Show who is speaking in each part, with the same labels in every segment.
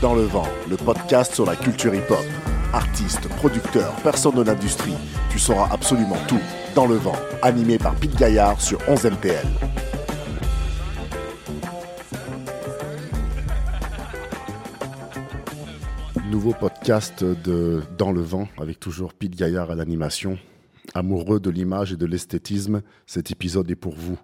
Speaker 1: dans le vent, le podcast sur la culture hip-hop. Artistes, producteurs, personnes de l'industrie, tu sauras absolument tout. Dans le vent, animé par Pete Gaillard sur 11 MTL. Nouveau podcast de Dans le vent avec toujours Pete Gaillard à l'animation. Amoureux de l'image et de l'esthétisme, cet épisode est pour vous.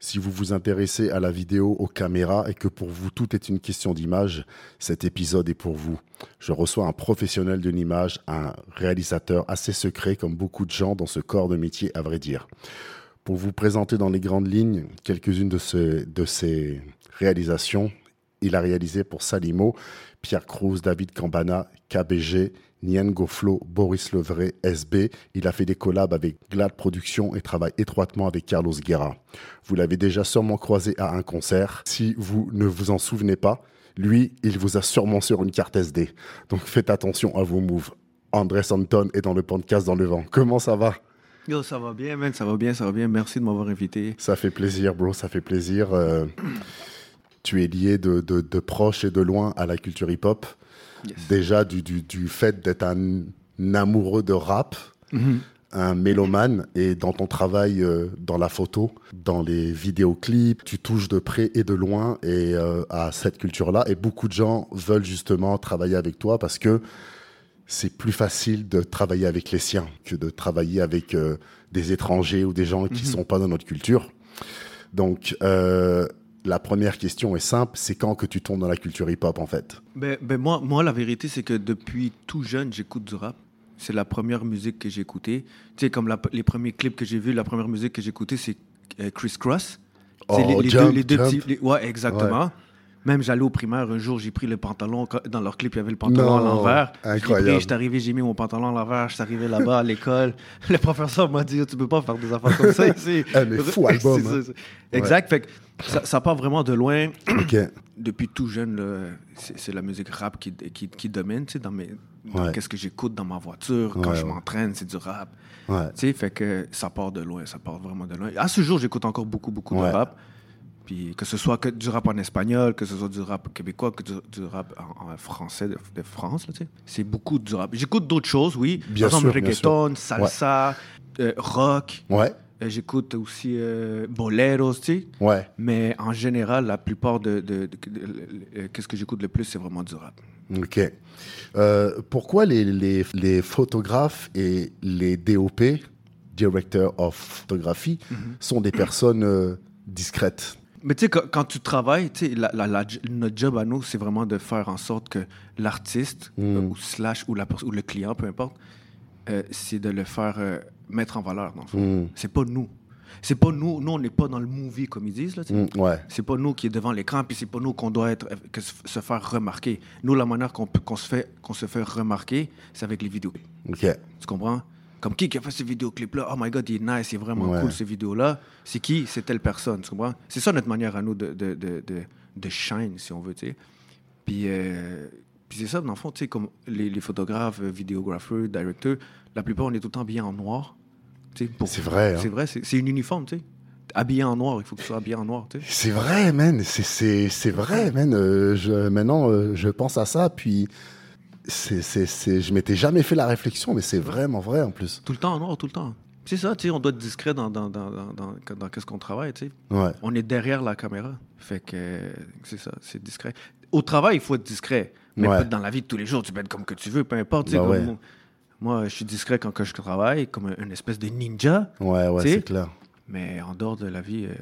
Speaker 1: Si vous vous intéressez à la vidéo, aux caméras et que pour vous tout est une question d'image, cet épisode est pour vous. Je reçois un professionnel de l'image, un réalisateur assez secret comme beaucoup de gens dans ce corps de métier à vrai dire. Pour vous présenter dans les grandes lignes quelques-unes de, ce- de ses réalisations, il a réalisé pour Salimo, Pierre Cruz, David Cambana, KBG, Nien Goflo, Boris Levray, SB. Il a fait des collabs avec Glad Productions et travaille étroitement avec Carlos Guerra. Vous l'avez déjà sûrement croisé à un concert. Si vous ne vous en souvenez pas, lui, il vous a sûrement sur une carte SD. Donc faites attention à vos moves. André Santon est dans le podcast dans le vent. Comment ça va
Speaker 2: Yo, ça va bien, man, ça va bien, ça va bien. Merci de m'avoir invité.
Speaker 1: Ça fait plaisir, bro, ça fait plaisir. Euh, tu es lié de, de, de proche et de loin à la culture hip-hop.
Speaker 2: Yes.
Speaker 1: Déjà, du, du, du fait d'être un, amoureux de rap,
Speaker 2: Mhm.
Speaker 1: un mélomane, et dans ton travail euh, dans la photo, dans les vidéoclips, tu touches de près et de loin et, euh, à cette culture-là. Et beaucoup de gens veulent justement travailler avec toi parce que c'est plus facile de travailler avec les siens que de travailler avec euh, des étrangers ou des gens qui ne
Speaker 2: Mhm.
Speaker 1: sont pas dans notre culture. Donc, euh, la première question est simple, c'est quand que tu tombes dans la culture hip-hop en fait
Speaker 2: Ben, ben moi, moi, la vérité, c'est que depuis tout jeune, j'écoute du rap. C'est la première musique que j'ai écoutée. Tu sais, comme la- les premiers clips que j'ai vus, la première musique que j'ai écoutée, c'est euh, Chris Cross. Tu sais,
Speaker 1: Oh,
Speaker 2: les, les
Speaker 1: Jump,
Speaker 2: deux, les deux
Speaker 1: Jump.
Speaker 2: petits. les- ouais, exactement. Même j'allais au primaire, un jour, j'ai pris le pantalon. quand- Dans leur clip, il y avait le pantalon à
Speaker 1: Non,
Speaker 2: l'envers. Je l'ai
Speaker 1: incroyable.
Speaker 2: pris, Je suis arrivé, j'ai mis mon pantalon à l'envers. Je suis arrivé là-bas à l'école. Le professeur m'a dit Tu peux pas faire des affaires comme ça ici.
Speaker 1: Eh, mais fou album,
Speaker 2: C'est
Speaker 1: hein.
Speaker 2: ça, c'est- Exact. Fait que ça, ça part vraiment de loin
Speaker 1: Ok.
Speaker 2: depuis tout jeune, là, c'est c'est la musique rap qui, qui, qui domine, tu sais, dans, mes, dans
Speaker 1: Ouais.
Speaker 2: qu'est-ce que j'écoute dans ma voiture, quand
Speaker 1: Ouais,
Speaker 2: je
Speaker 1: ouais.
Speaker 2: m'entraîne, c'est du rap.
Speaker 1: Ouais.
Speaker 2: Tu sais, fait que ça part de loin, ça part vraiment de loin. À ce jour, j'écoute encore beaucoup, beaucoup
Speaker 1: Ouais.
Speaker 2: de rap. Puis que ce soit que du rap en espagnol, que ce soit du rap québécois, que du, du rap en, en français de, de France, là, tu sais. c'est beaucoup du rap. J'écoute d'autres choses, oui.
Speaker 1: Bien
Speaker 2: Par exemple,
Speaker 1: sûr, bien sûr.
Speaker 2: reggaeton, salsa, euh, rock.
Speaker 1: Ouais.
Speaker 2: Euh, J'écoute aussi euh, boleros, tu sais.
Speaker 1: Ouais.
Speaker 2: Mais en général, la plupart de. de- de- de- de- euh, Qu'est-ce que j'écoute le plus, c'est vraiment du rap.
Speaker 1: Ok. Euh, pourquoi les, les, les photographes et les DOP, Director of Photography,
Speaker 2: Mhm.
Speaker 1: sont des personnes euh, discrètes
Speaker 2: Mais tu sais, quand, quand tu travailles, tu sais, la- la- la- notre job à nous, c'est vraiment de faire en sorte que l'artiste,
Speaker 1: Mm.
Speaker 2: euh, ou slash, ou, la, pers- ou le client, peu importe, euh, c'est de le faire euh, mettre en valeur. dans le fond.
Speaker 1: Mm.
Speaker 2: C'est pas nous. C'est pas nous. Nous, on n'est pas dans le movie, comme ils disent. Là, tu sais.
Speaker 1: Mm, Ouais.
Speaker 2: C'est pas nous qui est devant l'écran, puis c'est pas nous qu'on doit être, euh, que se se faire remarquer. Nous, la manière qu'on peut- qu'on se fait, qu'on se fait remarquer, c'est avec les vidéos.
Speaker 1: Ok.
Speaker 2: Tu comprends? Comme qui qui a fait ce vidéoclip-là? Oh my god, il est nice, il est vraiment
Speaker 1: Ouais.
Speaker 2: cool ce vidéo-là. C'est qui? C'est telle personne, tu comprends? C'est ça notre manière à nous de, de, de, de, de shine, si on veut, tu sais. Puis, euh, puis c'est ça, dans le fond, tu sais, comme les, les photographes, euh, vidéographeurs, directeurs, la plupart, on est tout le temps habillés en noir. tu sais, pour-
Speaker 1: C'est vrai. hein.
Speaker 2: C'est vrai, c'est c'est une uniforme, tu sais. Habillé en noir, il faut que tu sois habillé en noir, tu sais.
Speaker 1: C'est vrai, man. C'est- C'est c'est vrai, man. Euh, je, maintenant, euh, je pense à ça, puis c'est c'est- c'est- je m'étais jamais fait la réflexion, mais c'est vraiment vrai en plus.
Speaker 2: Tout le temps en noir, tout le temps. C'est ça, tu sais, on doit être discret dans, dans, dans, dans, dans, dans qu'est-ce qu'on travaille, tu sais.
Speaker 1: Ouais.
Speaker 2: On est derrière la caméra. Fait que euh, c'est ça, c'est discret. Au travail, il faut être discret. Mais
Speaker 1: Ouais.
Speaker 2: pas dans la vie de tous les jours, tu peux être comme que tu veux, peu importe. tu sais,
Speaker 1: Bah
Speaker 2: comme
Speaker 1: ouais.
Speaker 2: moi- Moi, je suis discret quand que je travaille, comme une espèce de ninja.
Speaker 1: Ouais, ouais,
Speaker 2: Tu sais,
Speaker 1: c'est clair.
Speaker 2: Mais en dehors de la vie, euh,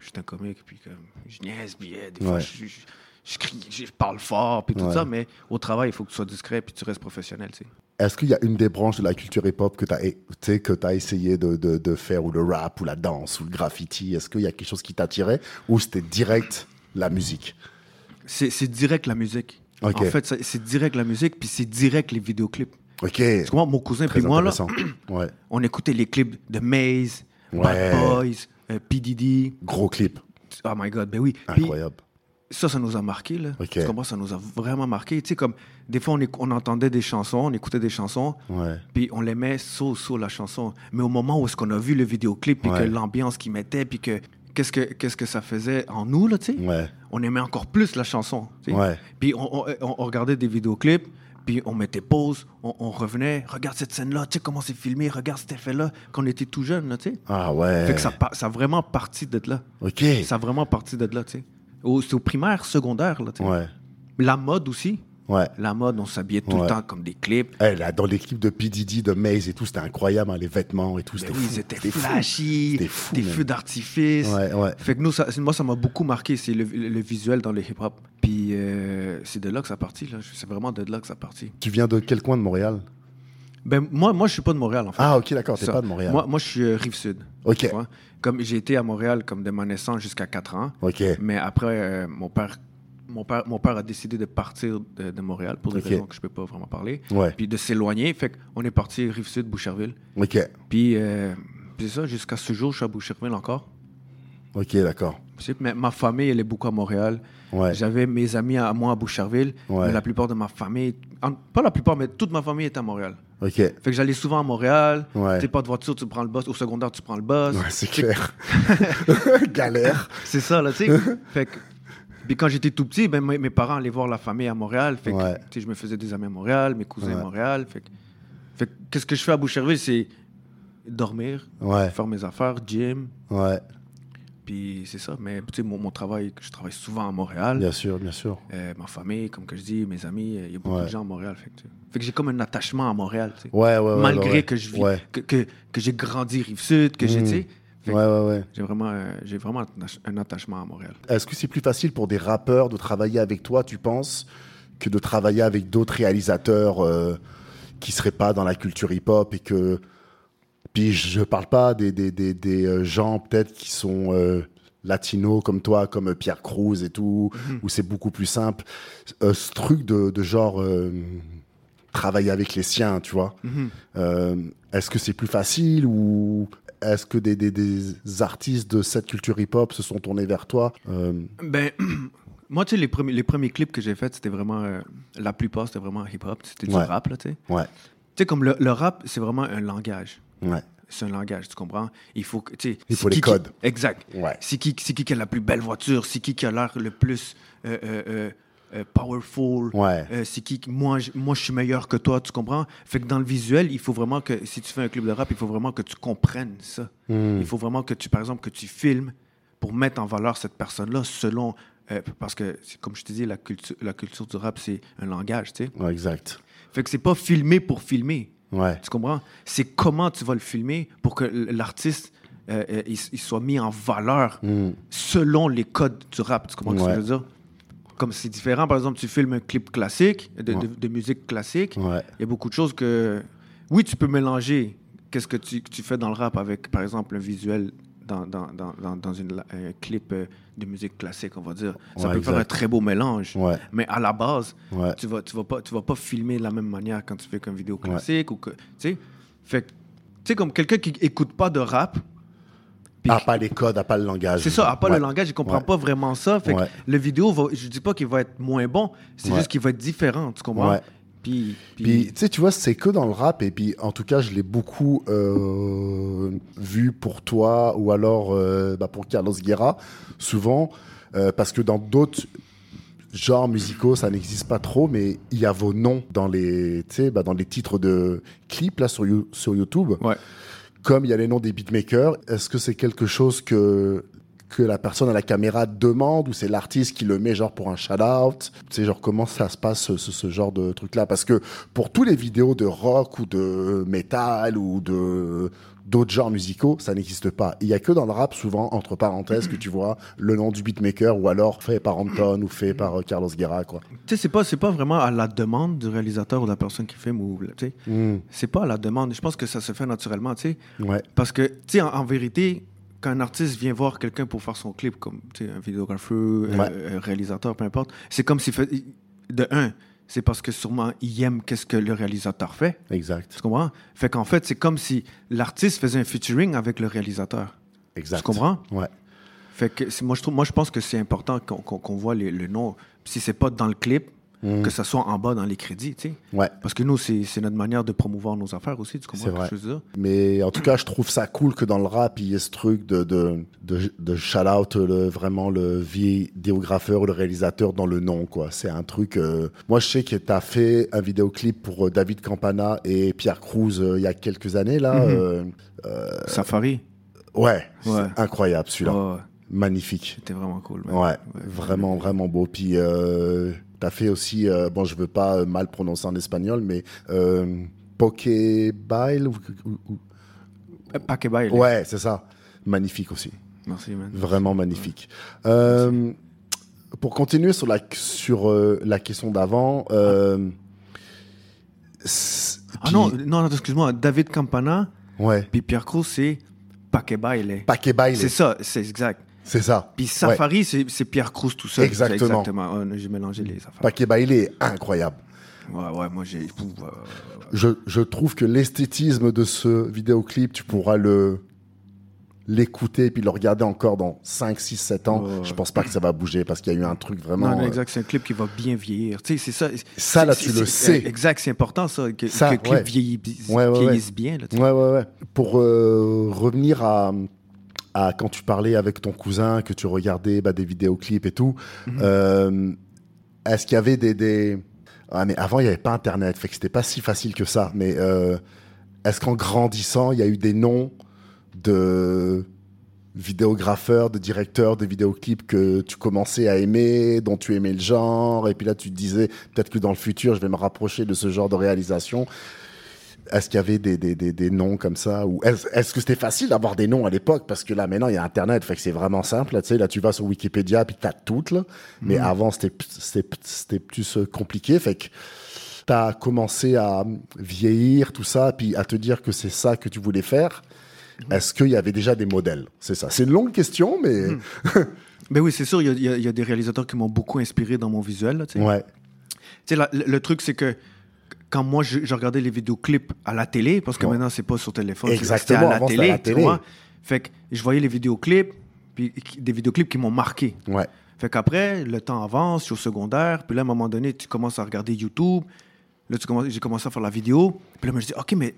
Speaker 2: je suis un comique, puis comme, je niaise, puis euh, des fois,
Speaker 1: Ouais.
Speaker 2: je, je- je crie, je parle fort, puis tout
Speaker 1: Ouais.
Speaker 2: ça. Mais au travail, il faut que tu sois discret, puis tu restes professionnel, tu sais.
Speaker 1: Est-ce qu'il y a une des branches de la culture hip-hop que tu as, que t'as essayé de, de- de faire, ou le rap, ou la danse, ou le graffiti Est-ce qu'il y a quelque chose qui t'attirait, ou c'était direct la musique
Speaker 2: C'est c'est direct la musique.
Speaker 1: Ok.
Speaker 2: En fait, ça- c'est direct la musique, puis c'est direct les vidéoclips.
Speaker 1: Ok,
Speaker 2: Parce que moi, mon cousin,
Speaker 1: très
Speaker 2: puis moi, là,
Speaker 1: intéressant. ouais.
Speaker 2: On écoutait les clips de Maze,
Speaker 1: Ouais.
Speaker 2: Bad Boys, euh, PDD.
Speaker 1: Gros clip,
Speaker 2: Oh my God, ben oui. Puis
Speaker 1: incroyable.
Speaker 2: ça, ça nous a marqué. Là.
Speaker 1: Ok.
Speaker 2: Tu comprends, ça nous a vraiment marqué. Tu sais, comme des fois, on, éc- on entendait des chansons, on écoutait des chansons,
Speaker 1: Ouais.
Speaker 2: puis on l'aimait sous, sous la chanson. Mais au moment où est-ce qu'on a vu le vidéoclip, puis
Speaker 1: Ouais.
Speaker 2: que l'ambiance qu'il mettait, puis que qu'est-ce que, qu'est-ce que ça faisait en nous, là, tu sais.
Speaker 1: Ouais,
Speaker 2: On aimait encore plus la chanson. tu sais.
Speaker 1: ouais.
Speaker 2: Puis on, on- on- on regardait des vidéoclips, puis on mettait pause, on, on revenait, regarde cette scène-là, tu sais comment c'est filmé, regarde cet effet-là, quand on était tout jeune, là, tu sais.
Speaker 1: Ah ouais.
Speaker 2: Fait que ça, par- ça a vraiment parti de là.
Speaker 1: Ok.
Speaker 2: Ça a vraiment parti de là, tu sais. Au- C'est au primaire, secondaire, là, tu sais.
Speaker 1: Ouais,
Speaker 2: La mode aussi.
Speaker 1: ouais.
Speaker 2: La mode, on s'habillait tout
Speaker 1: Ouais.
Speaker 2: le temps comme des clips.
Speaker 1: Eh, là, dans l'équipe de P. Diddy, de Maze et tout, c'était incroyable, hein, les vêtements et tout.
Speaker 2: Ben
Speaker 1: C'était
Speaker 2: oui,
Speaker 1: fou.
Speaker 2: ils étaient
Speaker 1: c'était fou.
Speaker 2: flashy,
Speaker 1: C'était fou,
Speaker 2: des
Speaker 1: même.
Speaker 2: feux d'artifice.
Speaker 1: Ouais, ouais.
Speaker 2: Fait que nous, ça- moi, ça m'a beaucoup marqué, c'est le, le- le visuel dans le hip-hop. Puis euh, c'est de là que ça a parti, là. C'est vraiment de là que ça a parti.
Speaker 1: Tu viens de quel coin de Montréal
Speaker 2: Ben, moi, moi, je suis pas de Montréal, en fait.
Speaker 1: Ah, ok, d'accord, t'es
Speaker 2: Ça.
Speaker 1: pas de Montréal.
Speaker 2: Moi, moi, je suis euh, rive sud.
Speaker 1: ok,
Speaker 2: Comme j'ai été à Montréal comme de ma naissance jusqu'à 4 ans,
Speaker 1: ok,
Speaker 2: mais après euh, mon père, mon père, mon père a décidé de partir de, de Montréal pour des
Speaker 1: Ok.
Speaker 2: raisons que je peux pas vraiment parler,
Speaker 1: ouais,
Speaker 2: puis de s'éloigner. Fait qu'on est parti rive sud, Boucherville.
Speaker 1: ok,
Speaker 2: Puis euh, puis c'est ça, jusqu'à ce jour, je suis à Boucherville encore.
Speaker 1: ok, d'accord.
Speaker 2: C'est- Mais ma famille, elle est beaucoup à Montréal.
Speaker 1: Ouais,
Speaker 2: J'avais mes amis à moi à Boucherville,
Speaker 1: Ouais.
Speaker 2: mais la plupart de ma famille, en- pas la plupart, mais toute ma famille est à Montréal.
Speaker 1: ok, ouais,
Speaker 2: Fait que j'allais souvent à Montréal.
Speaker 1: Ouais.
Speaker 2: T'es pas de voiture, tu prends le bus. Au secondaire, tu prends le bus.
Speaker 1: c'est clair. Galère.
Speaker 2: C'est ça, là, tu sais. fait que. Puis quand j'étais tout petit, ben, mes, mes parents allaient voir la famille à Montréal. Fait que,
Speaker 1: Ouais.
Speaker 2: tu sais, je me faisais des amis à Montréal, mes cousins
Speaker 1: Ouais.
Speaker 2: à Montréal. Fait que, fait que qu'est-ce que je fais à Boucherville, c'est dormir,
Speaker 1: Ouais,
Speaker 2: faire mes affaires, gym.
Speaker 1: ouais,
Speaker 2: Puis c'est ça. Mais tu sais, mon, mon travail, je travaille souvent à Montréal.
Speaker 1: bien sûr, bien sûr.
Speaker 2: Euh, ma famille, comme que je dis, mes amis, euh, il y a beaucoup
Speaker 1: Ouais.
Speaker 2: de gens à Montréal. Fait que, tu sais. Fait que j'ai comme un attachement à Montréal, tu sais.
Speaker 1: Ouais, ouais, ouais.
Speaker 2: Malgré
Speaker 1: ouais.
Speaker 2: que je vis,
Speaker 1: Ouais,
Speaker 2: que, que, que j'ai grandi Rive-Sud, que j'ai,
Speaker 1: Mm.
Speaker 2: tu sais, Fait
Speaker 1: ouais,
Speaker 2: que-
Speaker 1: ouais. ouais.
Speaker 2: j'ai vraiment, euh, j'ai vraiment un attache- un attachement à Montréal.
Speaker 1: Est-ce que c'est plus facile pour des rappeurs de travailler avec toi, tu penses, que de travailler avec d'autres réalisateurs euh, qui seraient pas dans la culture hip-hop et que. Puis je parle pas des, des, des, des, euh, gens peut-être qui sont euh, latinos comme toi, comme euh, Pierre Cruz et tout, où c'est beaucoup plus simple. Euh, ce truc de, de genre euh, travailler avec les siens, tu vois. Euh, est-ce que c'est plus facile ou est-ce que des, des, des artistes de cette culture hip-hop se sont tournés vers toi Euh,
Speaker 2: Ben, moi, tu sais, les premiers, les premiers clips que j'ai faits, c'était vraiment. euh, la plupart, c'était vraiment hip-hop, c'était du
Speaker 1: Ouais.
Speaker 2: rap, là, tu sais.
Speaker 1: Ouais,
Speaker 2: Tu sais, comme le, le rap, c'est vraiment un langage.
Speaker 1: ouais,
Speaker 2: C'est un langage, tu comprends? Il faut que. tu sais,
Speaker 1: Il
Speaker 2: c'est
Speaker 1: faut les
Speaker 2: qui qui-
Speaker 1: codes.
Speaker 2: exact.
Speaker 1: ouais.
Speaker 2: C'est qui, c'est qui qui a la plus belle voiture? C'est qui qui a l'air le plus euh, euh, euh, euh, powerful?
Speaker 1: Ouais,
Speaker 2: Euh, c'est qui qui- moi je, moi je suis meilleur que toi tu comprends fait que dans le visuel il faut vraiment que si tu fais un club de rap il faut vraiment que tu comprennes ça
Speaker 1: Hmm.
Speaker 2: il faut vraiment que tu par exemple que tu filmes pour mettre en valeur cette personne là selon euh, parce que c'est- comme je te dis la culture la culture du rap c'est un langage tu sais
Speaker 1: ouais, exact.
Speaker 2: fait que c'est pas filmer pour filmer
Speaker 1: Ouais,
Speaker 2: tu comprends c'est comment tu vas le filmer pour que l- l'artiste euh, euh, il, s- il soit mis en valeur
Speaker 1: Hmm.
Speaker 2: selon les codes du rap. Tu comprends ce
Speaker 1: Ouais.
Speaker 2: que je veux dire? Comme c'est différent, par exemple, tu filmes un clip classique, de, de-
Speaker 1: Ouais.
Speaker 2: de musique classique, il
Speaker 1: ouais,
Speaker 2: y a beaucoup de choses que. Oui, tu peux mélanger qu'est-ce que tu, que tu fais dans le rap avec, par exemple, un visuel dans, dans, dans, dans- dans une la- un clip euh, de musique classique, on va dire. Ça
Speaker 1: Ouais,
Speaker 2: peut faire un
Speaker 1: exact.
Speaker 2: très beau mélange.
Speaker 1: ouais,
Speaker 2: Mais à la base,
Speaker 1: ouais.
Speaker 2: tu vas, tu vas pas, tu vas pas filmer de la même manière quand tu fais qu'un vidéo
Speaker 1: Ouais.
Speaker 2: classique ou que, tu sais, fait, que- tu sais comme quelqu'un qui écoute pas de rap, puis
Speaker 1: Ah, pas les codes, ah, pas le langage.
Speaker 2: c'est ça, à part
Speaker 1: Ouais.
Speaker 2: le langage, il comprend
Speaker 1: Ouais.
Speaker 2: pas vraiment ça. Fait que
Speaker 1: Ouais.
Speaker 2: le vidéo, va, je dis pas qu'il va être moins bon, c'est
Speaker 1: Ouais.
Speaker 2: juste qu'il va être différent, tu comprends?
Speaker 1: Ouais.
Speaker 2: Puis,
Speaker 1: Puis,
Speaker 2: puis,
Speaker 1: tu sais, tu vois, c'est que dans le rap, et puis, en tout cas, je l'ai beaucoup euh, vu pour toi, ou alors euh, bah, pour Carlos Guerra, souvent, euh, parce que dans d'autres genres musicaux, ça n'existe pas trop, mais il y a vos noms dans les, tu sais, bah, dans les titres de clips, là, sur, You- sur YouTube.
Speaker 2: Ouais.
Speaker 1: Comme il y a les noms des beatmakers, est-ce que c'est quelque chose que que la personne à la caméra demande ou c'est l'artiste qui le met genre pour un shout-out Tu sais, genre comment ça se passe ce, ce- ce genre de truc-là Parce que pour tous les vidéos de rock ou de métal ou de d'autres genres musicaux, ça n'existe pas. Il y a que dans le rap, souvent, entre parenthèses, que tu vois le nom du beatmaker ou alors fait par Anton ou fait par euh, Carlos Guerra, quoi.
Speaker 2: tu sais, c'est pas, c'est pas vraiment à la demande du réalisateur ou de la personne qui filme ou, tu sais,
Speaker 1: Mm.
Speaker 2: c'est pas à la demande. Je pense que ça se fait naturellement, tu sais,
Speaker 1: Ouais,
Speaker 2: parce que, tu sais, en, en vérité, quand un artiste vient voir quelqu'un pour faire son clip, comme, tu sais, un vidéographe, euh,
Speaker 1: Ouais.
Speaker 2: un réalisateur, peu importe, c'est comme s'il fait, de un, c'est parce que sûrement il aime qu'est-ce que le réalisateur fait.
Speaker 1: exact.
Speaker 2: Tu comprends? Fait qu'en fait, c'est comme si l'artiste faisait un featuring avec le réalisateur.
Speaker 1: Exact.
Speaker 2: Tu comprends?
Speaker 1: Ouais.
Speaker 2: Fait que c'est- moi, je trouve, moi, je pense que c'est important qu'on qu'on- qu'on voit les- le nom. Si c'est pas dans le clip,
Speaker 1: Mm.
Speaker 2: que ça soit en bas dans les crédits, tu sais.
Speaker 1: Ouais.
Speaker 2: Parce que nous, c'est c'est notre manière de promouvoir nos affaires aussi, tu comprends
Speaker 1: C'est
Speaker 2: ce
Speaker 1: vrai.
Speaker 2: que je veux dire?
Speaker 1: Mais en tout cas, je trouve ça cool que dans le rap, il y ait ce truc de, de, de, de shout-out le, vraiment le vidéographeur ou le réalisateur dans le nom. quoi. C'est un truc... euh, Moi, je sais que tu as fait un vidéoclip pour euh, David Campana et Pierre Cruz euh, il y a quelques années, là.
Speaker 2: Mhm.
Speaker 1: euh, euh,
Speaker 2: Safari.
Speaker 1: ouais,
Speaker 2: Ouais.
Speaker 1: c'est incroyable celui-là.
Speaker 2: Ouais, ouais.
Speaker 1: Magnifique.
Speaker 2: c'était vraiment cool. man.
Speaker 1: Ouais, vraiment, vraiment beau. Puis, euh, t'as fait aussi, euh, bon, je veux pas euh, mal prononcer en espagnol, mais euh, Pokébile ou- ou- ou-
Speaker 2: Euh, Paquet Bail.
Speaker 1: Ouais, c'est ça. Magnifique aussi.
Speaker 2: Merci, man.
Speaker 1: Vraiment magnifique. Euh, pour continuer sur la, sur, euh, la question d'avant. euh, c'est-
Speaker 2: Ah non, non, non, excuse-moi. David Campana,
Speaker 1: Ouais.
Speaker 2: puis Pierre Cruz, c'est Paquet Bail.
Speaker 1: Pokébile,
Speaker 2: C'est ça, c'est exact.
Speaker 1: c'est ça.
Speaker 2: Puis Safari, c'est c'est Pierre Cruz tout seul.
Speaker 1: Exactement.
Speaker 2: C'est Exactement. Ouais, j'ai mélangé les affaires.
Speaker 1: Pokébile est incroyable.
Speaker 2: Ouais, ouais, moi j'ai. Pouf, ouais, ouais, ouais.
Speaker 1: Je, je trouve que l'esthétisme de ce vidéoclip, tu pourras le l'écouter et puis le regarder encore dans 5, 6, 7 ans.
Speaker 2: Ouais, ouais.
Speaker 1: Je pense pas que ça va bouger parce qu'il y a eu un truc vraiment...
Speaker 2: Oh. Non, non,
Speaker 1: euh,
Speaker 2: exact, c'est un clip qui va bien vieillir. Tu sais, c'est ça.
Speaker 1: Ça, là,
Speaker 2: C'est-
Speaker 1: tu
Speaker 2: c'est-
Speaker 1: le
Speaker 2: c'est-
Speaker 1: sais.
Speaker 2: Exact, c'est important ça, que,
Speaker 1: Ça,
Speaker 2: que le clip
Speaker 1: ouais.
Speaker 2: vieillit bi-
Speaker 1: Ouais, ouais, ouais.
Speaker 2: vieillisse bien. Là, tu sais.
Speaker 1: Ouais, ouais, ouais. Pour euh, revenir à, à quand tu parlais avec ton cousin, que tu regardais bah, des vidéoclips et tout,
Speaker 2: Mhm.
Speaker 1: euh, est-ce qu'il y avait des. des- Ah, mais avant, il n'y avait pas Internet, fait que c'était pas si facile que ça. Mais euh, est-ce qu'en grandissant, il y a eu des noms de vidéographeurs, de directeurs de vidéoclips que tu commençais à aimer, dont tu aimais le genre, et puis là tu te disais peut-être que dans le futur je vais me rapprocher de ce genre de réalisation. Est-ce qu'il y avait des, des, des, des noms comme ça ou est-ce, est-ce que c'était facile d'avoir des noms à l'époque parce que là maintenant il y a internet fait que c'est vraiment simple là, tu sais là tu vas sur Wikipédia puis t'as tout là mais
Speaker 2: Mm.
Speaker 1: avant c'était p- c'était p- c'était plus euh, compliqué fait que t'as commencé à mm, vieillir tout ça puis à te dire que c'est ça que tu voulais faire est-ce qu'il y avait déjà des modèles c'est ça c'est une longue question mais
Speaker 2: Mm. Ben oui, c'est sûr, il y a- il y, a- il y a des réalisateurs qui m'ont beaucoup inspiré dans mon visuel. là, tu sais.
Speaker 1: ouais
Speaker 2: Tu sais, la- le, le truc, c'est que quand moi, je, je regardais les vidéoclips à la télé, parce que
Speaker 1: Ouais.
Speaker 2: maintenant, c'est pas sur téléphone, c'est-
Speaker 1: Exactement,
Speaker 2: c'était à la
Speaker 1: avant, c'était
Speaker 2: télé,
Speaker 1: à la
Speaker 2: tu
Speaker 1: télé.
Speaker 2: vois. Fait que je voyais les vidéoclips, puis qui- des vidéoclips qui m'ont marqué.
Speaker 1: ouais
Speaker 2: Fait qu'après, le temps avance, je suis au secondaire, puis là, à un moment donné, tu commences à regarder YouTube. Là, tu commences- j'ai commencé à faire la vidéo. Puis là, moi, je dis, OK, mais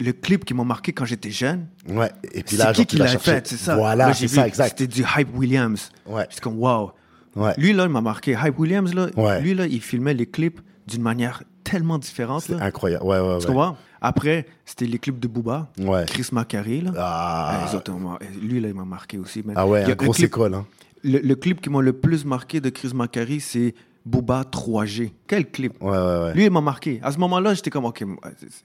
Speaker 2: le clip qui m'a marqué quand j'étais jeune,
Speaker 1: ouais et puis
Speaker 2: c'est
Speaker 1: là
Speaker 2: qui
Speaker 1: genre, tu
Speaker 2: qui
Speaker 1: vas
Speaker 2: l'a
Speaker 1: chercher.
Speaker 2: fait, c'est ça.
Speaker 1: voilà
Speaker 2: Là, j'ai
Speaker 1: c'est
Speaker 2: vu
Speaker 1: ça
Speaker 2: que
Speaker 1: exact
Speaker 2: C'était du Hype Williams.
Speaker 1: ouais
Speaker 2: C'est comme, wow.
Speaker 1: ouais
Speaker 2: Lui, là, il m'a marqué. Hype Williams, là,
Speaker 1: Ouais.
Speaker 2: lui, là, il filmait les clips d'une manière tellement différente.
Speaker 1: c'est
Speaker 2: Là.
Speaker 1: incroyable ouais ouais
Speaker 2: Tu
Speaker 1: ouais,
Speaker 2: comprends? Après, c'était les clips de Booba,
Speaker 1: ouais.
Speaker 2: Chris Macari, là.
Speaker 1: Ah,
Speaker 2: Ah, les autres, on m'a- lui, là, il m'a marqué aussi. man.
Speaker 1: ah ouais,
Speaker 2: Il y a
Speaker 1: un grosse
Speaker 2: clip,
Speaker 1: école. Hein.
Speaker 2: le, le clip qui m'a le plus marqué de Chris Macari, c'est Booba 3G. Quel clip?
Speaker 1: Ouais, ouais, ouais.
Speaker 2: Lui, il m'a marqué. À ce moment-là, j'étais comme, OK, m- euh, c'est- c'est-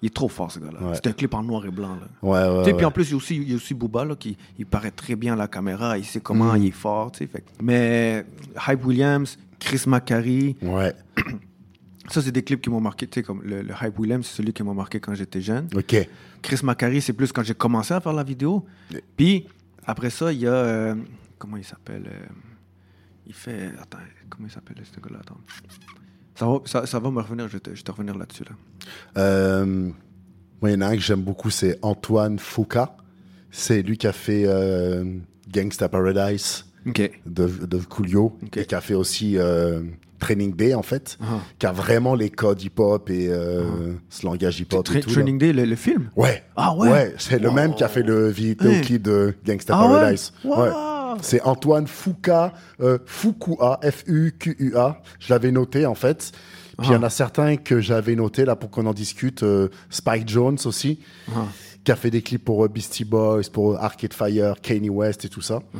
Speaker 2: il est trop fort, ce gars-là.
Speaker 1: Ouais.
Speaker 2: C'est un clip en noir et blanc, là.
Speaker 1: Ouais, ouais,
Speaker 2: Tu sais,
Speaker 1: Ah ouais.
Speaker 2: Puis en plus, il y a aussi, il y a aussi Booba là, qui il paraît très bien à la caméra, il sait
Speaker 1: Mm.
Speaker 2: comment il est fort. tu sais, Fait. que- Mais Hype Williams, Chris Macari,
Speaker 1: Ouais,
Speaker 2: ça, c'est des clips qui m'ont marqué. tu sais, Comme le, le Hype Williams, c'est celui qui m'a marqué quand j'étais jeune.
Speaker 1: ok.
Speaker 2: Chris Macari, c'est plus quand j'ai commencé à faire la vidéo. Puis après ça, il y a. euh, comment il s'appelle euh, Il fait. Attends, comment il s'appelle ce gars-là Attends. Ça va, ça, ça va me revenir, je vais te, je vais te revenir là-dessus. Là.
Speaker 1: Euh, moi, il y en a un que j'aime beaucoup, c'est Antoine Foucault. C'est lui qui a fait euh, Gangsta Paradise
Speaker 2: Ok.
Speaker 1: de, de Coolio
Speaker 2: Ok.
Speaker 1: et qui a fait aussi euh, Training Day, en fait,
Speaker 2: Ah.
Speaker 1: qui a vraiment les codes hip-hop et euh, ce langage hip-hop
Speaker 2: Tra-
Speaker 1: et tout. là.
Speaker 2: Training Day, le, le film
Speaker 1: Ouais.
Speaker 2: Ah ouais Oh.
Speaker 1: c'est le même qui a fait le vidéoclip de Gangsta
Speaker 2: Ah ouais
Speaker 1: Paradise.
Speaker 2: Wow.
Speaker 1: C'est Antoine Fouca, euh, Fukua, F-U-Q-U-A. Je l'avais noté en fait. Puis il y
Speaker 2: Ah.
Speaker 1: en a certains que j'avais noté là pour qu'on en discute. euh, Spike Jones aussi,
Speaker 2: Ah.
Speaker 1: qui a fait des clips pour euh, Beastie Boys, pour Arcade Fire, Kanye West et tout ça.
Speaker 2: Ah.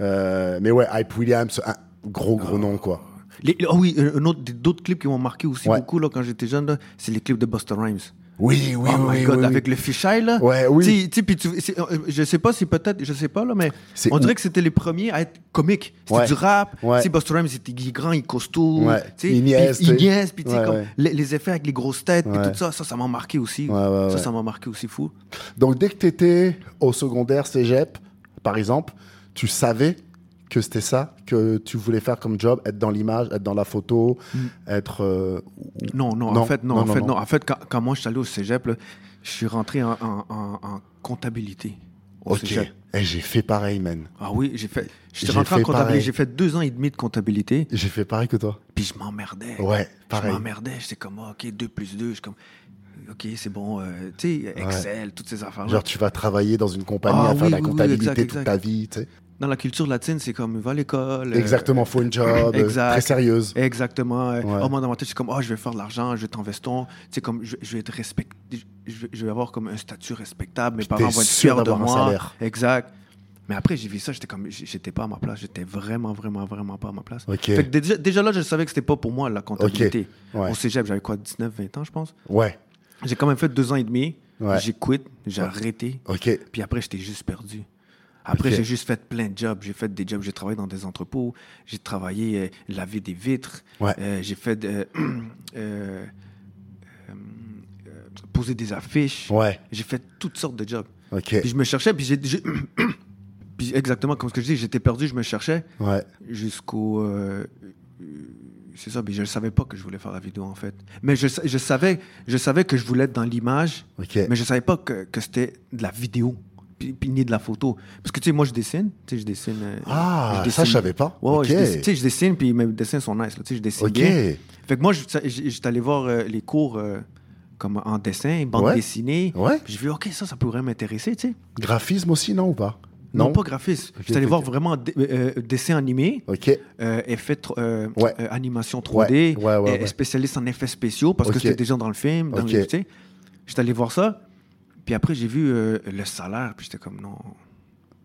Speaker 1: Euh, mais ouais, Hype Williams, un gros
Speaker 2: Ah.
Speaker 1: gros nom quoi.
Speaker 2: Les- ah oui, euh, un autre- des- d'autres clips qui m'ont marqué aussi
Speaker 1: Ouais.
Speaker 2: beaucoup là, quand j'étais jeune, là, c'est les clips de Buster Rhymes.
Speaker 1: Oui, oui,
Speaker 2: oh
Speaker 1: oui,
Speaker 2: my
Speaker 1: oui,
Speaker 2: god,
Speaker 1: oui.
Speaker 2: avec le fisheye là.
Speaker 1: Ouais, oui.
Speaker 2: Tu sais- tu sais, puis tu- c'est- euh, je sais pas si peut-être, je sais pas là, mais
Speaker 1: C'est
Speaker 2: on
Speaker 1: où?
Speaker 2: dirait que c'était les premiers à être comiques. C'était
Speaker 1: Ouais.
Speaker 2: du rap.
Speaker 1: Ouais.
Speaker 2: Tu sais, Buster Rhymes, c'était il est grand, il est costaud.
Speaker 1: Ouais.
Speaker 2: tu sais,
Speaker 1: Il niaise,
Speaker 2: puis Il
Speaker 1: tu sais.
Speaker 2: niaise, puis tu sais,
Speaker 1: Ouais,
Speaker 2: comme
Speaker 1: ouais.
Speaker 2: Les, les effets avec les grosses têtes, puis
Speaker 1: Ouais.
Speaker 2: tout ça, ça, ça m'a marqué aussi.
Speaker 1: Ouais, ouais,
Speaker 2: Ça,
Speaker 1: ouais.
Speaker 2: ça m'a marqué aussi fou.
Speaker 1: Donc dès que tu étais au secondaire, cégep, par exemple, tu savais que c'était ça que tu voulais faire comme job, être dans l'image, être dans la photo,
Speaker 2: Mm.
Speaker 1: être... euh,
Speaker 2: Non, non,
Speaker 1: Non,
Speaker 2: en fait, non,
Speaker 1: non,
Speaker 2: en
Speaker 1: non,
Speaker 2: fait,
Speaker 1: non.
Speaker 2: non. En fait, quand, quand moi, je suis allé au cégep, là, je suis rentré en, en- en- en comptabilité. au
Speaker 1: ok,
Speaker 2: cégep.
Speaker 1: Eh, j'ai fait pareil, man.
Speaker 2: Ah oui, j'ai fait. Je
Speaker 1: J'ai
Speaker 2: suis rentré en
Speaker 1: fait pareil.
Speaker 2: comptabilité. J'ai fait deux ans et demi de comptabilité,
Speaker 1: J'ai fait pareil que toi.
Speaker 2: puis je m'emmerdais.
Speaker 1: Eh, Ouais,
Speaker 2: Je
Speaker 1: pareil.
Speaker 2: m'emmerdais. J'étais comme, ah, OK, 2 plus 2. Je suis comme, OK, c'est bon. euh, tu sais, Excel, toutes ces affaires-là.
Speaker 1: Genre, tu vas travailler dans une compagnie
Speaker 2: hein. Ah
Speaker 1: à faire
Speaker 2: oui,
Speaker 1: la
Speaker 2: oui, oui,
Speaker 1: comptabilité
Speaker 2: exact,
Speaker 1: toute
Speaker 2: exact.
Speaker 1: ta vie, tu sais.
Speaker 2: Dans la culture latine, c'est comme, va à l'école. euh,
Speaker 1: Exactement, faut une job, euh,
Speaker 2: exact.
Speaker 1: très sérieuse.
Speaker 2: Exactement. euh,
Speaker 1: Ouais.
Speaker 2: oh, moi, dans ma tête, c'est comme, oh, je vais faire de l'argent, je vais être en veston. Tu sais, comme, je, je vais être respecté. Je, vais- je vais avoir comme un statut respectable. Mes
Speaker 1: Puis
Speaker 2: parents
Speaker 1: t'es
Speaker 2: vont être
Speaker 1: sûr
Speaker 2: fiers de
Speaker 1: d'avoir un
Speaker 2: moi.
Speaker 1: salaire.
Speaker 2: Exact. Mais après, j'ai vu ça, j'étais comme, j- j'étais pas à ma place. J'étais vraiment, vraiment, vraiment pas à ma place.
Speaker 1: Ok.
Speaker 2: Fait que déjà, déjà là, je savais que c'était pas pour moi, la comptabilité.
Speaker 1: Ouais.
Speaker 2: Au cégep, j'avais quoi, 19, 20 ans, je pense.
Speaker 1: Ouais.
Speaker 2: J'ai quand même fait deux ans et demi.
Speaker 1: Ouais.
Speaker 2: J'ai quitté, j'ai arrêté.
Speaker 1: Ok.
Speaker 2: Puis après, j'étais juste perdu. Après,
Speaker 1: Ok.
Speaker 2: j'ai juste fait plein de jobs. J'ai fait des jobs, j'ai travaillé dans des entrepôts, j'ai travaillé euh, laver des vitres,
Speaker 1: Ouais.
Speaker 2: Euh, j'ai fait de, euh, euh, euh, poser des affiches.
Speaker 1: Ouais.
Speaker 2: J'ai fait toutes sortes de jobs.
Speaker 1: Ok.
Speaker 2: Puis je me cherchais, puis j'ai. j'ai- puis exactement comme ce que je dis, j'étais perdu, je me cherchais
Speaker 1: Ouais.
Speaker 2: jusqu'au. euh, euh, c'est ça, mais je ne savais pas que je voulais faire la vidéo en fait. Mais je, sa- je, savais, je savais que je voulais être dans l'image,
Speaker 1: Ok.
Speaker 2: mais je savais pas que, que c'était de la vidéo, puis, puis ni de la photo. Parce que, tu sais, moi, je dessine. Tu sais, je dessine. euh,
Speaker 1: Ah,
Speaker 2: je
Speaker 1: ça, je
Speaker 2: dessine-
Speaker 1: savais pas.
Speaker 2: Ouais, ouais,
Speaker 1: ok.
Speaker 2: je dessine- tu sais, je dessine, puis mes dessins sont nice. là, Tu sais, je dessine
Speaker 1: Ok.
Speaker 2: bien. Fait que moi, je- ça- j'- j'étais allé voir euh, les cours euh, comme en dessin, bande
Speaker 1: Ouais.
Speaker 2: dessinée.
Speaker 1: Ouais.
Speaker 2: Puis j'ai vu, OK, ça, ça pourrait m'intéresser, tu sais.
Speaker 1: Graphisme aussi, non ou pas
Speaker 2: Non, pas graphiste. j'étais allé
Speaker 1: ok,
Speaker 2: voir
Speaker 1: ok.
Speaker 2: vraiment dé- euh, euh, dessin animé
Speaker 1: Ok.
Speaker 2: euh, effets tro- euh,
Speaker 1: Ouais.
Speaker 2: euh, animation 3D,
Speaker 1: Ouais, ouais, ouais,
Speaker 2: et- et
Speaker 1: ouais.
Speaker 2: spécialiste en effets spéciaux parce
Speaker 1: Ok.
Speaker 2: que c'était déjà dans le film. Dans
Speaker 1: Ok.
Speaker 2: les- tu sais. J'étais allé voir ça, puis après j'ai vu euh, le salaire, puis j'étais comme non,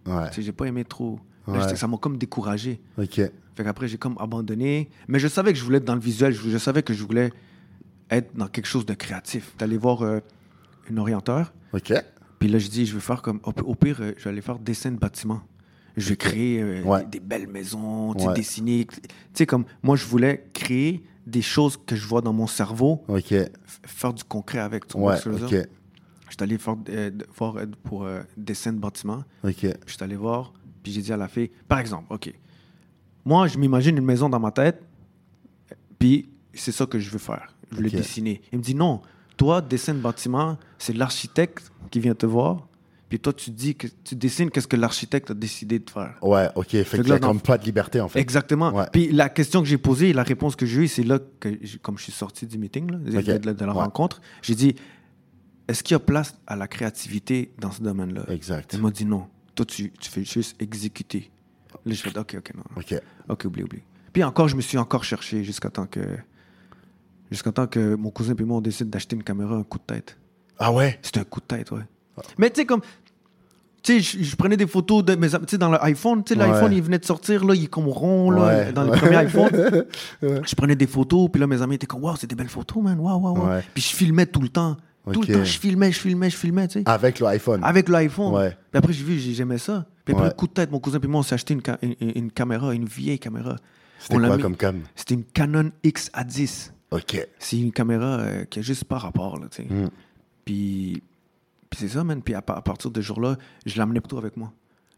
Speaker 1: Ouais.
Speaker 2: tu sais, j'ai pas aimé trop. Là,
Speaker 1: Ouais.
Speaker 2: j'étais- Ça m'a comme découragé.
Speaker 1: Ok.
Speaker 2: Fait qu'après j'ai comme abandonné, mais je savais que je voulais être dans le visuel, je, je savais que je voulais être dans quelque chose de créatif. J'étais allé voir euh, une orienteur,
Speaker 1: Ok.
Speaker 2: puis là je dis je vais faire comme au, au pire euh, je vais aller faire dessin de bâtiment. Je vais créer euh,
Speaker 1: Ouais.
Speaker 2: des, des belles maisons, tu sais,
Speaker 1: Ouais.
Speaker 2: dessiner. Tu sais, comme moi, je voulais créer des choses que je vois dans mon cerveau,
Speaker 1: Ok.
Speaker 2: f- faire du concret avec. Tu vois
Speaker 1: Ouais.
Speaker 2: ce que je veux
Speaker 1: Ok.
Speaker 2: dire? J'étais allé faire, euh, de- voir euh, pour euh, dessin de bâtiment,
Speaker 1: Ok.
Speaker 2: puis j'étais allé voir, puis j'ai dit à la fille, par exemple, OK, moi, je m'imagine une maison dans ma tête, puis c'est ça que je veux faire. Je veux
Speaker 1: Ok.
Speaker 2: le dessiner. Il me dit, non, toi, dessin de bâtiment, c'est l'architecte qui vient te voir, puis toi, tu dis que tu dessines qu'est-ce que l'architecte a décidé de faire.
Speaker 1: Ouais. Ok. Fait
Speaker 2: que
Speaker 1: qu'il y a
Speaker 2: là, dans-
Speaker 1: comme pas de liberté en fait.
Speaker 2: Exactement.
Speaker 1: Ouais.
Speaker 2: Puis la question que j'ai posée, la réponse que j'ai eue, c'est là que, j'ai- comme je suis sorti du meeting, là, de-
Speaker 1: Ok.
Speaker 2: de, de la- de la
Speaker 1: Ouais.
Speaker 2: rencontre, j'ai dit est-ce qu'il y a place à la créativité dans ce domaine-là
Speaker 1: Exact.
Speaker 2: Elle m'a dit non. Toi, tu, tu fais juste exécuter. Là, je fais ok, ok, non.
Speaker 1: Ok.
Speaker 2: Ok, oublie, oublie. Puis encore, je me suis encore cherché jusqu'à temps que. Jusqu'à temps que mon cousin et moi, on décide d'acheter une caméra, un coup de tête.
Speaker 1: Ah ouais.
Speaker 2: C'était un coup de tête, ouais. Mais tu sais, comme. Tu sais, je- je prenais des photos de mes. am- Tu sais, dans l'iPhone, tu sais, l'iPhone,
Speaker 1: Ouais.
Speaker 2: il venait de sortir, là, il est comme rond, là,
Speaker 1: Ouais.
Speaker 2: dans les premiers iPhones. Je prenais des photos, puis là, mes amis étaient comme, waouh, c'est des belles photos, man, waouh, waouh, waouh.
Speaker 1: Ouais.
Speaker 2: Puis je filmais tout le temps. Tout
Speaker 1: Ok.
Speaker 2: le temps, je filmais, je filmais, je filmais, tu sais.
Speaker 1: Avec l'iPhone.
Speaker 2: Avec l'iPhone.
Speaker 1: Ouais.
Speaker 2: Puis après, j'ai vu, j'ai- j'aimais ça. Puis après,
Speaker 1: Ouais.
Speaker 2: le coup de tête, mon cousin, puis moi, on s'est acheté une, ca- une, une- une caméra, une vieille caméra.
Speaker 1: C'était
Speaker 2: On l'a
Speaker 1: quoi
Speaker 2: mis-
Speaker 1: comme cam
Speaker 2: C'était une Canon X A10
Speaker 1: Ok.
Speaker 2: c'est une caméra euh, qui a juste pas rapport, là, tu sais.
Speaker 1: Mm.
Speaker 2: Puis, puis c'est ça, man. Puis à, pa- à partir de ce jour-là, je l'amenais plutôt avec moi.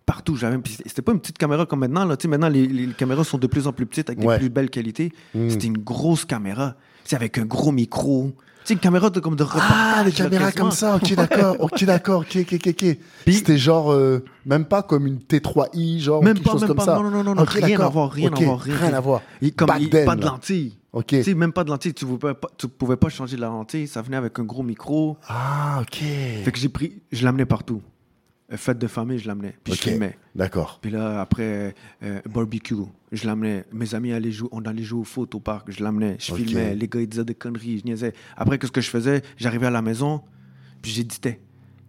Speaker 2: Partout, j'avais. Puis c'était- c'était pas une petite caméra comme maintenant, là. Tu sais, maintenant, les, les caméras sont de plus en plus petites avec
Speaker 1: Ouais.
Speaker 2: des plus belles qualités.
Speaker 1: Mm.
Speaker 2: C'était une grosse caméra. C'est avec un gros micro. Tu sais, une caméra de, comme de reportage.
Speaker 1: Ah, les
Speaker 2: là,
Speaker 1: caméras
Speaker 2: quasiment.
Speaker 1: comme ça, ok, d'accord, ok, d'accord, ok, ok, ok, ok.
Speaker 2: Puis-
Speaker 1: C'était genre, euh, même pas comme une T3i, genre,
Speaker 2: Même
Speaker 1: quelque
Speaker 2: pas,
Speaker 1: chose
Speaker 2: même
Speaker 1: comme
Speaker 2: pas.
Speaker 1: ça.
Speaker 2: Non, non, non, non,
Speaker 1: Ok,
Speaker 2: rien à
Speaker 1: d'accord.
Speaker 2: voir, rien à
Speaker 1: Ok,
Speaker 2: voir, rien,
Speaker 1: Rien
Speaker 2: rien.
Speaker 1: à voir.
Speaker 2: Et comme,
Speaker 1: Back
Speaker 2: il-
Speaker 1: then,
Speaker 2: pas de
Speaker 1: là.
Speaker 2: lentilles.
Speaker 1: Ok.
Speaker 2: Tu sais, même pas de lentilles. Tu pouvais pas, tu pouvais pas changer de la lentille. Ça venait avec un gros micro.
Speaker 1: Ah, ok.
Speaker 2: Fait que j'ai pris, je l'amenais partout. Euh, Fête de famille, je l'amenais. Puis
Speaker 1: Ok.
Speaker 2: je filmais.
Speaker 1: D'accord.
Speaker 2: Puis là, après, euh, barbecue, je l'amenais. Mes amis allaient jouer, on allait jouer au foot au parc, je l'amenais. Je
Speaker 1: Ok.
Speaker 2: filmais. Les gars, ils disaient des conneries, je niaisais. Après, qu'est-ce que je faisais J'arrivais à la maison, puis j'éditais.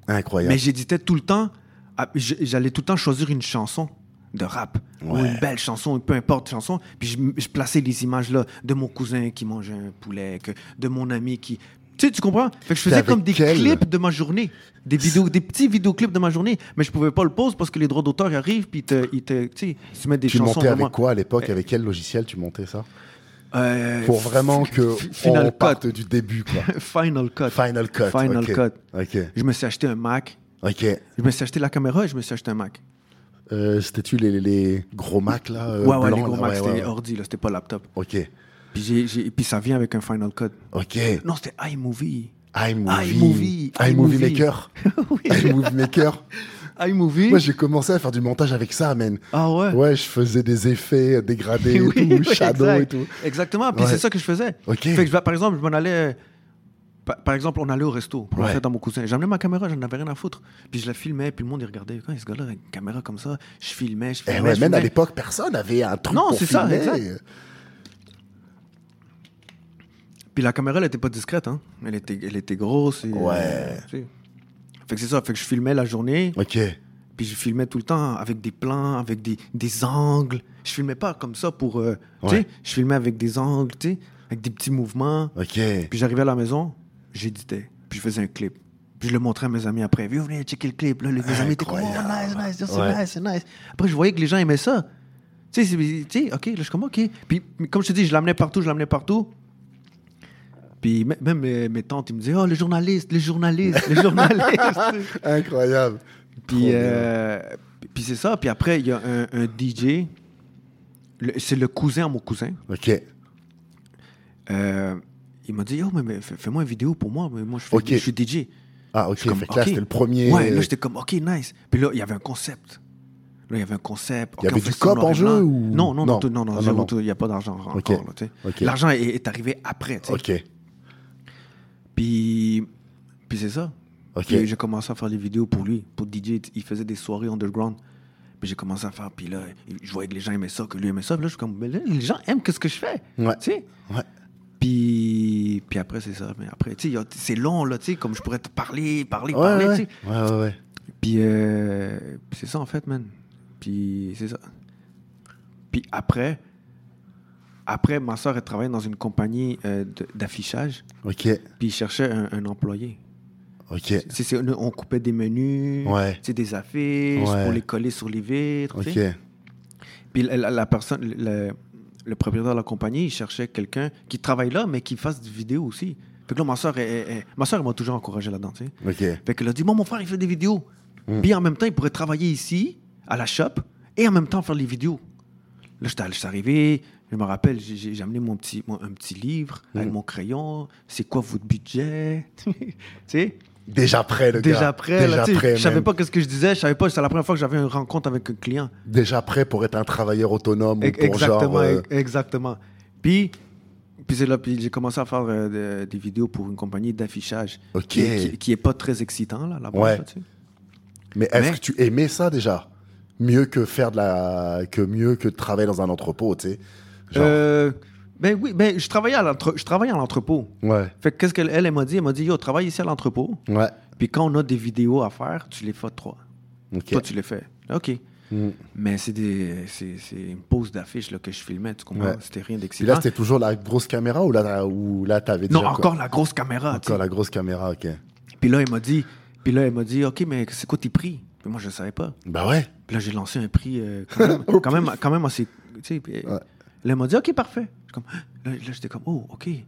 Speaker 1: Incroyable.
Speaker 2: Mais j'éditais tout le temps. à- j- J'allais tout le temps choisir une chanson de rap. Ou
Speaker 1: Ouais.
Speaker 2: une belle chanson, ou peu importe chanson. Puis je, m- je plaçais les images là de mon cousin qui mangeait un poulet, que, de mon ami qui. Tu sais, tu comprends? Fait que je faisais
Speaker 1: avec
Speaker 2: comme des
Speaker 1: quel-
Speaker 2: clips de ma journée. Des, vidéos, des petits vidéoclips de ma journée. Mais je pouvais pas le poser parce que les droits d'auteur ils arrivent, puis ils te, ils te, tu sais, ils te mettent des
Speaker 1: Tu
Speaker 2: chansons
Speaker 1: montais
Speaker 2: vraiment.
Speaker 1: avec quoi à l'époque Avec quel logiciel tu montais ça
Speaker 2: Euh,
Speaker 1: Pour vraiment que
Speaker 2: F- Final
Speaker 1: on
Speaker 2: Cut.
Speaker 1: parte du début, quoi.
Speaker 2: Final Cut.
Speaker 1: Final Cut.
Speaker 2: Final
Speaker 1: ok.
Speaker 2: Cut.
Speaker 1: Ok.
Speaker 2: Je me suis acheté un Mac.
Speaker 1: Ok.
Speaker 2: Je me suis acheté la caméra et je me suis acheté un Mac.
Speaker 1: Euh, C'était-tu les, les- les gros Mac, là euh,
Speaker 2: ouais, ouais, les
Speaker 1: blancs,
Speaker 2: gros
Speaker 1: là,
Speaker 2: Mac,
Speaker 1: ouais,
Speaker 2: c'était
Speaker 1: ouais, ouais.
Speaker 2: ordi, là, c'était pas laptop.
Speaker 1: Ok.
Speaker 2: Puis, j'ai- j'ai- puis ça vient avec un Final Cut.
Speaker 1: Ok.
Speaker 2: Non, c'était iMovie.
Speaker 1: iMovie. iMovie
Speaker 2: iMovie, iMovie.
Speaker 1: Maker. iMovie Maker.
Speaker 2: iMovie.
Speaker 1: Moi, j'ai commencé à faire du montage avec ça, man.
Speaker 2: ah ouais.
Speaker 1: Ouais, je faisais des effets euh, dégradés, et
Speaker 2: Oui,
Speaker 1: tout,
Speaker 2: oui,
Speaker 1: shadow
Speaker 2: exact.
Speaker 1: et tout.
Speaker 2: Exactement. Puis
Speaker 1: Ouais.
Speaker 2: c'est ça que je faisais.
Speaker 1: Ok.
Speaker 2: Fait que, je- par exemple, je m'en allais. Par, par exemple, on allait au resto, on
Speaker 1: Ouais.
Speaker 2: allait dans mon cousin. J'amenais ma caméra, j'en avais rien à foutre. Puis je la filmais, puis le monde il regardait. Quand ce gars-là a une caméra comme ça, je filmais, je
Speaker 1: Eh
Speaker 2: filmais.
Speaker 1: ouais,
Speaker 2: je
Speaker 1: même à
Speaker 2: filmais.
Speaker 1: l'époque, personne n'avait un truc
Speaker 2: Non,
Speaker 1: pour
Speaker 2: c'est ça,
Speaker 1: filmer.
Speaker 2: exact. Puis la caméra, elle était pas discrète, hein. Elle était, elle était grosse. et,
Speaker 1: Ouais.
Speaker 2: euh, tu sais. Fait que c'est ça. Fait que je filmais la journée,
Speaker 1: Ok.
Speaker 2: puis je filmais tout le temps avec des plans, avec des, des angles. Je filmais pas comme ça pour. euh, tu sais,
Speaker 1: Ouais.
Speaker 2: je filmais avec des angles, tu sais, avec des petits mouvements.
Speaker 1: Ok.
Speaker 2: Puis j'arrivais à la maison, j'éditais, puis je faisais un clip. Puis je le montrais à mes amis après. Viens, venez checker le clip. Là, les- mes amis étaient comme, oh,
Speaker 1: Incroyable.
Speaker 2: nice, nice, ça, c'est
Speaker 1: Ouais.
Speaker 2: nice, c'est nice. Après, je voyais que les gens aimaient ça. Tu sais, c'est- tu sais, OK, là, je suis comme, OK. Puis mais comme je te dis, je l'amenais partout, je l'amenais partout. Puis m- même mes, mes tantes, ils me disaient, oh, le journaliste, le journaliste, le journaliste.
Speaker 1: Incroyable. Trop
Speaker 2: Puis,
Speaker 1: bien.
Speaker 2: euh, puis c'est ça. Puis après, il y a un, un DJ. Le- C'est le cousin à mon cousin.
Speaker 1: Ok.
Speaker 2: Euh, il m'a dit, Yo, mais, mais fais- fais-moi une vidéo pour moi. Mais moi, je, fais-
Speaker 1: Ok.
Speaker 2: je suis DJ.
Speaker 1: Ah, ok.
Speaker 2: Je suis comme,
Speaker 1: fait que là,
Speaker 2: ok.
Speaker 1: c'était le premier.
Speaker 2: Ouais, là, j'étais comme, OK, nice. Puis là, il y avait un concept. Là, il y avait un concept.
Speaker 1: Il y
Speaker 2: Ok,
Speaker 1: avait
Speaker 2: on
Speaker 1: du
Speaker 2: fait ça
Speaker 1: cop
Speaker 2: noir
Speaker 1: en
Speaker 2: et
Speaker 1: jeu
Speaker 2: blanc.
Speaker 1: ou-
Speaker 2: Non, non,
Speaker 1: Non.
Speaker 2: non, tout- non, non,
Speaker 1: Ah, non,
Speaker 2: zéro,
Speaker 1: non.
Speaker 2: tout, il n'y a pas d'argent encore.
Speaker 1: Ok.
Speaker 2: là, tu sais.
Speaker 1: Ok.
Speaker 2: L'argent est, est arrivé après. tu sais.
Speaker 1: Ok.
Speaker 2: Puis, puis c'est ça.
Speaker 1: Ok.
Speaker 2: Puis j'ai commencé à faire des vidéos pour lui, pour DJ. Il faisait des soirées underground. Puis j'ai commencé à faire. Puis là, je voyais que les gens aimaient ça, que lui aimait ça. Puis là, je suis comme, mais là, les gens aiment que ce que je fais.
Speaker 1: Ouais.
Speaker 2: Tu sais?
Speaker 1: Ouais.
Speaker 2: Puis, puis après, c'est ça. Mais après, tu sais, y a- c'est long, là, tu sais, comme je pourrais te parler, parler,
Speaker 1: Ouais,
Speaker 2: parler,
Speaker 1: ouais,
Speaker 2: tu
Speaker 1: ouais.
Speaker 2: sais.
Speaker 1: ouais, ouais, ouais.
Speaker 2: Puis, euh, puis c'est ça, en fait, man. Puis c'est ça. Puis après, après, ma soeur, elle travaillait dans une compagnie euh, de- d'affichage.
Speaker 1: Ok.
Speaker 2: Puis ils cherchaient un, un employé.
Speaker 1: Ok.
Speaker 2: C'est- c'est- on coupait des menus,
Speaker 1: Ouais.
Speaker 2: tu sais, des affiches
Speaker 1: Ouais.
Speaker 2: pour les coller sur les vitres. tu
Speaker 1: Ok.
Speaker 2: sais. Puis la, la- la personne, le, le- le propriétaire de la compagnie, il cherchait quelqu'un qui travaille là, mais qui fasse des vidéos aussi. Fait que là, ma soeur, elle, elle- elle- ma soeur, elle m'a toujours encouragé là-dedans. tu sais.
Speaker 1: Ok.
Speaker 2: Fait qu'elle a dit, bon, mon frère, il fait des vidéos.
Speaker 1: Mm.
Speaker 2: Puis en même temps, il pourrait travailler ici, à la shop, et en même temps faire les vidéos. Là, j'étais j'étais arrivé, je me rappelle, j'ai- j'ai j'ai amené mon petit, mon- un petit livre
Speaker 1: Hmm.
Speaker 2: avec mon crayon. C'est quoi votre budget? tu sais?
Speaker 1: Déjà prêt, le gars.
Speaker 2: Déjà prêt, là,
Speaker 1: Déjà
Speaker 2: tu sais,
Speaker 1: prêt,
Speaker 2: je savais
Speaker 1: man.
Speaker 2: pas qu'est-ce que je disais, je savais pas, c'est la première fois que j'avais une rencontre avec un client.
Speaker 1: Déjà prêt pour être un travailleur autonome ou
Speaker 2: E-
Speaker 1: pour
Speaker 2: exactement,
Speaker 1: genre. euh,
Speaker 2: e- exactement. Puis, puis c'est là, puis j'ai commencé à faire euh, de- des vidéos pour une compagnie d'affichage
Speaker 1: Ok.
Speaker 2: qui, qui, qui est pas très excitant là, là-bas.
Speaker 1: Ouais.
Speaker 2: là, tu sais.
Speaker 1: Mais est-ce
Speaker 2: Mais-
Speaker 1: que tu aimais ça déjà Mieux que faire de la. que mieux que de travailler dans un entrepôt, tu sais. Genre.
Speaker 2: Euh, ben oui, ben je travaillais à l'entre, je travaillais à l'entrepôt.
Speaker 1: Ouais.
Speaker 2: Fait que qu'est-ce qu'elle elle, elle m'a dit Elle m'a dit yo, travaille ici à l'entrepôt.
Speaker 1: Ouais.
Speaker 2: Puis quand on a des vidéos à faire, tu les fais trois.
Speaker 1: Ok.
Speaker 2: Toi, tu les fais. Ok.
Speaker 1: Mm.
Speaker 2: Mais c'est des, c'est, c'est une pose d'affiche là, que je filmais, tu comprends
Speaker 1: Ouais.
Speaker 2: C'était
Speaker 1: Puis
Speaker 2: rien
Speaker 1: là,
Speaker 2: d'excitant.
Speaker 1: c'était toujours la grosse caméra ou là, ou là t'avais déjà.
Speaker 2: non,
Speaker 1: quoi
Speaker 2: encore la grosse caméra. tu sais.
Speaker 1: Encore la grosse caméra, ok.
Speaker 2: Puis là, il m'a dit, puis là, il m'a dit, ok, mais c'est quoi tes prix Puis moi, je ne savais pas.
Speaker 1: Bah ouais.
Speaker 2: Puis là, j'ai lancé un prix euh, quand, même, quand même, quand même assez. Tu sais, puis, euh,
Speaker 1: Ouais.
Speaker 2: Là, il m'a dit, ok, parfait. Je suis Comme, là, là, j'étais comme, oh, ok. Puis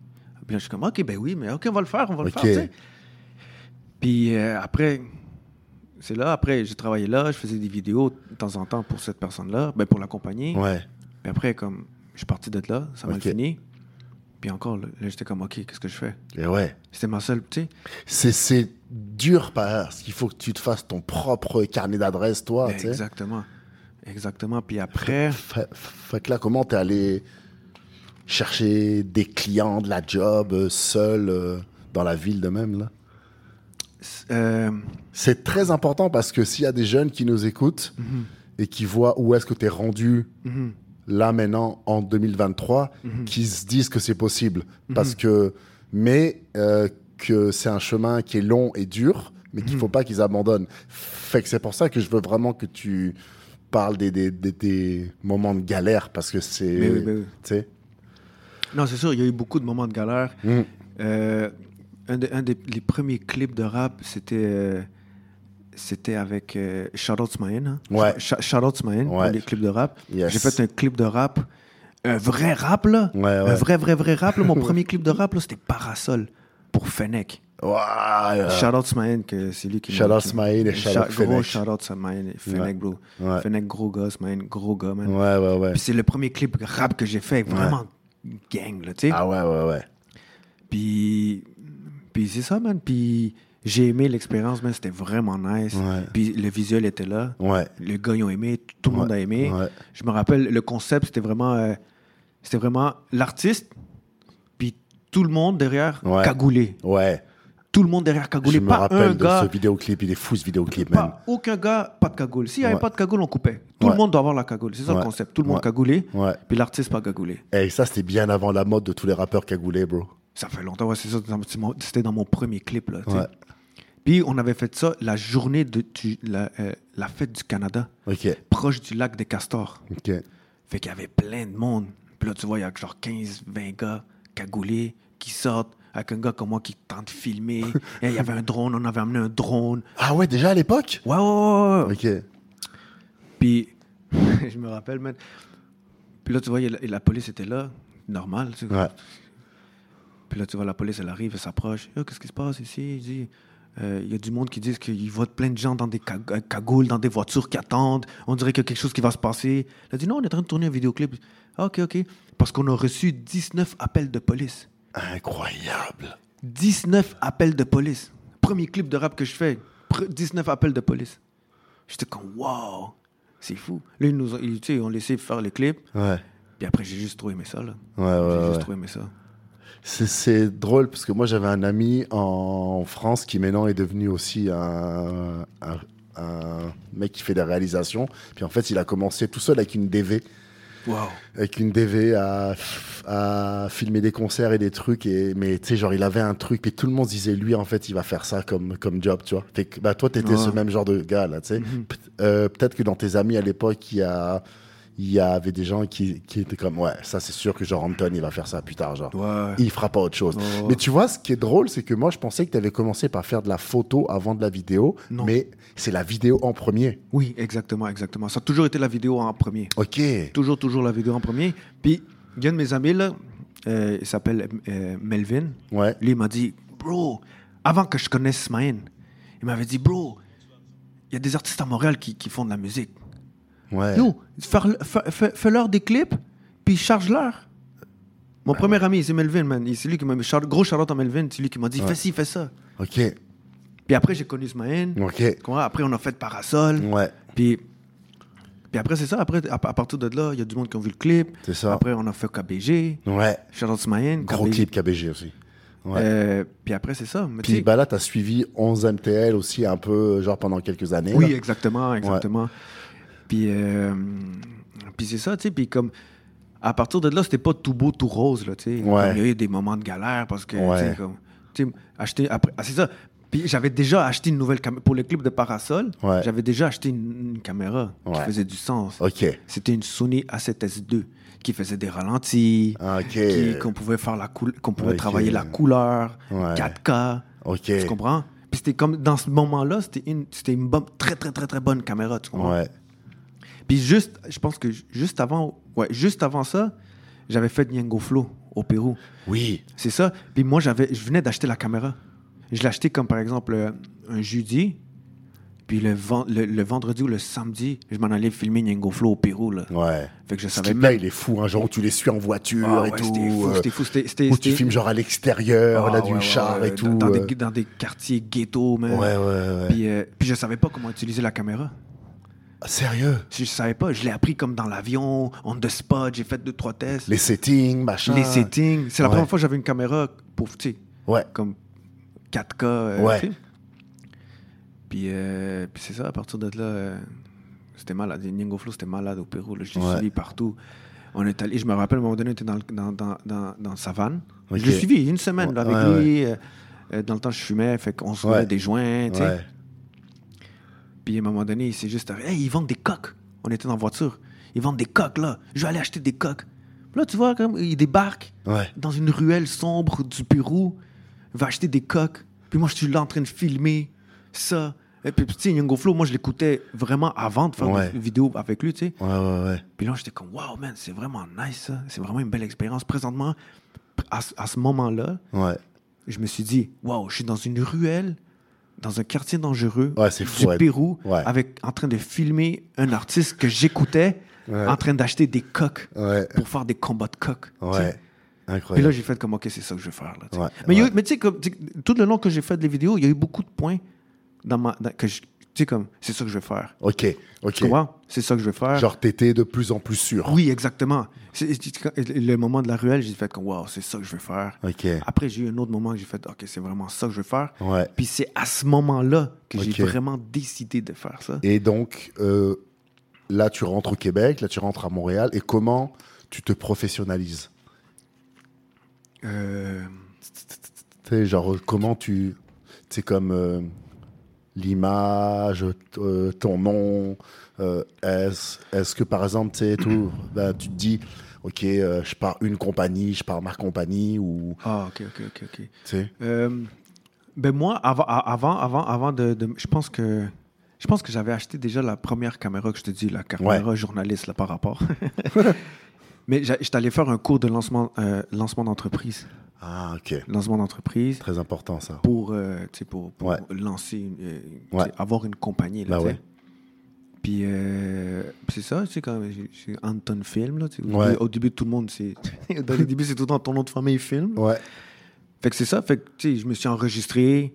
Speaker 2: là, je suis comme, ok, ben oui, mais ok, on va le faire, on va
Speaker 1: Ok.
Speaker 2: le faire. tu sais. Puis euh, après, c'est là, après, j'ai travaillé là, je faisais des vidéos de temps en temps pour cette personne-là, ben pour la compagnie.
Speaker 1: Ouais.
Speaker 2: Puis après, comme, je suis parti de là, ça m'a
Speaker 1: Ok.
Speaker 2: fini. Puis encore, là, là, j'étais comme, ok, qu'est-ce que je fais
Speaker 1: Et ouais.
Speaker 2: C'était ma seule, tu sais.
Speaker 1: C'est, c'est dur parce qu'il faut que tu te fasses ton propre carnet d'adresse, toi, tu sais.
Speaker 2: Exactement. Exactement. Puis après,
Speaker 1: Fa- Fait que là, comment t'es allé chercher des clients de la job euh, seul euh, dans la ville de même, là
Speaker 2: euh,
Speaker 1: C'est très important parce que s'il y a des jeunes qui nous écoutent
Speaker 2: mm-hmm,
Speaker 1: et qui voient où est-ce que tu es rendu
Speaker 2: mhm,
Speaker 1: là maintenant en 2023, qui se disent que c'est possible.
Speaker 2: Mhm.
Speaker 1: Parce que, mais euh, que c'est un chemin qui est long et dur, mais
Speaker 2: Mhm.
Speaker 1: qu'il faut pas qu'ils abandonnent. Fait que c'est pour ça que je veux vraiment que tu parles des, des, des- des moments de galère parce que c'est.
Speaker 2: Mais oui, mais oui.
Speaker 1: Tu sais
Speaker 2: non, c'est sûr, il y a eu beaucoup de moments de galère.
Speaker 1: Mm.
Speaker 2: Euh, un de- un des les premiers clips de rap, c'était euh, c'était avec euh, Shoutout Smaïn. hein.
Speaker 1: Ouais.
Speaker 2: Sh- Shoutout Smaïn,
Speaker 1: Ouais.
Speaker 2: pour les clips de rap.
Speaker 1: Yes.
Speaker 2: J'ai fait un clip de rap, un vrai rap, là.
Speaker 1: Ouais, ouais.
Speaker 2: Un vrai, vrai, vrai rap. là. Mon premier clip de rap, là, c'était Parasol pour Fennec.
Speaker 1: Ouah,
Speaker 2: Shout out Smaïn, que c'est lui qui m'a-
Speaker 1: Shout-out
Speaker 2: qui-
Speaker 1: Euh, Smaïn et shout-out
Speaker 2: Shout- Gros
Speaker 1: Fennec.
Speaker 2: shout out Smaïn et Fennec,
Speaker 1: Ouais.
Speaker 2: bro.
Speaker 1: Ouais.
Speaker 2: Fennec, gros gars, Smaïn, gros gars, man.
Speaker 1: Ouais, ouais, ouais.
Speaker 2: Puis c'est le premier clip rap que j'ai fait, vraiment gang, là, tu sais.
Speaker 1: Ah ouais, ouais, ouais.
Speaker 2: Puis, puis c'est ça, man. Puis J'ai aimé l'expérience, mais c'était vraiment nice.
Speaker 1: Ouais.
Speaker 2: Puis le visuel était là.
Speaker 1: Ouais.
Speaker 2: Les gars, ils ont aimé. Tout le monde a aimé.
Speaker 1: Ouais.
Speaker 2: Je me rappelle, le concept, c'était vraiment, euh, c'était vraiment l'artiste, puis tout le monde derrière
Speaker 1: Ouais.
Speaker 2: cagoulé.
Speaker 1: Ouais.
Speaker 2: Tout le monde derrière cagoulé.
Speaker 1: Je me
Speaker 2: pas un
Speaker 1: rappelle de
Speaker 2: gars,
Speaker 1: ce vidéoclip. Il est fou ce vidéoclip, même.
Speaker 2: pas, aucun gars, pas de cagoule. S'il n'y avait
Speaker 1: Ouais.
Speaker 2: pas de cagoule, on coupait. Tout
Speaker 1: Ouais.
Speaker 2: le monde doit avoir la cagoule. C'est ça
Speaker 1: Ouais.
Speaker 2: le concept. Tout le monde
Speaker 1: Ouais.
Speaker 2: cagoulé,
Speaker 1: Ouais.
Speaker 2: puis l'artiste pas cagoulé.
Speaker 1: Et Eh, ça, c'était bien avant la mode de tous les rappeurs cagoulés, bro.
Speaker 2: Ça fait longtemps, ouais, c'est ça. dans- c'est mon- C'était dans mon premier clip. Là, tu sais.
Speaker 1: Ouais.
Speaker 2: Puis on avait fait ça la journée de tu- la, euh, la fête du Canada,
Speaker 1: Ok.
Speaker 2: proche du lac des Castors.
Speaker 1: Ok.
Speaker 2: Fait qu'il y avait plein de monde. Puis là, tu vois, il y a genre 15, 20 gars cagoulés qui sortent avec un gars comme moi qui tente de filmer. Et il y avait un drone, on avait amené un drone.
Speaker 1: Ah ouais, déjà à l'époque
Speaker 2: Ouais, ouais, ouais, ouais.
Speaker 1: Ok.
Speaker 2: Puis, je me rappelle, man. Puis là, tu vois, il y a la, et la police était là, normal. tu sais.
Speaker 1: Ouais.
Speaker 2: Puis là, tu vois, la police, elle arrive, elle s'approche. Yo, qu'est-ce qui se passe ici? Il dit, euh, il y a du monde qui disent qu'ils voient plein de gens dans des cag- euh, cagoules, dans des voitures qui attendent. On dirait qu'il y a quelque chose qui va se passer. Elle a dit, non, on est en train de tourner un vidéoclip. Ah, OK, OK. Parce qu'on a reçu 19 appels de police.
Speaker 1: Incroyable.
Speaker 2: 19 appels de police. Premier clip de rap que je fais, pre- 19 appels de police. J'étais comme, wow, c'est fou. Là, ils nous ont, ils, tu sais, ils ont laissé faire les clips.
Speaker 1: Ouais.
Speaker 2: Puis après, j'ai juste trop aimé ça. Là.
Speaker 1: Ouais, ouais,
Speaker 2: j'ai
Speaker 1: ouais.
Speaker 2: juste trop aimé ça.
Speaker 1: C'est- C'est drôle parce que moi j'avais un ami en France qui maintenant est devenu aussi un, un- un mec qui fait des réalisations. Puis en fait, il a commencé tout seul avec une DV,
Speaker 2: Wow.
Speaker 1: avec une DV à, à filmer des concerts et des trucs. Et, mais tu sais, genre il avait un truc, puis tout le monde se disait lui en fait il va faire ça comme, comme job, tu vois. Fait que bah, toi t'étais
Speaker 2: Ouais. Mhm.
Speaker 1: ce même genre de gars là, tu sais. Peut- euh, Peut-être que dans tes amis à l'époque il y a. Il y avait des gens qui, qui étaient comme, ouais, ça c'est sûr que genre Anton il va faire ça plus tard, genre
Speaker 2: Ouais.
Speaker 1: il fera pas autre chose.
Speaker 2: Oh.
Speaker 1: Mais tu vois, ce qui est drôle, c'est que moi, je pensais que tu avais commencé par faire de la photo avant de la vidéo,
Speaker 2: Non.
Speaker 1: mais c'est la vidéo en premier.
Speaker 2: Oui, exactement, exactement. Ça a toujours été la vidéo en premier.
Speaker 1: Ok.
Speaker 2: Toujours, toujours la vidéo en premier. Puis, il y a un de mes amis, là, euh, il s'appelle euh, Melvin.
Speaker 1: Ouais.
Speaker 2: Lui, il m'a dit, bro, avant que je connaisse Smaïn, il m'avait dit, bro, il y a des artistes à Montréal qui, qui font de la musique.
Speaker 1: Ouais.
Speaker 2: Yo, faire- fa- fa- fais-leur des clips, puis charge-leur. Mon premier ami, c'est Melvin, man. Il- C'est lui qui m'a mis, shout- gros charlotte à Melvin, c'est lui qui m'a dit, fais ci, fais ça.
Speaker 1: Ok.
Speaker 2: Puis après, j'ai connu Smaïn.
Speaker 1: Ok.
Speaker 2: Comment- Après, on a fait Parasol.
Speaker 1: Ouais.
Speaker 2: Puis, puis après, c'est ça. Après, à, à partir de là, il y a du monde qui ont vu le clip.
Speaker 1: C'est ça.
Speaker 2: Après, on a fait KBG.
Speaker 1: Ouais.
Speaker 2: Shout-out Smaïn.
Speaker 1: Gros
Speaker 2: KBG.
Speaker 1: clip KBG aussi. Ouais.
Speaker 2: Euh, puis après, c'est ça. Mais tu
Speaker 1: Puis
Speaker 2: sais-
Speaker 1: bah là, tu as suivi 11 MTL aussi un peu, genre pendant quelques années.
Speaker 2: Oui,
Speaker 1: là.
Speaker 2: exactement, exactement. Puis, euh, puis c'est ça, tu sais. Puis comme, à partir de là, c'était pas tout beau, tout rose, là, tu
Speaker 1: Ouais.
Speaker 2: sais. Comme Il y a eu des moments de galère parce que, tu
Speaker 1: Ouais.
Speaker 2: sais, comme, tu sais, acheter après, ah, c'est ça. Puis j'avais déjà acheté une nouvelle caméra. Pour le clip de Parasol,
Speaker 1: Ouais.
Speaker 2: j'avais déjà acheté une, une caméra qui
Speaker 1: Ouais.
Speaker 2: faisait du sens.
Speaker 1: Ok.
Speaker 2: C'était une Sony A7S2 qui faisait des ralentis,
Speaker 1: Ah, ok.
Speaker 2: qui- qu'on pouvait faire la coul- qu'on pouvait
Speaker 1: Ok.
Speaker 2: travailler la couleur,
Speaker 1: Ouais.
Speaker 2: 4K.
Speaker 1: Ok.
Speaker 2: Tu comprends? Puis c'était comme dans ce moment-là, c'était une, c'était une bonne- très très très très bonne caméra, tu comprends?
Speaker 1: Ouais.
Speaker 2: Puis juste, je pense que ju- juste avant, ouais, juste avant ça, j'avais fait Nyango Flow au Pérou.
Speaker 1: Oui.
Speaker 2: C'est ça. Puis moi, j'avais, je venais d'acheter la caméra. Je l'ai acheté comme par exemple euh, un jeudi. Puis le, ven- le, le vendredi ou le samedi, je m'en allais filmer Nyango Flow au Pérou. Là.
Speaker 1: Ouais.
Speaker 2: Fait que je
Speaker 1: Ce
Speaker 2: savais
Speaker 1: clip-là, il est fou, hein, genre où tu les suis en voiture
Speaker 2: Ah
Speaker 1: et
Speaker 2: ouais,
Speaker 1: tout.
Speaker 2: c'était fou,
Speaker 1: euh,
Speaker 2: c'était fou, c'était- c'était-
Speaker 1: Où tu
Speaker 2: c'était-
Speaker 1: filmes genre à l'extérieur,
Speaker 2: Ah,
Speaker 1: là, du
Speaker 2: ouais, ouais,
Speaker 1: char
Speaker 2: ouais,
Speaker 1: et
Speaker 2: dans-
Speaker 1: tout.
Speaker 2: Dans,
Speaker 1: euh.
Speaker 2: des, euh, dans des quartiers ghetto, man.
Speaker 1: Ouais, ouais, ouais.
Speaker 2: Puis, euh, puis je savais pas comment utiliser la caméra.
Speaker 1: Ah, Sérieux
Speaker 2: Je savais pas, je l'ai appris comme dans l'avion, on the spot, j'ai fait deux, trois tests.
Speaker 1: Les settings, machin.
Speaker 2: Les settings. C'est la
Speaker 1: Ouais.
Speaker 2: première fois que j'avais une caméra pour, tu sais,
Speaker 1: Ouais.
Speaker 2: comme 4K. euh,
Speaker 1: Ouais.
Speaker 2: tu sais. Puis, euh, puis c'est ça, à partir de là, euh, c'était malade. Ningo Flow, c'était malade au Pérou. là. Je l'ai
Speaker 1: Ouais.
Speaker 2: suivi partout. On est allé, je me rappelle, à un moment donné, on était dans, le- dans, dans, dans, dans Savane.
Speaker 1: Ok.
Speaker 2: Je l'ai suivi une semaine là,
Speaker 1: Ouais,
Speaker 2: avec
Speaker 1: ouais,
Speaker 2: lui. euh, euh, dans le temps, je fumais, fait qu'on se
Speaker 1: Ouais.
Speaker 2: roulait des joints, tu sais.
Speaker 1: Ouais.
Speaker 2: Puis à un moment donné, il s'est juste arrivé. Hey, ils vendent des coques. On était dans la voiture. Ils vendent des coques, là. Je vais aller acheter des coques. Puis Là, tu vois, comme il débarque
Speaker 1: Ouais.
Speaker 2: dans une ruelle sombre du Pérou, il va acheter des coques. Puis moi, je suis là en train de filmer ça. Et puis, tu sais, Nyong'o Flow, moi, je l'écoutais vraiment avant de faire
Speaker 1: Ouais.
Speaker 2: une vidéo avec lui, tu sais.
Speaker 1: Ouais, ouais, ouais.
Speaker 2: Puis là, j'étais comme, wow, man, c'est vraiment nice, ça. C'est vraiment une belle expérience. Présentement, à, ce- à ce moment-là,
Speaker 1: Ouais.
Speaker 2: je me suis dit, wow, je suis dans une ruelle, dans un quartier dangereux
Speaker 1: Ouais, c'est fou,
Speaker 2: du
Speaker 1: ouais.
Speaker 2: Pérou,
Speaker 1: Ouais.
Speaker 2: avec, en train de filmer un artiste que j'écoutais,
Speaker 1: Ouais.
Speaker 2: en train d'acheter des coques
Speaker 1: Ouais.
Speaker 2: pour faire des combats de coques. tu sais.
Speaker 1: Ouais.
Speaker 2: Puis là,
Speaker 1: Incroyable.
Speaker 2: j'ai fait comme, OK, c'est ça que je vais faire. là, tu sais.
Speaker 1: Ouais,
Speaker 2: mais il y a
Speaker 1: ouais.
Speaker 2: eu- mais tu sais, comme, tu sais, tout le long que j'ai fait des vidéos, il y a eu beaucoup de points dans ma, dans- que je- tu sais, comme, c'est ça que je vais faire.
Speaker 1: Ok, ok.
Speaker 2: Tu comprends? C'est ça que je vais faire.
Speaker 1: Genre, t'étais de plus en plus sûr.
Speaker 2: Oui, exactement. C'est- c'est- quand- le moment de la ruelle, j'ai fait comme, wow, c'est ça que je vais faire.
Speaker 1: Ok.
Speaker 2: Après, j'ai eu un autre moment que j'ai fait, OK, c'est vraiment ça que je vais faire.
Speaker 1: Ouais.
Speaker 2: Puis c'est à ce moment-là que j'ai
Speaker 1: Ok.
Speaker 2: vraiment décidé de faire ça.
Speaker 1: Et donc, euh, là, tu rentres au Québec, là, tu rentres à Montréal. Et comment tu te professionnalises
Speaker 2: Euh,
Speaker 1: Tu sais, genre, euh, comment tu. Tu sais, comme euh, l'image, euh, ton nom. euh, Est-ce est-ce que, par exemple, tu sais, tout, bah, tu te dis, OK, euh, je pars une compagnie, je pars ma compagnie, ou.
Speaker 2: Ah, OK, OK, OK, OK.
Speaker 1: Tu sais,
Speaker 2: Euh, ben moi, avant, a- avant, avant, avant de, de- je pense que, je pense que j'avais acheté déjà la première caméra que je te dis, la caméra journaliste, là, par rapport. Mais j'a- j'étais allé faire un cours de lancement, euh, lancement d'entreprise,
Speaker 1: Ah, OK.
Speaker 2: lancement d'entreprise
Speaker 1: Très important, ça.
Speaker 2: pour, euh, tu sais, pour, pour
Speaker 1: Ouais.
Speaker 2: lancer, une, euh, tu
Speaker 1: Ouais.
Speaker 2: sais, avoir une compagnie, là,
Speaker 1: Bah
Speaker 2: tu sais.
Speaker 1: ouais.
Speaker 2: Puis euh, puis c'est ça, tu sais, quand j'ai- j'ai Anton Film, là, tu sais, au,
Speaker 1: Ouais.
Speaker 2: début, au début, tout le monde, c'est, dans les débuts, c'est tout le temps ton nom de famille Film.
Speaker 1: Ouais.
Speaker 2: Fait que c'est ça. Fait que, tu sais, je me suis enregistré.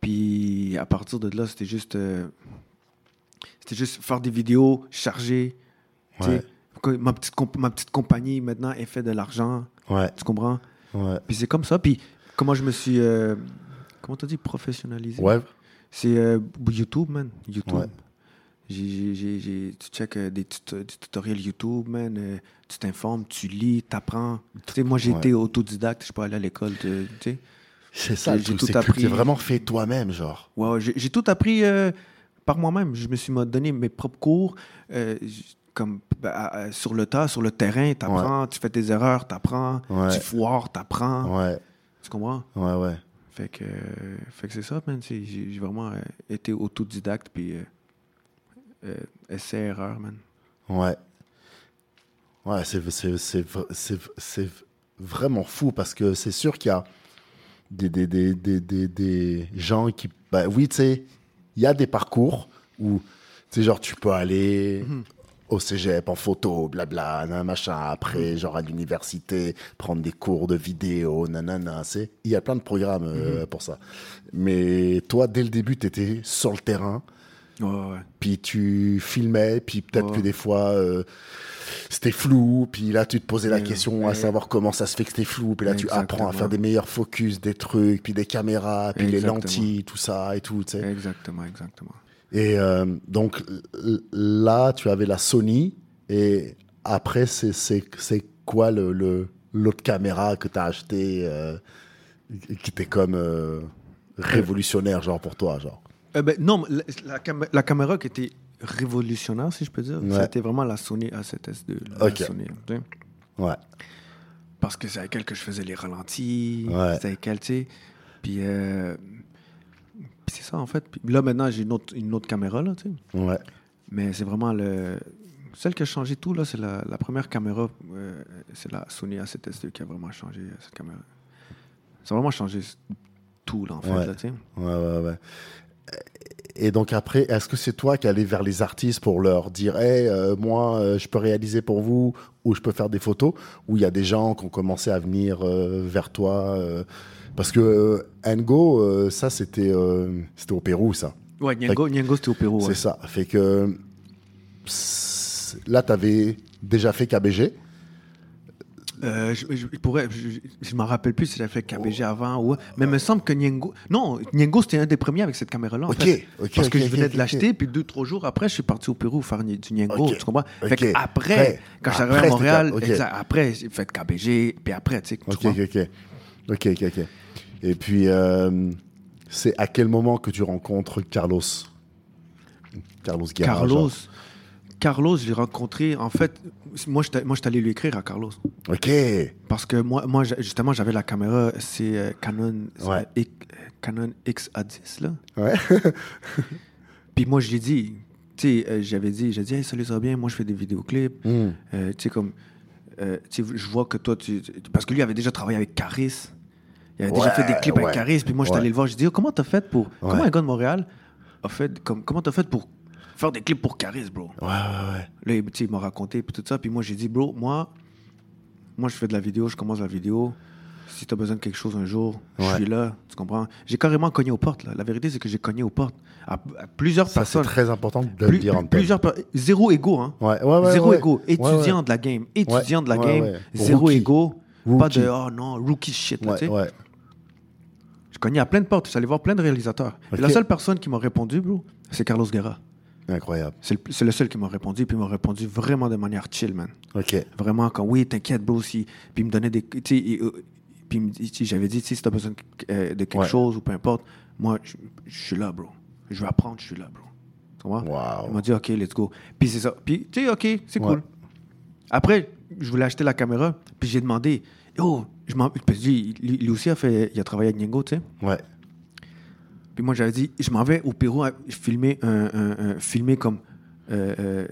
Speaker 2: Puis à partir de là, c'était juste. euh, c'était juste faire des vidéos, charger. tu sais.
Speaker 1: Ouais.
Speaker 2: Que Ma, petite comp- ma petite compagnie, maintenant, elle fait de l'argent.
Speaker 1: Ouais.
Speaker 2: Tu comprends?
Speaker 1: Ouais.
Speaker 2: Puis c'est comme ça. Puis comment je me suis. euh, comment t'as dit professionnalisé?
Speaker 1: Ouais.
Speaker 2: C'est euh, YouTube, man. YouTube.
Speaker 1: Ouais.
Speaker 2: J'ai- j'ai- j'ai- j'ai- tu check euh, des, tuto- des tutoriels YouTube, man. euh, tu t'informes, tu lis, t'apprends. Tu sais, moi, j'ai
Speaker 1: Ouais.
Speaker 2: été autodidacte. Je suis pas allé à l'école. de- Tu sais.
Speaker 1: C'est ça,
Speaker 2: J'ai-
Speaker 1: le
Speaker 2: j'ai
Speaker 1: truc,
Speaker 2: tout
Speaker 1: c'est que
Speaker 2: appris.
Speaker 1: t'es vraiment fait toi-même, genre.
Speaker 2: Ouais, ouais, j'ai j'ai tout appris euh, par moi-même. Je me suis moi, donné mes propres cours. euh, j- comme bah, à- à- sur le tas, sur le terrain, tu apprends, tu fais tes erreurs, tu apprends,
Speaker 1: Ouais.
Speaker 2: tu foires, tu apprends.
Speaker 1: Ouais,
Speaker 2: Tu comprends?
Speaker 1: ouais, ouais.
Speaker 2: Fait que, euh, fait que c'est ça, man. C'est- J'ai j'ai vraiment euh, été autodidacte, puis euh, euh, essai-erreur, man.
Speaker 1: Ouais. Ouais, c'est, c'est, c'est, vr- c'est, v- c'est v- vraiment fou parce que c'est sûr qu'il y a des, des, des, des, des, des gens qui. Bah oui, tu sais, il y a des parcours où, tu sais, genre, tu peux aller au cégep en photo, blabla, nan, machin, après, genre, à l'université, prendre des cours de vidéo, nanana. c'est- Il y a plein de programmes euh, pour ça. Mais toi, dès le début, tu étais sur le terrain
Speaker 2: Ouais, ouais, ouais.
Speaker 1: puis tu filmais, puis peut-être
Speaker 2: Ouais.
Speaker 1: que des fois euh, c'était flou, puis là tu te posais la
Speaker 2: Ouais,
Speaker 1: question à
Speaker 2: ouais.
Speaker 1: savoir comment ça se fait que c'était flou, puis là tu apprends à
Speaker 2: Exactement.
Speaker 1: faire des meilleurs focus, des trucs, puis des caméras, puis les
Speaker 2: Exactement.
Speaker 1: lentilles, tout ça et tout, tu sais.
Speaker 2: Exactement, exactement.
Speaker 1: Et euh, donc l- là tu avais la Sony, et après c'est, c'est, c'est quoi le, le- l'autre caméra que tu as acheté euh, qui était comme euh, révolutionnaire genre pour toi, genre
Speaker 2: Euh, ben, non, mais la, la cam- la caméra qui était révolutionnaire, si je peux dire,
Speaker 1: Ouais.
Speaker 2: c'était vraiment la Sony A7S2. la
Speaker 1: Ok.
Speaker 2: Sony, tu sais.
Speaker 1: Ouais,
Speaker 2: Parce que c'est avec elle que je faisais les ralentis.
Speaker 1: Ouais.
Speaker 2: C'était avec elle, tu sais. Puis, euh, puis c'est ça, en fait. Puis là, maintenant, j'ai une autre, une autre caméra, là, tu sais.
Speaker 1: ouais,
Speaker 2: Mais c'est vraiment le... Celle qui a changé tout, là, c'est la, la première caméra. euh, c'est la Sony A7S2 qui a vraiment changé euh, cette caméra. Ça a vraiment changé s- tout, là, en fait,
Speaker 1: Ouais.
Speaker 2: là, tu sais.
Speaker 1: Ouais, ouais, ouais. Et donc après, est-ce que c'est toi qui allais vers les artistes pour leur dire hey, euh, moi, euh, je peux réaliser pour vous ou je peux faire des photos » Ou il y a des gens qui ont commencé à venir euh, vers toi euh, Parce que euh, Ngo, euh, ça, c'était euh, c'était au Pérou, ça.
Speaker 2: Ouais, Nyango, Nyango, c'était au Pérou. ouais.
Speaker 1: C'est ça. Fait que pss, là, tu avais déjà fait KBG.
Speaker 2: Euh, je, je- je pourrais, je, je- je m'en rappelle plus si j'avais fait
Speaker 1: Oh.
Speaker 2: KBG avant ou. Mais il me semble que Nyengo. Non, Nyengo, c'était un des premiers avec cette caméra-là. en
Speaker 1: Ok,
Speaker 2: fait.
Speaker 1: ok,
Speaker 2: Parce que
Speaker 1: ok,
Speaker 2: je
Speaker 1: ok,
Speaker 2: venais
Speaker 1: ok,
Speaker 2: de l'acheter, puis deux, trois jours après, je suis parti au Pérou faire ni- du Nyengo.
Speaker 1: Ok,
Speaker 2: Tu comprends? Fait
Speaker 1: ok.
Speaker 2: qu'après, quand je suis arrivé
Speaker 1: Après,
Speaker 2: à Montréal,
Speaker 1: c'était- ok.
Speaker 2: exact, après, j'ai fait KBG, puis après, tu sais. tu
Speaker 1: Ok,
Speaker 2: comprends?
Speaker 1: ok, ok. Ok, ok, ok. Et puis, euh, c'est à quel moment que tu rencontres Carlos Carlos Guerra.
Speaker 2: Carlos.
Speaker 1: genre.
Speaker 2: Carlos, je l'ai rencontré. En fait, moi, j'étais- moi, je suis allé lui écrire à Carlos.
Speaker 1: Ok.
Speaker 2: Parce que moi, moi j'a- justement, j'avais la caméra, c'est euh, Canon,
Speaker 1: Ouais.
Speaker 2: euh, X- Canon XA10, là.
Speaker 1: Ouais.
Speaker 2: Puis moi, je l'ai dit. Tu sais, euh, j'avais dit, j'ai dit, hey, salut, ça va bien, moi, je fais des vidéoclips.
Speaker 1: Hmm.
Speaker 2: Euh, tu sais, comme, euh, tu sais, je vois que toi, tu. tu- Parce que lui avait déjà travaillé avec Caris. Il avait déjà
Speaker 1: Ouais,
Speaker 2: fait des clips
Speaker 1: ouais,
Speaker 2: avec Caris. Puis moi, je suis
Speaker 1: ouais.
Speaker 2: allé le voir, je dis, oh, comment t'as fait pour. Comment
Speaker 1: Ouais.
Speaker 2: un gars de Montréal a fait. Comme, comment t'as fait pour faire des clips pour Caris, bro?
Speaker 1: Ouais, ouais, ouais.
Speaker 2: Là, il- tu sais, il m'a raconté, puis tout ça. Puis moi, j'ai dit, bro, moi, Moi, je fais de la vidéo, je commence la vidéo. Si tu as besoin de quelque chose un jour, je
Speaker 1: Ouais.
Speaker 2: suis là, tu comprends? J'ai carrément cogné aux portes, là. La vérité, c'est que j'ai cogné aux portes à, à plusieurs
Speaker 1: Ça, c'est
Speaker 2: personnes.
Speaker 1: très important de
Speaker 2: Plus-
Speaker 1: le dire en tête.
Speaker 2: plusieurs per- Zéro égo, hein?
Speaker 1: Ouais, ouais, ouais,
Speaker 2: zéro
Speaker 1: ouais.
Speaker 2: égo.
Speaker 1: Ouais, ouais.
Speaker 2: Étudiant de la game. Étudiant de la
Speaker 1: ouais,
Speaker 2: game.
Speaker 1: ouais.
Speaker 2: Zéro
Speaker 1: Rookie.
Speaker 2: égo. Pas
Speaker 1: Rookie.
Speaker 2: de, oh non, rookie shit, là, tu
Speaker 1: Ouais,
Speaker 2: sais.
Speaker 1: ouais.
Speaker 2: Je cognais à plein de portes. Je suis allé voir plein de réalisateurs. Et la
Speaker 1: Ok.
Speaker 2: seule personne qui m'a répondu, bro, c'est Carlos Guerra.
Speaker 1: Incroyable.
Speaker 2: C'est le, c'est le seul qui m'a répondu. Puis il m'a répondu vraiment de manière chill, man.
Speaker 1: Ok.
Speaker 2: Vraiment, quand oui, t'inquiète, bro. Si... Puis il me donnait des. Tu sais, il- euh, puis il me dit- tu sais, j'avais dit, tu sais, si t'as besoin de- euh, de quelque
Speaker 1: Ouais.
Speaker 2: chose ou peu importe, moi, je je suis là, bro. Je vais apprendre, je suis là, bro. Tu comprends? Il
Speaker 1: Wow.
Speaker 2: m'a dit, OK, let's go. Puis c'est ça. Puis, tu sais, OK, c'est
Speaker 1: Ouais.
Speaker 2: cool. Après, je voulais acheter la caméra, puis j'ai demandé, oh, je m'en. Parce que lui, lui- lui aussi a fait. Il a travaillé avec Ningo, tu sais.
Speaker 1: Ouais.
Speaker 2: Puis moi, j'avais dit, je m'en vais au Pérou à filmer, un, un- un- filmer comme euh, euh,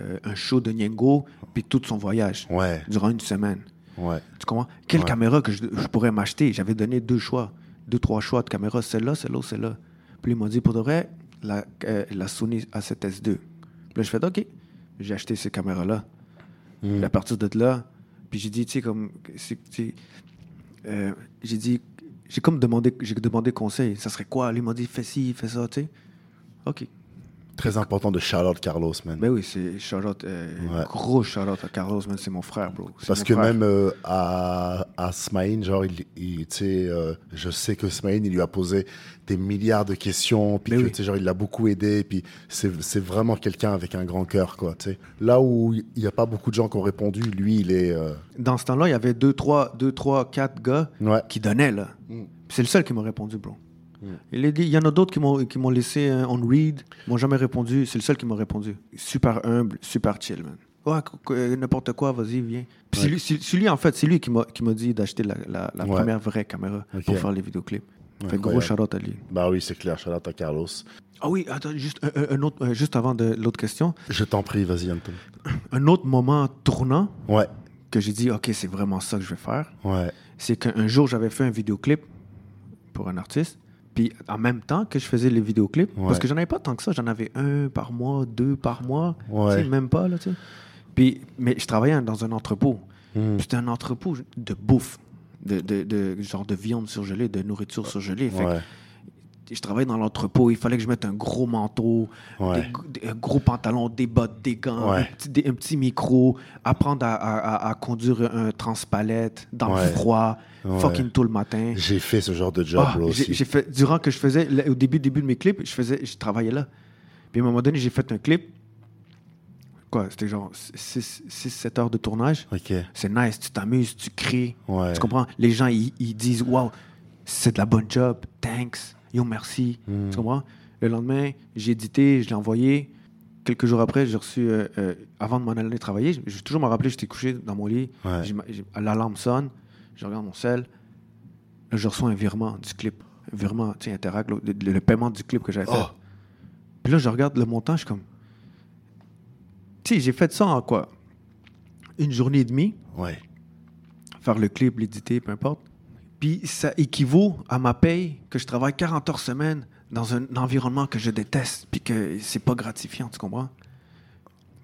Speaker 2: euh, un show de Niengo, puis tout son voyage,
Speaker 1: Ouais.
Speaker 2: durant une semaine.
Speaker 1: Ouais.
Speaker 2: Tu comprends? Quelle
Speaker 1: Ouais.
Speaker 2: caméra que je, je pourrais m'acheter? J'avais donné deux choix, deux, trois choix de caméra, celle-là, celle-là, celle-là. Puis ils m'ont dit, pour de vrai, la, euh, la Sony A7S2. Puis là, je fais, OK, j'ai acheté ces caméras-là.
Speaker 1: Mm.
Speaker 2: Puis à partir de là, puis j'ai dit, tu sais, comme, c'est- tu sais, euh, j'ai dit, j'ai comme demandé, j'ai demandé conseil. Ça serait quoi? Lui m'a dit, fais ci, fais ça, tu sais. OK.
Speaker 1: Très important de Charlotte Carlos, man.
Speaker 2: Ben oui, c'est Charlotte, euh,
Speaker 1: Ouais.
Speaker 2: gros Charlotte à Carlos, man, c'est mon frère, bro. C'est
Speaker 1: Parce
Speaker 2: mon
Speaker 1: que
Speaker 2: frère.
Speaker 1: même euh, à, à Smaïn, genre, il, il, tu sais, euh, je sais que Smaïn, il lui a posé des milliards de questions, puis
Speaker 2: Mais
Speaker 1: que,
Speaker 2: oui.
Speaker 1: tu sais, genre, il l'a beaucoup aidé, puis c'est c'est vraiment quelqu'un avec un grand cœur, quoi, tu sais. Là où il n'y a pas beaucoup de gens qui ont répondu, lui, il est... euh,
Speaker 2: Dans ce temps-là, il y avait deux, trois, deux, trois, quatre gars
Speaker 1: Ouais,
Speaker 2: qui donnaient, là.
Speaker 1: Mm.
Speaker 2: C'est le seul qui m'a répondu, bro.
Speaker 1: Mm.
Speaker 2: Il, est dit- il y en a d'autres qui m'ont, qui m'ont laissé euh, on read, ils m'ont jamais répondu. C'est le seul qui m'a répondu. Super humble, super chill, man. Ouais, qu- qu- euh, n'importe quoi, vas-y, viens. Puis C'est,
Speaker 1: Ouais.
Speaker 2: lui, c'est- c'est lui, en fait, c'est lui qui m'a, qui m'a dit d'acheter la, la- la
Speaker 1: Ouais.
Speaker 2: première vraie caméra
Speaker 1: Ok.
Speaker 2: pour faire les vidéoclips. Fait que gros
Speaker 1: Incroyable.
Speaker 2: shout-out à lui.
Speaker 1: bah oui, c'est clair, Charlotte à Carlos.
Speaker 2: Ah oui, attends, juste, un- un- un autre, euh, juste avant de l'autre question,
Speaker 1: Je t'en prie, vas-y, Anton.
Speaker 2: un autre moment tournant
Speaker 1: Ouais,
Speaker 2: que j'ai dit, OK, c'est vraiment ça que je vais faire.
Speaker 1: ouais,
Speaker 2: c'est qu'un jour, j'avais fait un vidéoclip pour un artiste. Puis en même temps que je faisais les vidéoclips,
Speaker 1: Ouais.
Speaker 2: parce que j'en avais pas tant que ça, j'en avais un par mois, deux par mois,
Speaker 1: Ouais.
Speaker 2: tu sais, même pas là, tu sais. Puis, mais je travaillais dans un entrepôt.
Speaker 1: Hmm.
Speaker 2: C'était un entrepôt de bouffe, de, de- de- genre de viande surgelée, de nourriture surgelée. Fait que
Speaker 1: ouais,
Speaker 2: je travaillais dans l'entrepôt, il fallait que je mette un gros manteau,
Speaker 1: Ouais.
Speaker 2: des- des- un gros pantalon, des bottes, des gants,
Speaker 1: Ouais.
Speaker 2: un, petit, des- un petit micro, apprendre à, à- à- à conduire un transpalette dans
Speaker 1: Ouais.
Speaker 2: le froid,
Speaker 1: Ouais.
Speaker 2: fucking tout le matin.
Speaker 1: J'ai fait ce genre de job,
Speaker 2: Ah,
Speaker 1: là,
Speaker 2: j'ai-
Speaker 1: aussi.
Speaker 2: j'ai fait durant que je faisais là, au début début de mes clips, je faisais je travaillais là. Puis à un moment donné, j'ai fait un clip quoi, c'était genre 6 7 heures de tournage.
Speaker 1: Ok,
Speaker 2: C'est nice, tu t'amuses, tu crées.
Speaker 1: ouais.
Speaker 2: Tu comprends? Les gens, ils, ils disent, wow, c'est de la bonne job, thanks, yo, merci.
Speaker 1: Mm.
Speaker 2: Tu comprends? Le lendemain, j'ai édité, je l'ai envoyé. Quelques jours après, j'ai reçu, euh, euh, avant de m'en aller travailler, je- je vais toujours me rappeler, j'étais couché dans mon lit,
Speaker 1: Ouais.
Speaker 2: j'ai ma- j'ai- l'alarme sonne, je regarde mon sel, là, je reçois un virement du clip, un virement, tu sais, Interact, le, le- le paiement du clip que j'avais fait.
Speaker 1: Oh.
Speaker 2: Puis là, je regarde le montant, je suis comme, tu sais, j'ai fait ça en quoi? Une journée et demie,
Speaker 1: Ouais,
Speaker 2: faire le clip, l'éditer, peu importe. Puis ça équivaut à ma paye que je travaille 40 heures semaine dans un environnement que je déteste, puis que c'est pas gratifiant, tu comprends?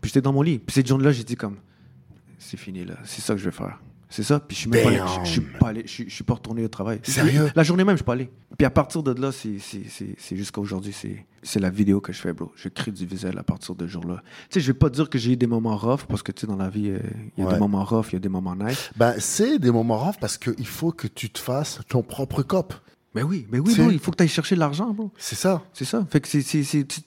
Speaker 2: Puis j'étais dans mon lit. Puis cette journée-là, j'ai dit comme, c'est fini là, c'est ça que je vais faire. C'est ça, puis je suis même pas allé- je- je suis
Speaker 1: Damn.
Speaker 2: pas allé, je suis- je suis pas retourné au travail.
Speaker 1: Sérieux?
Speaker 2: La journée même, je suis pas allé. Puis à partir de là, c'est- c'est c'est- c'est jusqu'à aujourd'hui, c'est c'est la vidéo que je fais, bro. Je crée du visuel à partir de ce jour-là. Tu sais, je vais pas dire que j'ai eu des moments rough, parce que tu sais, dans la vie, euh, il y a
Speaker 1: Ouais.
Speaker 2: des moments rough, il y a des moments nice.
Speaker 1: Ben, c'est des moments rares parce qu'il faut que tu te fasses ton propre cop.
Speaker 2: Mais Ben oui, mais oui,
Speaker 1: Tu sais-
Speaker 2: bro, il faut que tu ailles chercher de l'argent, bro.
Speaker 1: C'est ça.
Speaker 2: C'est ça. Fait que c'est- c'est- c'est tu-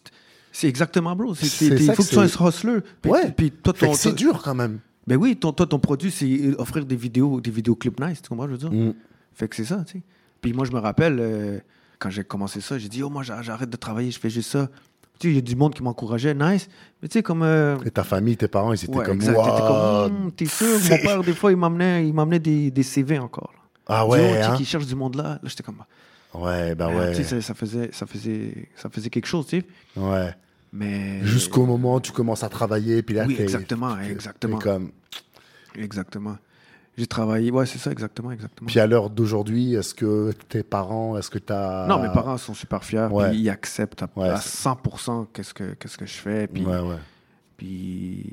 Speaker 2: c'est exactement, bro. C'est-
Speaker 1: C'est
Speaker 2: c'est- Il
Speaker 1: ça
Speaker 2: faut
Speaker 1: que
Speaker 2: que tu sois
Speaker 1: c'est-
Speaker 2: un hustler. Puis-
Speaker 1: Ouais.
Speaker 2: Puis toi,
Speaker 1: Fait
Speaker 2: ton,
Speaker 1: que c'est
Speaker 2: ton-
Speaker 1: dur quand même.
Speaker 2: ben oui, ton, toi, ton produit, c'est euh, offrir des vidéos, des vidéoclips nice, tu comprends, je veux dire.
Speaker 1: Mm.
Speaker 2: Fait que c'est ça, tu sais. Puis moi, je me rappelle, euh, quand j'ai commencé ça, j'ai dit, oh, moi, j'a- j'arrête de travailler, je fais juste ça. Tu sais, il y a du monde qui m'encourageait, nice. Mais tu sais, comme. euh,
Speaker 1: Et ta famille, tes parents, ils étaient
Speaker 2: ouais,
Speaker 1: comme,
Speaker 2: exact. T'étais
Speaker 1: Waouh,
Speaker 2: comme, Hum, t'es sûr? Mon
Speaker 1: c'est-
Speaker 2: père, des fois, il m'amenait il m'amenait des, des CV encore. là.
Speaker 1: Ah
Speaker 2: Il dit, oh,
Speaker 1: ouais,
Speaker 2: tu sais,
Speaker 1: hein?
Speaker 2: qui cherche du monde là. Là, j'étais comme,
Speaker 1: Ouais, bah
Speaker 2: Ah, tu sais,
Speaker 1: ouais.
Speaker 2: ça, ça faisait, ça, faisait, ça faisait quelque chose, tu sais.
Speaker 1: ouais.
Speaker 2: Mais...
Speaker 1: Jusqu'au moment où tu commences à travailler, puis là,
Speaker 2: Oui,
Speaker 1: t'es-
Speaker 2: exactement, exactement.
Speaker 1: t'es comme...
Speaker 2: Exactement. J'ai travaillé... Ouais, c'est ça, exactement, exactement.
Speaker 1: Puis à l'heure d'aujourd'hui, est-ce que tes parents, est-ce que t'as...
Speaker 2: Non, mes parents sont super fiers.
Speaker 1: euh, Ouais.
Speaker 2: Puis ils acceptent à,
Speaker 1: Ouais,
Speaker 2: à
Speaker 1: c'est-
Speaker 2: 100% qu'est-ce que, qu'est-ce que je fais. Puis
Speaker 1: Ouais, ouais.
Speaker 2: Puis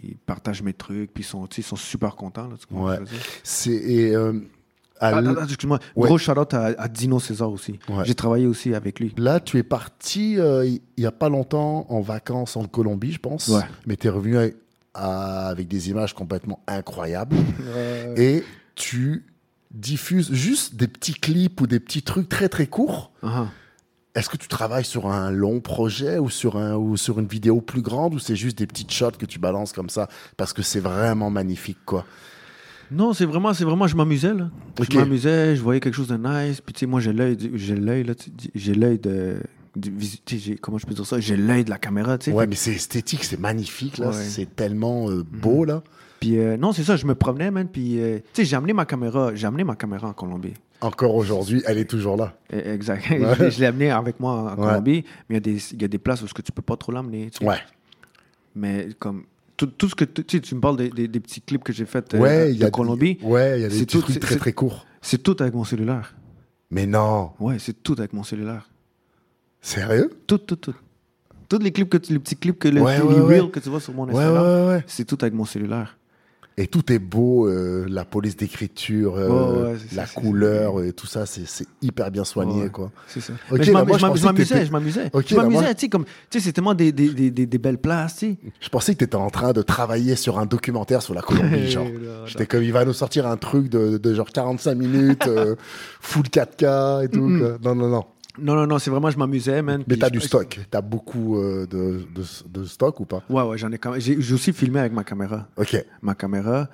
Speaker 2: ils partagent mes trucs, puis ils sont, tu sais, ils sont super contents. Là, tu comprends
Speaker 1: Ouais.
Speaker 2: ce que je veux dire?
Speaker 1: C'est et, euh, à
Speaker 2: Ah,
Speaker 1: l-
Speaker 2: attends, excuse-moi.
Speaker 1: Ouais.
Speaker 2: Gros shout-out à, à Dino César aussi.
Speaker 1: Ouais.
Speaker 2: J'ai travaillé aussi avec lui.
Speaker 1: là, tu es parti euh, il n'y a pas longtemps en vacances en Colombie, je pense.
Speaker 2: Ouais.
Speaker 1: Mais tu es revenu avec, à- avec des images complètement incroyables.
Speaker 2: Euh.
Speaker 1: Et tu diffuses juste des petits clips ou des petits trucs très très courts.
Speaker 2: Ah,
Speaker 1: Est-ce que tu travailles sur un long projet ou sur, un, ou sur une vidéo plus grande ou c'est juste des petites shots que tu balances comme ça parce que c'est vraiment magnifique quoi
Speaker 2: Non, c'est vraiment, c'est vraiment, je m'amusais là.
Speaker 1: Ok.
Speaker 2: Je m'amusais, je voyais quelque chose de nice. Puis tu sais, moi j'ai l'œil, du- j'ai l'œil là, tu- j'ai l'œil de, du visu- tu sais, j'ai- comment je peux dire ça, j'ai l'œil de la caméra, tu sais.
Speaker 1: Ouais mais c'est esthétique, c'est magnifique là,
Speaker 2: Ouais. Mhm.
Speaker 1: c'est tellement euh, beau là.
Speaker 2: Puis euh, non, c'est ça, je me promenais, man. Puis euh, tu sais, j'ai amené ma caméra, j'ai amené ma caméra en Colombie.
Speaker 1: Encore aujourd'hui, elle est toujours là.
Speaker 2: Euh, Exact.
Speaker 1: Ouais.
Speaker 2: je l'ai- je l'ai amené avec moi en
Speaker 1: Ouais.
Speaker 2: Colombie, mais il y a des- il y, a des places où ce que tu peux pas trop l'amener. tu sais.
Speaker 1: Ouais.
Speaker 2: Mais comme tout, tout ce que tu tu sais, tu me parles des, des- des petits clips que j'ai fait euh,
Speaker 1: ouais, il y
Speaker 2: de
Speaker 1: a
Speaker 2: Colombie,
Speaker 1: Ouais, il y a des
Speaker 2: C'est
Speaker 1: petits
Speaker 2: tout-
Speaker 1: trucs
Speaker 2: c'est-
Speaker 1: très
Speaker 2: c'est-
Speaker 1: très courts.
Speaker 2: c'est tout avec mon cellulaire.
Speaker 1: Mais non,
Speaker 2: Ouais, c'est tout avec mon cellulaire.
Speaker 1: sérieux
Speaker 2: Tout, tout, tout. Tous les clips que tu, les petits clips que le,
Speaker 1: Ouais,
Speaker 2: les
Speaker 1: ouais,
Speaker 2: reels
Speaker 1: ouais.
Speaker 2: que tu vois sur mon
Speaker 1: Ouais, ouais,
Speaker 2: Instagram,
Speaker 1: ouais, ouais.
Speaker 2: c'est tout avec mon cellulaire.
Speaker 1: Et tout est beau, euh, la police d'écriture, euh,
Speaker 2: Ouais, ouais, c'est
Speaker 1: la
Speaker 2: ça, c'est-
Speaker 1: couleur et tout ça, c'est c'est hyper bien soigné
Speaker 2: Ouais.
Speaker 1: quoi.
Speaker 2: C'est ça.
Speaker 1: Ok,
Speaker 2: Mais je
Speaker 1: là,
Speaker 2: m'am-
Speaker 1: moi, je
Speaker 2: je m'am-
Speaker 1: pensais
Speaker 2: je
Speaker 1: que
Speaker 2: m'amusais,
Speaker 1: t'étais-
Speaker 2: je m'amusais.
Speaker 1: Ok,
Speaker 2: Je
Speaker 1: là, moi-
Speaker 2: m'amusais, tu sais, comme, tu sais, c'est tellement des, des, des, des, des belles places, tu sais.
Speaker 1: Je pensais que tu étais en train de travailler sur un documentaire sur la Colombie, genre.
Speaker 2: Non,
Speaker 1: J'étais comme, il va nous sortir un truc de, de genre 45 minutes, euh, full 4K et tout. quoi. Non, non, non.
Speaker 2: Non, non, non, c'est vraiment, je m'amusais, man.
Speaker 1: Mais
Speaker 2: puis
Speaker 1: t'as
Speaker 2: je-
Speaker 1: du stock. T'as beaucoup euh, de, de- de stock ou pas
Speaker 2: Ouais, ouais, j'en ai quand même. J'ai j'ai aussi filmé avec ma caméra.
Speaker 1: Ok.
Speaker 2: Ma caméra,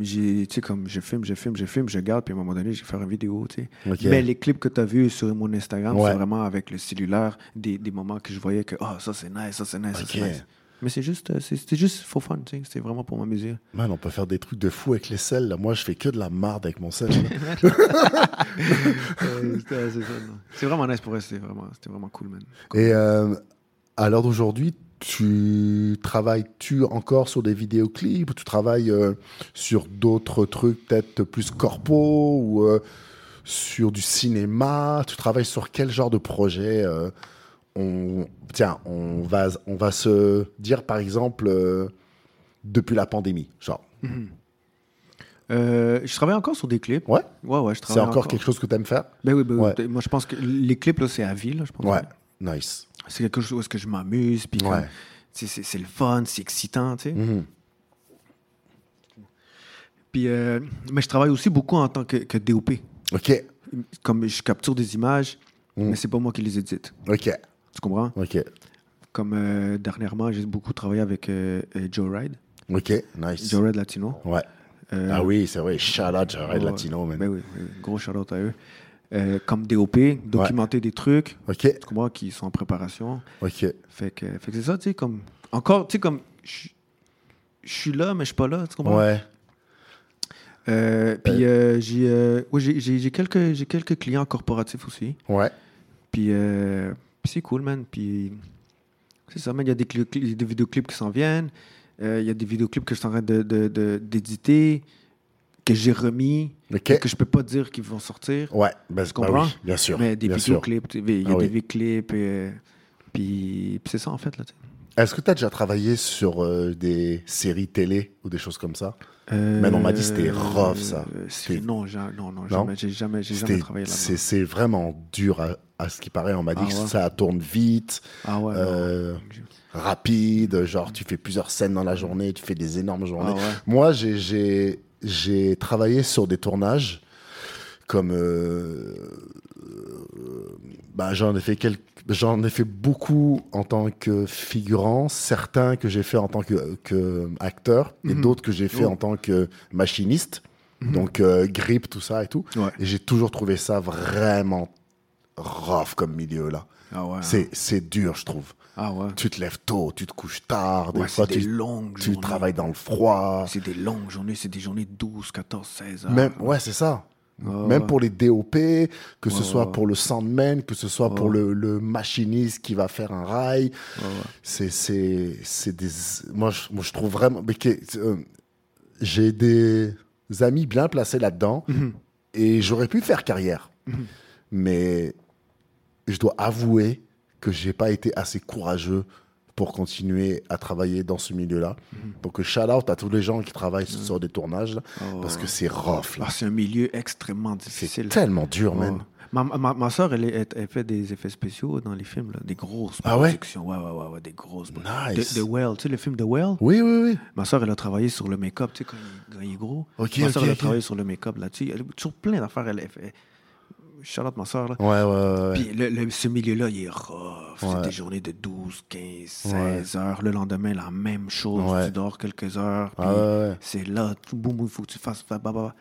Speaker 2: j'ai, tu sais, comme, je filme, je filme, je filme, je garde, puis à un moment donné, je vais faire une vidéo, tu sais.
Speaker 1: Ok.
Speaker 2: Mais les clips que tu as vus sur mon Instagram,
Speaker 1: Ouais.
Speaker 2: c'est vraiment avec le cellulaire, des, des moments que je voyais que, ah, ça c'est nice, ça c'est nice, ça
Speaker 1: Ok.
Speaker 2: c'est nice. Mais c'est juste, euh, c'est- c'était juste for fun, tu sais. C'était vraiment pour m'amuser.
Speaker 1: Man, on peut faire des trucs de fou avec les selles. Là. Moi, je fais que de la marde avec mon sel. là.
Speaker 2: Euh, c'était- c'est ça, non. c'est vraiment nice pour eux, c'était vraiment, c'était vraiment cool, man.
Speaker 1: et euh, à l'heure d'aujourd'hui, tu travailles-tu encore sur des vidéoclips ou tu travailles euh, sur d'autres trucs, peut-être plus corpo ou euh, sur du cinéma Tu travailles sur quel genre de projet euh, on, Tiens, on va, on va se dire par exemple euh, depuis la pandémie. Genre,
Speaker 2: Euh, je travaille encore sur des clips.
Speaker 1: ouais,
Speaker 2: Ouais, ouais, je
Speaker 1: c'est
Speaker 2: travaille
Speaker 1: encore, quelque chose que tu aimes faire
Speaker 2: Ben oui, ben oui.
Speaker 1: Ouais.
Speaker 2: Moi, je pense que les clips, là, c'est à vie, là, je pense.
Speaker 1: Ouais, nice.
Speaker 2: C'est quelque chose où est-ce que je m'amuse, puis comme,
Speaker 1: Ouais.
Speaker 2: tu sais, c'est c'est le fun, c'est excitant, tu sais.
Speaker 1: Mhm.
Speaker 2: Puis, euh, mais je travaille aussi beaucoup en tant que, que DOP.
Speaker 1: Ok,
Speaker 2: Comme je capture des images,
Speaker 1: Mm.
Speaker 2: mais c'est pas moi qui les édite.
Speaker 1: ok,
Speaker 2: Tu comprends?
Speaker 1: ok,
Speaker 2: Comme euh, dernièrement, j'ai beaucoup travaillé avec euh, euh, Joe Ride,
Speaker 1: ok, nice.
Speaker 2: Joe Ride Latino.
Speaker 1: Ouais.
Speaker 2: Euh,
Speaker 1: Ah oui, c'est vrai. Shout out, Jared
Speaker 2: ouais,
Speaker 1: Latino, man.
Speaker 2: Ben oui, oui, gros shout-out à eux. Euh, comme DOP, documenter des trucs,
Speaker 1: Ok,
Speaker 2: tu comprends, qui sont en préparation.
Speaker 1: ok.
Speaker 2: Fait que, fait que c'est ça, tu sais, comme... Encore, tu sais, comme... Je je suis là, mais je suis pas là, tu comprends?
Speaker 1: Ouais.
Speaker 2: Euh, puis euh, j'ai euh, ouais, j'ai- j'ai j'ai quelques, j'ai quelques clients corporatifs aussi.
Speaker 1: Ouais.
Speaker 2: Puis, euh, puis c'est cool, man. Puis c'est ça, man. Il y a des, cli- cli- des vidéoclips qui s'en viennent. Euh, Il y a des vidéoclips que je suis en train de- de- de- d'éditer, que j'ai remis,
Speaker 1: Ok.
Speaker 2: que je peux pas dire qu'ils vont sortir.
Speaker 1: Ouais. Ben,
Speaker 2: Tu
Speaker 1: bah
Speaker 2: comprends?
Speaker 1: oui, bien sûr.
Speaker 2: mais des
Speaker 1: bien sûr.
Speaker 2: vidéoclips, tu sais, il y a
Speaker 1: Ah oui.
Speaker 2: des vidéoclips. euh, puis puis c'est ça, en fait, là. tu sais.
Speaker 1: Est-ce que tu as déjà travaillé sur euh, des séries télé ou des choses comme ça
Speaker 2: Euh,
Speaker 1: Man, on m'a dit que c'était rough, ça.
Speaker 2: euh, c'est-
Speaker 1: C'était-
Speaker 2: non, j'ai- non, non, jamais, j'ai jamais, j'ai jamais
Speaker 1: C'était-
Speaker 2: travaillé là-bas.
Speaker 1: C'est c'est vraiment dur à, à ce qui paraît. On m'a dit
Speaker 2: Ah
Speaker 1: que
Speaker 2: ouais.
Speaker 1: ça tourne vite,
Speaker 2: Ah ouais, non.
Speaker 1: euh, rapide. Genre, tu fais plusieurs scènes dans la journée, tu fais des énormes journées.
Speaker 2: Ah ouais.
Speaker 1: Moi, j'ai- j'ai j'ai travaillé sur des tournages comme. euh, euh, bah, j'en ai fait quelques- J'en ai fait beaucoup en tant que figurant, certains que j'ai fait en tant que, que acteur et
Speaker 2: Mhm.
Speaker 1: d'autres que j'ai fait
Speaker 2: Oh. Mhm.
Speaker 1: en tant que machiniste. Donc euh, grip, tout ça et tout.
Speaker 2: Ouais.
Speaker 1: Et j'ai toujours trouvé ça vraiment rough comme milieu là.
Speaker 2: Ah ouais.
Speaker 1: C'est c'est dur, je trouve.
Speaker 2: Ah ouais.
Speaker 1: Tu te lèves tôt, tu te couches tard, des
Speaker 2: Ouais,
Speaker 1: fois
Speaker 2: c'est des
Speaker 1: tu,
Speaker 2: longues
Speaker 1: tu
Speaker 2: journées.
Speaker 1: travailles dans le froid.
Speaker 2: C'est des longues journées, c'est des journées 12, 14, 16 heures.
Speaker 1: Même, ouais, c'est ça.
Speaker 2: Ouais,
Speaker 1: Même
Speaker 2: Ah. ouais.
Speaker 1: pour les DOP, que ce
Speaker 2: Ouais,
Speaker 1: soit
Speaker 2: ouais.
Speaker 1: pour le sandman, que ce soit pour
Speaker 2: Ouais.
Speaker 1: le, le machiniste qui va faire un rail,
Speaker 2: Ouais, ouais.
Speaker 1: c'est c'est c'est des moi je, moi, je trouve vraiment mais que- euh, j'ai des amis bien placés là-dedans
Speaker 2: Mhm.
Speaker 1: et j'aurais pu faire carrière mais je dois avouer que j'ai pas été assez courageux pour continuer à travailler dans ce milieu-là.
Speaker 2: Mhm.
Speaker 1: Donc, shout out à tous les gens qui travaillent sur des tournages, là,
Speaker 2: Oh.
Speaker 1: parce que c'est rough, là.
Speaker 2: Ah, c'est un milieu extrêmement
Speaker 1: C'est
Speaker 2: difficile.
Speaker 1: tellement dur,
Speaker 2: Ouais.
Speaker 1: man.
Speaker 2: Ma, ma, ma soeur, elle, est- elle- elle fait des effets spéciaux dans les films, là. des grosses
Speaker 1: Ah ouais?
Speaker 2: productions. ouais, ouais, ouais, ouais, des grosses
Speaker 1: Nice.
Speaker 2: productions. The, The Whale, tu sais, le film The Whale?
Speaker 1: Oui, oui, oui.
Speaker 2: Ma soeur, elle a travaillé sur le make-up, tu sais, quand il, quand il est gros.
Speaker 1: Ok,
Speaker 2: ma
Speaker 1: ok,
Speaker 2: soeur, elle a
Speaker 1: ok.
Speaker 2: travaillé sur le make-up là-dessus. Elle a toujours plein d'affaires. Elle, elle fait... Charlotte, ma soeur, là.
Speaker 1: Ouais, ouais, ouais. ouais.
Speaker 2: Puis le- le- ce milieu-là, il est rough.
Speaker 1: Ouais.
Speaker 2: C'est des journées de 12, 15, 16 heures. Le lendemain, la même chose.
Speaker 1: Ouais.
Speaker 2: Tu dors quelques heures. puis
Speaker 1: Ah, ouais, ouais.
Speaker 2: C'est là, tout, boum, il faut que tu fasses. fa- ba- ba- ba.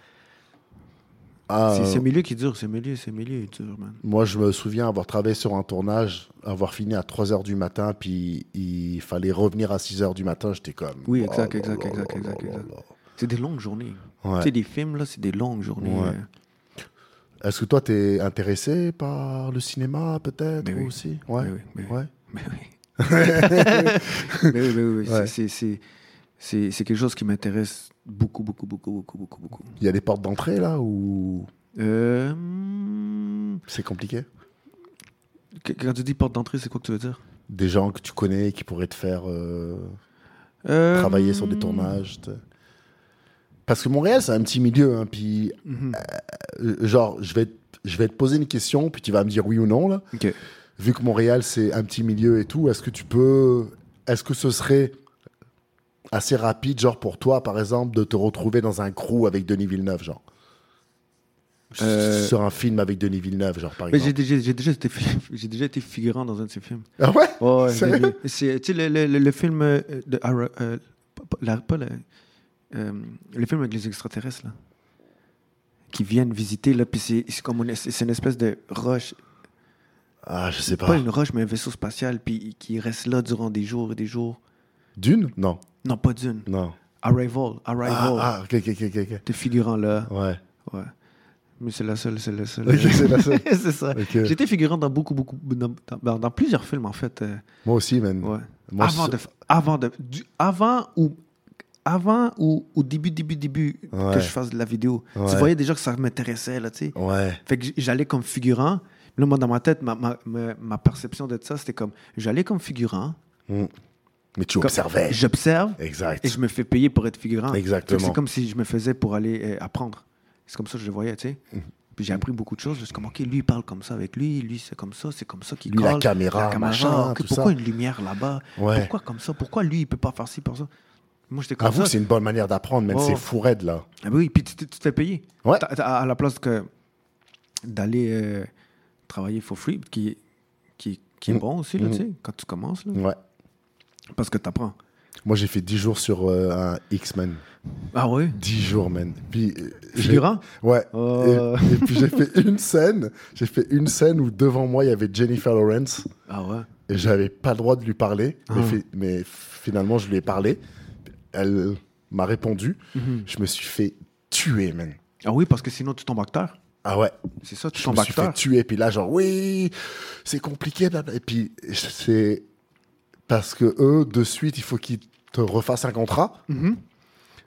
Speaker 1: Ah,
Speaker 2: C'est
Speaker 1: euh,
Speaker 2: ce milieu qui dure, ce milieu, ce milieu est dur, man.
Speaker 1: Moi, je me souviens avoir travaillé sur un tournage, avoir fini à 3h du matin, puis il fallait revenir à 6h du matin. J'étais comme.
Speaker 2: Oui, exact,
Speaker 1: Oh,
Speaker 2: exact,
Speaker 1: là,
Speaker 2: exact,
Speaker 1: là,
Speaker 2: exact,
Speaker 1: là, là,
Speaker 2: exact.
Speaker 1: là.
Speaker 2: C'est des longues journées.
Speaker 1: Ouais.
Speaker 2: Tu sais, des films, là, c'est des longues journées.
Speaker 1: Ouais.
Speaker 2: euh.
Speaker 1: Est-ce que toi, t'es intéressé par le cinéma, peut-être,
Speaker 2: Mais
Speaker 1: ou
Speaker 2: oui.
Speaker 1: aussi Ouais.
Speaker 2: Mais Ben oui, mais oui.
Speaker 1: ouais.
Speaker 2: Mais oui. mais oui, mais oui,
Speaker 1: Ouais.
Speaker 2: c'est- c'est- c'est- C'est c'est quelque chose qui m'intéresse beaucoup, beaucoup, beaucoup, beaucoup, beaucoup, beaucoup.
Speaker 1: Il y a des portes d'entrée, là, ou
Speaker 2: Euh, hmm,
Speaker 1: c'est compliqué
Speaker 2: qu- quand tu dis porte d'entrée, c'est quoi que tu veux dire
Speaker 1: Des gens que tu connais qui pourraient te faire euh,
Speaker 2: Euh,
Speaker 1: travailler sur des tournages t'sais. Parce que Montréal, c'est un petit milieu, hein, puis
Speaker 2: mhm.
Speaker 1: euh, genre, je vais, te- je vais te poser une question, puis tu vas me dire oui ou non, là.
Speaker 2: Ok.
Speaker 1: vu que Montréal c'est un petit milieu et tout, est-ce que tu peux, est-ce que ce serait assez rapide, genre pour toi par exemple, de te retrouver dans un crew avec Denis Villeneuve, genre
Speaker 2: Euh,
Speaker 1: sur un film avec Denis Villeneuve, genre par
Speaker 2: Mais Ben, j'ai
Speaker 1: exemple.
Speaker 2: déjà, j'ai déjà été, fi- j'ai déjà été figurant dans un de ses films.
Speaker 1: Ah ouais
Speaker 2: Ouais, ouais,
Speaker 1: Sérieux
Speaker 2: j'ai- c'est tu sais le, le- le- le film euh, de Ara- euh, pas- pas- la- pas la- euh, le film avec les extraterrestres là, qui viennent visiter là, puis c'est c'est comme une, c'est une espèce de roche,
Speaker 1: Ah, je sais pas.
Speaker 2: pas une roche mais un vaisseau spatial, puis qui reste là durant des jours et des jours.
Speaker 1: Dune Non,
Speaker 2: Non, pas d'une.
Speaker 1: non.
Speaker 2: Arrival, Arrival.
Speaker 1: Ah, ah, ok, ok, ok, ok.
Speaker 2: T'es figurant là,
Speaker 1: Ouais.
Speaker 2: ouais. Mais c'est la seule, c'est la seule.
Speaker 1: Ok, c'est la seule.
Speaker 2: c'est ça.
Speaker 1: Ok.
Speaker 2: J'étais figurant dans beaucoup, beaucoup, dans, dans- dans plusieurs films en fait. euh,
Speaker 1: Moi aussi, man.
Speaker 2: ouais.
Speaker 1: Moi,
Speaker 2: avant,
Speaker 1: je-
Speaker 2: de, avant, de, du- avant ou avant ou au début, début, début
Speaker 1: Ouais.
Speaker 2: que je fasse de la vidéo.
Speaker 1: Ouais.
Speaker 2: Tu voyais déjà que ça m'intéressait, là, tu sais.
Speaker 1: Ouais.
Speaker 2: Fait que j- j'allais comme figurant. Là, moi, dans ma tête, ma, ma, ma, ma perception de ça, c'était comme, j'allais comme figurant.
Speaker 1: Mais tu
Speaker 2: comme-
Speaker 1: observais.
Speaker 2: J'observe
Speaker 1: Exact.
Speaker 2: et je me fais payer pour être figurant. Fait que
Speaker 1: Exactement.
Speaker 2: C'est comme si je me faisais pour aller euh, apprendre. C'est comme ça que je le voyais, tu sais.
Speaker 1: Mhm.
Speaker 2: Puis j'ai appris beaucoup de choses. Je suis comme, OK, lui, il parle comme ça avec lui. Lui, c'est comme ça. C'est comme ça qu'il
Speaker 1: Lui, la
Speaker 2: colle.
Speaker 1: caméra, machin,
Speaker 2: ok,
Speaker 1: tout ça.
Speaker 2: pourquoi une lumière là-bas
Speaker 1: Ouais.
Speaker 2: Pourquoi comme ça Pourquoi lui, il peut pas faire ci, pour ça Moi, j'étais comme
Speaker 1: Avoue,
Speaker 2: ça.
Speaker 1: c'est une bonne manière d'apprendre, même
Speaker 2: Oh.
Speaker 1: c'est fou raide, là.
Speaker 2: Ah bah oui, puis tu, tu- tu te fais payer.
Speaker 1: Ouais.
Speaker 2: T'as- t'as- à la place que d'aller euh, travailler for free, qui, qui, qui est
Speaker 1: Mm.
Speaker 2: bon aussi, là,
Speaker 1: Mm.
Speaker 2: tu sais, quand tu commences, là,
Speaker 1: Ouais.
Speaker 2: parce que tu apprends.
Speaker 1: Moi, j'ai fait 10 jours sur euh, un X-Men.
Speaker 2: Ah oui
Speaker 1: 10 jours, man. Puis, euh, j'ai-
Speaker 2: Figurant
Speaker 1: Ouais.
Speaker 2: Euh.
Speaker 1: Et, et puis j'ai fait une scène, j'ai fait une scène où devant moi il y avait Jennifer Lawrence
Speaker 2: Ah ouais.
Speaker 1: et j'avais pas le droit de lui parler, mais,
Speaker 2: Ah.
Speaker 1: fi- mais finalement je lui ai parlé. Elle m'a répondu.
Speaker 2: Mhm.
Speaker 1: Je me suis fait tuer, man.
Speaker 2: Ah oui, parce que sinon, tu tombes acteur.
Speaker 1: Ah ouais,
Speaker 2: C'est ça, tu
Speaker 1: je
Speaker 2: tombes
Speaker 1: me suis fait
Speaker 2: acteur.
Speaker 1: tuer. Puis là, genre, oui, c'est compliqué. blabla. Et puis, c'est parce que eux, de suite, il faut qu'ils te refassent un contrat.
Speaker 2: Mhm.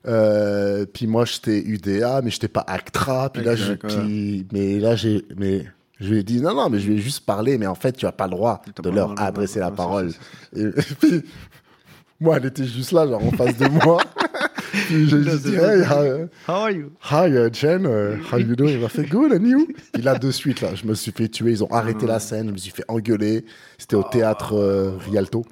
Speaker 1: Euh, puis moi, j'étais UDA, mais j'étais pas ACTRA. Puis là, je,
Speaker 2: Exact, ouais.
Speaker 1: puis- mais là, j'ai, mais je lui ai dit non, non, mais je vais juste parler. Mais en fait, tu as pas le droit
Speaker 2: T'as
Speaker 1: de
Speaker 2: pas
Speaker 1: leur
Speaker 2: le droit de-
Speaker 1: adresser la
Speaker 2: ouais, c'est-
Speaker 1: parole.
Speaker 2: c'est-
Speaker 1: Et, et puis, moi, elle était juste là, genre en face de moi. puis j'ai
Speaker 2: Là,
Speaker 1: juste
Speaker 2: c'est
Speaker 1: dit
Speaker 2: vrai.
Speaker 1: hey, hi,
Speaker 2: How are you
Speaker 1: hi, uh, Jen, uh, how you doing? Il m'a fait good and you? Puis là, de suite, là, je me suis fait tuer. Ils ont arrêté la scène. Je me suis fait engueuler. C'était au théâtre euh, Rialto.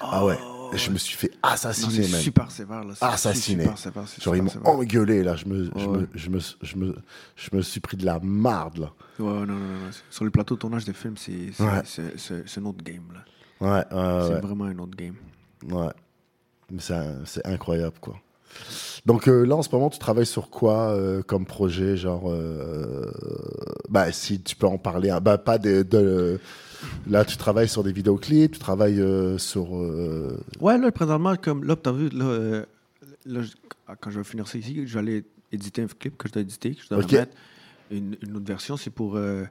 Speaker 1: ah ouais. Je me suis fait
Speaker 2: Non,
Speaker 1: assassiner,
Speaker 2: C'est
Speaker 1: même.
Speaker 2: super sévère, là. C'est
Speaker 1: Assassiné.
Speaker 2: Super sévère, c'est
Speaker 1: Genre, ils
Speaker 2: super
Speaker 1: m'ont
Speaker 2: sévère.
Speaker 1: engueulé, là. Je me, je,
Speaker 2: Ouais.
Speaker 1: me, je, me, je, me, je me suis pris de la marde, là.
Speaker 2: Ouais, ouais, non, non, non, non. Sur le plateau de tournage de films, c'est c'est-
Speaker 1: Oh. Ouais.
Speaker 2: c'est- c'est- c'est un autre game, là.
Speaker 1: Ouais, ouais,
Speaker 2: c'est
Speaker 1: ouais.
Speaker 2: vraiment un autre game.
Speaker 1: ouais. Mais c'est un- c'est incroyable, quoi. Donc euh, là, en ce moment, tu travailles sur quoi euh, comme projet Genre, euh, bah, si tu peux en parler. hein. Bah, pas de, de- Là, tu travailles sur des vidéoclips, tu travailles euh, sur. euh,
Speaker 2: Ouais, là, présentement, comme là, t'as vu, là, euh, là, je- quand je vais finir ça ici, je vais aller éditer un clip que je dois éditer, que je dois
Speaker 1: Ok.
Speaker 2: remettre. Une, une autre version, c'est pour, euh,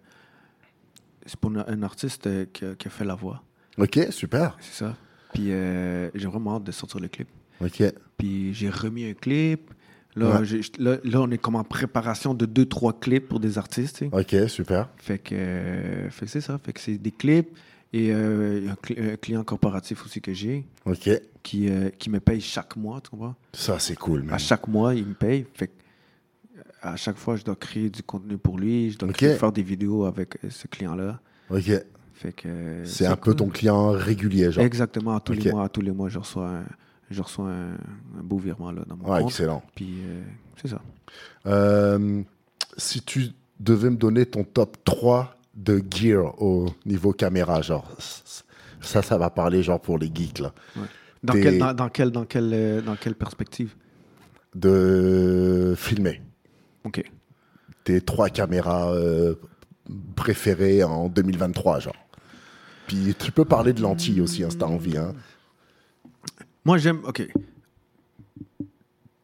Speaker 2: c'est pour un, un artiste euh, qui, a- qui a fait la voix,
Speaker 1: Ok, super.
Speaker 2: c'est ça. Puis euh, j'ai vraiment hâte de sortir le clip.
Speaker 1: Ok.
Speaker 2: Puis j'ai remis un clip. Là,
Speaker 1: Ouais.
Speaker 2: j'ai- là, là, on est comme en préparation de deux, trois clips pour des artistes. tu sais.
Speaker 1: Ok, super.
Speaker 2: Fait que, euh, fait que c'est ça. Fait que c'est des clips. Et euh, il y a un, cl- un client corporatif aussi que j'ai
Speaker 1: Ok.
Speaker 2: qui, euh, qui me paye chaque mois, tu comprends?
Speaker 1: Ça, c'est cool, man.
Speaker 2: À chaque mois, il me paye. Fait que, euh, à chaque fois, je dois créer du contenu pour lui, je dois
Speaker 1: Ok.
Speaker 2: créer- faire des vidéos avec euh, ce client-là.
Speaker 1: Ok.
Speaker 2: Fait que euh,
Speaker 1: C'est un peu
Speaker 2: cool.
Speaker 1: ton client régulier, genre.
Speaker 2: Exactement, à tous les
Speaker 1: Ok.
Speaker 2: mois, à tous les mois, je reçois un, je reçois un, un beau virement là, dans mon
Speaker 1: Ouais,
Speaker 2: compte.
Speaker 1: excellent.
Speaker 2: Puis euh, c'est ça.
Speaker 1: Euh, si tu devais me donner ton top 3 de gear au niveau caméra, genre, ça, ça va parler, genre, pour les geeks, là.
Speaker 2: Dans,
Speaker 1: T'es-
Speaker 2: quel- dans, dans, quel- dans, quel, euh, dans quelle perspective
Speaker 1: De filmer.
Speaker 2: Ok.
Speaker 1: Tes trois caméras euh, préférées en 2023, genre. Puis tu peux parler de lentilles aussi, hein, si t'as envie, hein.
Speaker 2: Moi, j'aime. Ok. Tu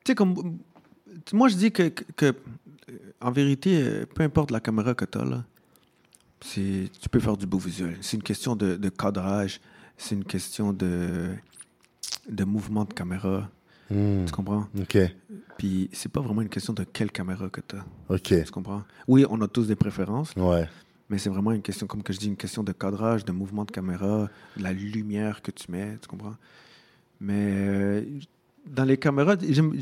Speaker 2: sais, comme. Moi, je dis que, que- que, euh, en vérité, euh, peu importe la caméra que tu as, là, c'est- tu peux faire du beau visuel. C'est une question de, de cadrage, c'est une question de, de mouvement de caméra.
Speaker 1: Hmm,
Speaker 2: Tu comprends?
Speaker 1: Ok,
Speaker 2: Puis, c'est pas vraiment une question de quelle caméra que tu as.
Speaker 1: ok,
Speaker 2: Tu comprends? Oui, on a tous des préférences,
Speaker 1: ouais.
Speaker 2: mais c'est vraiment une question, comme que je dis, une question de cadrage, de mouvement de caméra, de la lumière que tu mets, tu comprends? Mais euh, dans les caméras, j'aime-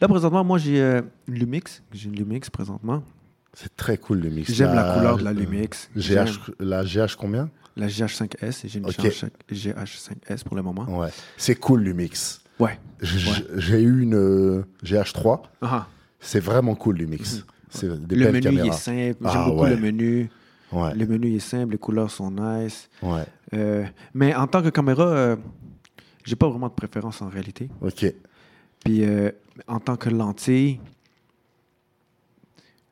Speaker 2: là présentement, moi j'ai euh, une Lumix, j'ai une Lumix présentement.
Speaker 1: C'est euh, très cool, le mix.
Speaker 2: J'aime la couleur de la Lumix. J'aime
Speaker 1: GH, la GH combien
Speaker 2: La GH5S, et j'ai une
Speaker 1: Ok.
Speaker 2: GH5S pour le moment.
Speaker 1: Ouais. C'est cool, le mix.
Speaker 2: Ouais.
Speaker 1: J-
Speaker 2: Ouais.
Speaker 1: J'ai eu une euh, GH3.
Speaker 2: Ah,
Speaker 1: C'est vraiment cool Lumix. C'est des
Speaker 2: Mm. le
Speaker 1: belles
Speaker 2: menu il est
Speaker 1: caméras.
Speaker 2: simple, j'aime
Speaker 1: Ah,
Speaker 2: beaucoup
Speaker 1: ouais.
Speaker 2: le menu.
Speaker 1: Ouais,
Speaker 2: Le menu il est simple, les couleurs sont nice.
Speaker 1: ouais.
Speaker 2: Euh, mais en tant que caméra, euh, j'ai pas vraiment de préférence en réalité.
Speaker 1: Ok.
Speaker 2: Puis euh, en tant que lentille,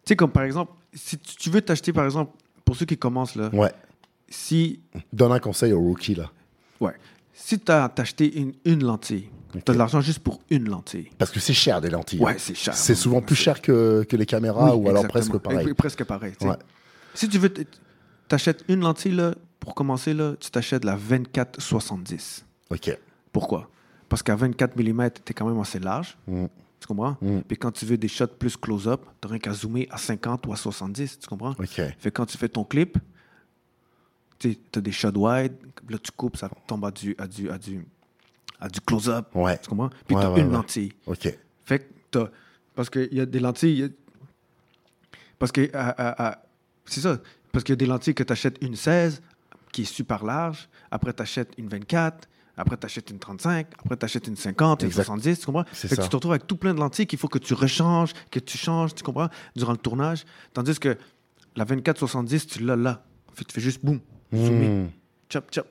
Speaker 2: tu sais, comme par exemple, si tu tu veux t'acheter, par exemple, pour ceux qui commencent là,
Speaker 1: Ouais.
Speaker 2: si,
Speaker 1: Donne un conseil au rookie là.
Speaker 2: ouais, si tu as acheté une, une lentille, t'as
Speaker 1: Ok.
Speaker 2: de l'argent juste pour une lentille.
Speaker 1: Parce que c'est cher des lentilles.
Speaker 2: Ouais, c'est cher.
Speaker 1: C'est souvent plus cher que, que les caméras
Speaker 2: Oui,
Speaker 1: ou alors
Speaker 2: exactement.
Speaker 1: presque pareil.
Speaker 2: Et- et Presque pareil. tu sais.
Speaker 1: Ouais.
Speaker 2: Si tu veux, t- t'achètes une lentille là, pour commencer là, tu t'achètes la 24-70.
Speaker 1: Ok.
Speaker 2: Pourquoi? Parce qu'à 24 mm, t'es quand même assez large.
Speaker 1: Mm.
Speaker 2: Tu comprends?
Speaker 1: Mm.
Speaker 2: Puis quand tu veux des shots plus close-up, t'as rien qu'à zoomer à 50 ou à 70. Tu comprends?
Speaker 1: Ok.
Speaker 2: Fait que quand tu fais ton clip, tu as des shots wide, là tu coupes, ça tombe à du, à du, à du, à du close-up.
Speaker 1: Ouais.
Speaker 2: Tu comprends? Puis
Speaker 1: Ouais,
Speaker 2: t'as
Speaker 1: ouais,
Speaker 2: une
Speaker 1: ouais.
Speaker 2: lentille.
Speaker 1: Ok.
Speaker 2: Fait que t'as. Parce qu'il y a des lentilles. il y a- Parce que. à- à- à- C'est ça. Parce qu'il y a des lentilles que tu achètes une 16 qui est super large. Après, tu achètes une 24. Après, tu achètes une 35. Après, tu achètes une 50, une
Speaker 1: Exact.
Speaker 2: 70. Tu comprends?
Speaker 1: C'est
Speaker 2: Fait que
Speaker 1: ça.
Speaker 2: tu te retrouves avec tout plein de lentilles qu'il faut que tu rechanges, que tu changes, tu comprends? Durant le tournage. Tandis que la 24-70, tu l'as là. Fait que tu fais juste boum, zoomer,
Speaker 1: Hmm.
Speaker 2: chop, chop.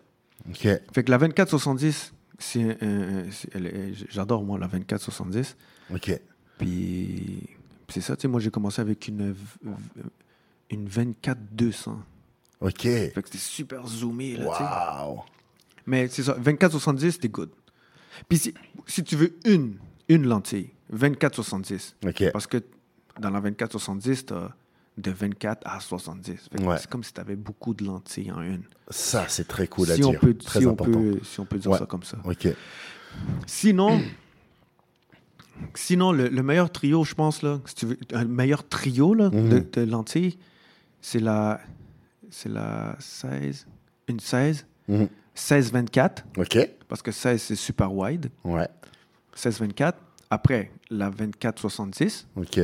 Speaker 1: Ok.
Speaker 2: Fait que la 24-70, c'est. un- un- c'est- elle est- J'adore, moi, la 24-70.
Speaker 1: Ok.
Speaker 2: Puis puis c'est ça, tu sais, moi j'ai commencé avec une, v- v- une 24-200.
Speaker 1: Ok.
Speaker 2: Fait que c'était super zoomé, là, tu sais.
Speaker 1: Waouh.
Speaker 2: Mais c'est ça, 24-70, c'était good. Puis si, si tu veux une, une lentille, 24-70,
Speaker 1: Ok.
Speaker 2: parce que dans la 24-70, t'as de 24 à 70. Fait que
Speaker 1: Ouais.
Speaker 2: C'est comme si tu avais beaucoup de lentilles en une.
Speaker 1: Ça c'est très cool à
Speaker 2: si, on
Speaker 1: dire.
Speaker 2: peut,
Speaker 1: très
Speaker 2: si, on
Speaker 1: important.
Speaker 2: peut, si on peut dire
Speaker 1: Ouais.
Speaker 2: ça comme ça.
Speaker 1: Ok.
Speaker 2: Sinon, sinon le, le meilleur trio, je pense, là, si tu veux, un meilleur trio là, de, de lentilles, c'est la, c'est la 16, une 16,
Speaker 1: Mhm.
Speaker 2: 16-24,
Speaker 1: Ok.
Speaker 2: parce que 16, c'est super wide,
Speaker 1: Ouais.
Speaker 2: 16-24, après la 24-66,
Speaker 1: Ok.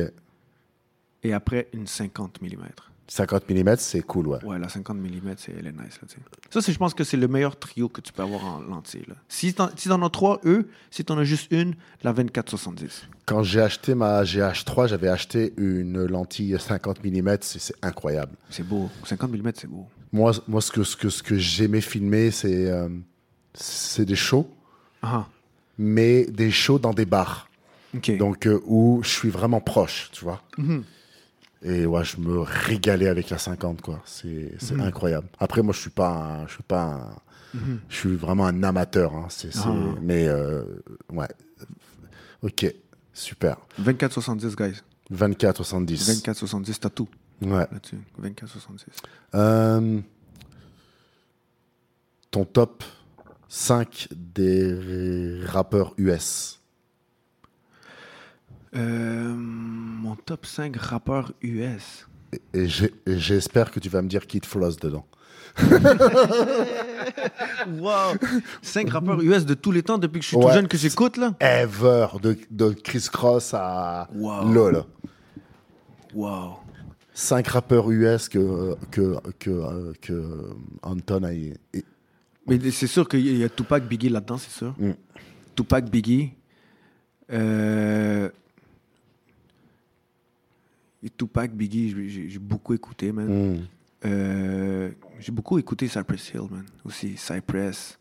Speaker 2: et après une 50 mm.
Speaker 1: 50 mm, c'est cool, ouais.
Speaker 2: Ouais, la 50 mm, c'est, elle est nice. Là, tu sais. ça, c'est, je pense que c'est le meilleur trio que tu peux avoir en lentilles. Là. Si, t'en, si t'en as trois, eux, si t'en as juste une, la 24-70.
Speaker 1: Quand j'ai acheté ma GH3, j'avais acheté une lentille 50 mm, c'est c'est incroyable.
Speaker 2: C'est beau. 50 mm, c'est beau.
Speaker 1: Moi, moi ce que, ce que, ce que j'aimais filmer, c'est euh, c'est des shows,
Speaker 2: Ah,
Speaker 1: mais des shows dans des bars.
Speaker 2: ok.
Speaker 1: Donc, euh, où je suis vraiment proche, tu vois. Et ouais, je me régalais avec la 50, quoi. C'est c'est incroyable. Après, moi, je suis pas un- je suis pas un- Je suis vraiment un amateur. hein. C'est- c'est-
Speaker 2: Ah.
Speaker 1: Mais, euh, ouais. Ok, super.
Speaker 2: 24-70, guys.
Speaker 1: 24,70.
Speaker 2: 24-70, t'as tout
Speaker 1: Ouais.
Speaker 2: là-dessus. 24-70.
Speaker 1: Euh, ton top 5 des rappeurs US.
Speaker 2: Euh, mon top 5 rappeurs US.
Speaker 1: Et j'ai- et j'espère que tu vas me dire Kid Floss dedans.
Speaker 2: Wow! Cinq rappeurs US de tous les temps depuis que je suis tout
Speaker 1: Ouais.
Speaker 2: jeune que j'écoute, là?
Speaker 1: Ever, de, de Chris Cross à
Speaker 2: Wow.
Speaker 1: LOL.
Speaker 2: Wow!
Speaker 1: Cinq rappeurs US que, que, que, euh, que Anton a. et- et-
Speaker 2: Mais c'est sûr qu'il y a Tupac Biggie là-dedans, c'est sûr.
Speaker 1: Mm.
Speaker 2: Tupac Biggie. Euh... et Tupac Biggie, j'ai- j'ai- j'ai beaucoup écouté, man.
Speaker 1: Hmm.
Speaker 2: Euh, j'ai beaucoup écouté Cypress Hill, man. Aussi, Cypress.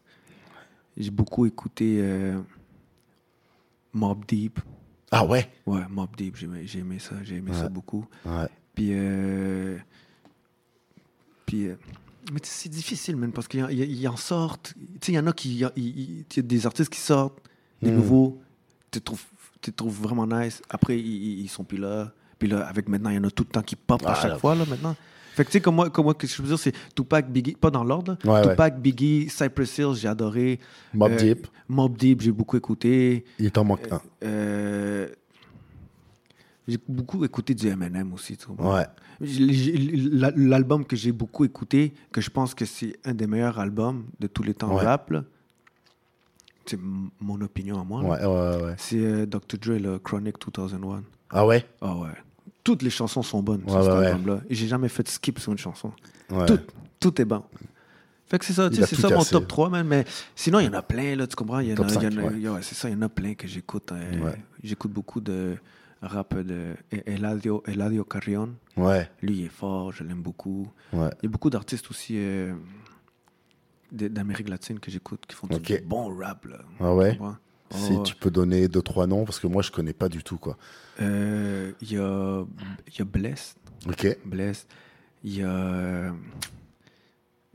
Speaker 2: J'ai beaucoup écouté euh, Mob Deep.
Speaker 1: Ah ouais
Speaker 2: Ouais, Mob Deep, j'ai aimé, j'ai aimé ça, j'ai aimé ça
Speaker 1: Ouais.
Speaker 2: beaucoup.
Speaker 1: Ouais.
Speaker 2: Puis. euh, Puis. euh, Mais tu sais, c'est difficile, même, parce qu'ils en- ils- ils en sortent. Tu sais, il y en a qui. ils- ils- Il y a des artistes qui sortent, des
Speaker 1: Mm.
Speaker 2: nouveaux. Tu les trouves, tu les trouves vraiment nice. Après, ils, ils- ils sont plus là. Puis là, avec maintenant, il y en a tout le temps qui pop à
Speaker 1: Ah,
Speaker 2: chaque
Speaker 1: là.
Speaker 2: fois, là, maintenant. Fait que tu sais, comme moi, comme moi, que je veux dire, c'est Tupac, Biggie, pas dans l'ordre. là.
Speaker 1: Ouais, ouais.
Speaker 2: Tupac, Biggie, Cypress Hill, j'ai adoré.
Speaker 1: Mob
Speaker 2: Euh,
Speaker 1: Deep,
Speaker 2: Mob Deep, j'ai beaucoup écouté.
Speaker 1: il t'en manque un.
Speaker 2: Euh, j'ai beaucoup écouté du M&M aussi. tu comprends?
Speaker 1: Ouais.
Speaker 2: J'ai- j'ai- l'a- L'album que j'ai beaucoup écouté, que je pense que c'est un des meilleurs albums de tous les temps
Speaker 1: Ouais.
Speaker 2: rap, là. c'est m- mon opinion à moi. là.
Speaker 1: Ouais, ouais, ouais.
Speaker 2: C'est euh, Dr. Dre, le Chronic 2001.
Speaker 1: Ah ouais
Speaker 2: Ah ouais. Toutes les chansons sont bonnes
Speaker 1: Ouais,
Speaker 2: sur cet
Speaker 1: ouais, ouais.
Speaker 2: album-là. Et J'ai jamais fait de skip sur une chanson.
Speaker 1: Ouais.
Speaker 2: Tout, tout est bon. Fait que c'est ça, tu
Speaker 1: Il
Speaker 2: sais,
Speaker 1: a
Speaker 2: c'est
Speaker 1: tout
Speaker 2: ça mon
Speaker 1: cassé.
Speaker 2: top 3, man, mais sinon, il y en a plein, là, tu comprends? Il y en
Speaker 1: Top
Speaker 2: a, il y en
Speaker 1: cinq,
Speaker 2: a-
Speaker 1: ouais.
Speaker 2: y a- ouais, c'est ça, il y en a plein que j'écoute. hein.
Speaker 1: Ouais.
Speaker 2: J'écoute beaucoup de rap de El- Eladio, Eladio Carrion.
Speaker 1: Ouais,
Speaker 2: Lui, il est fort, je l'aime beaucoup.
Speaker 1: ouais.
Speaker 2: Il y a beaucoup d'artistes aussi euh, d- d'Amérique latine que j'écoute qui font du
Speaker 1: Ok.
Speaker 2: bon rap, là.
Speaker 1: Ah ouais
Speaker 2: Tu comprends? Oh,
Speaker 1: Si
Speaker 2: ouais.
Speaker 1: tu peux donner deux, trois noms, parce que moi, je connais pas du tout, quoi.
Speaker 2: Euh, Il y a, il y a Bless.
Speaker 1: Ok.
Speaker 2: Bless. Il y a euh,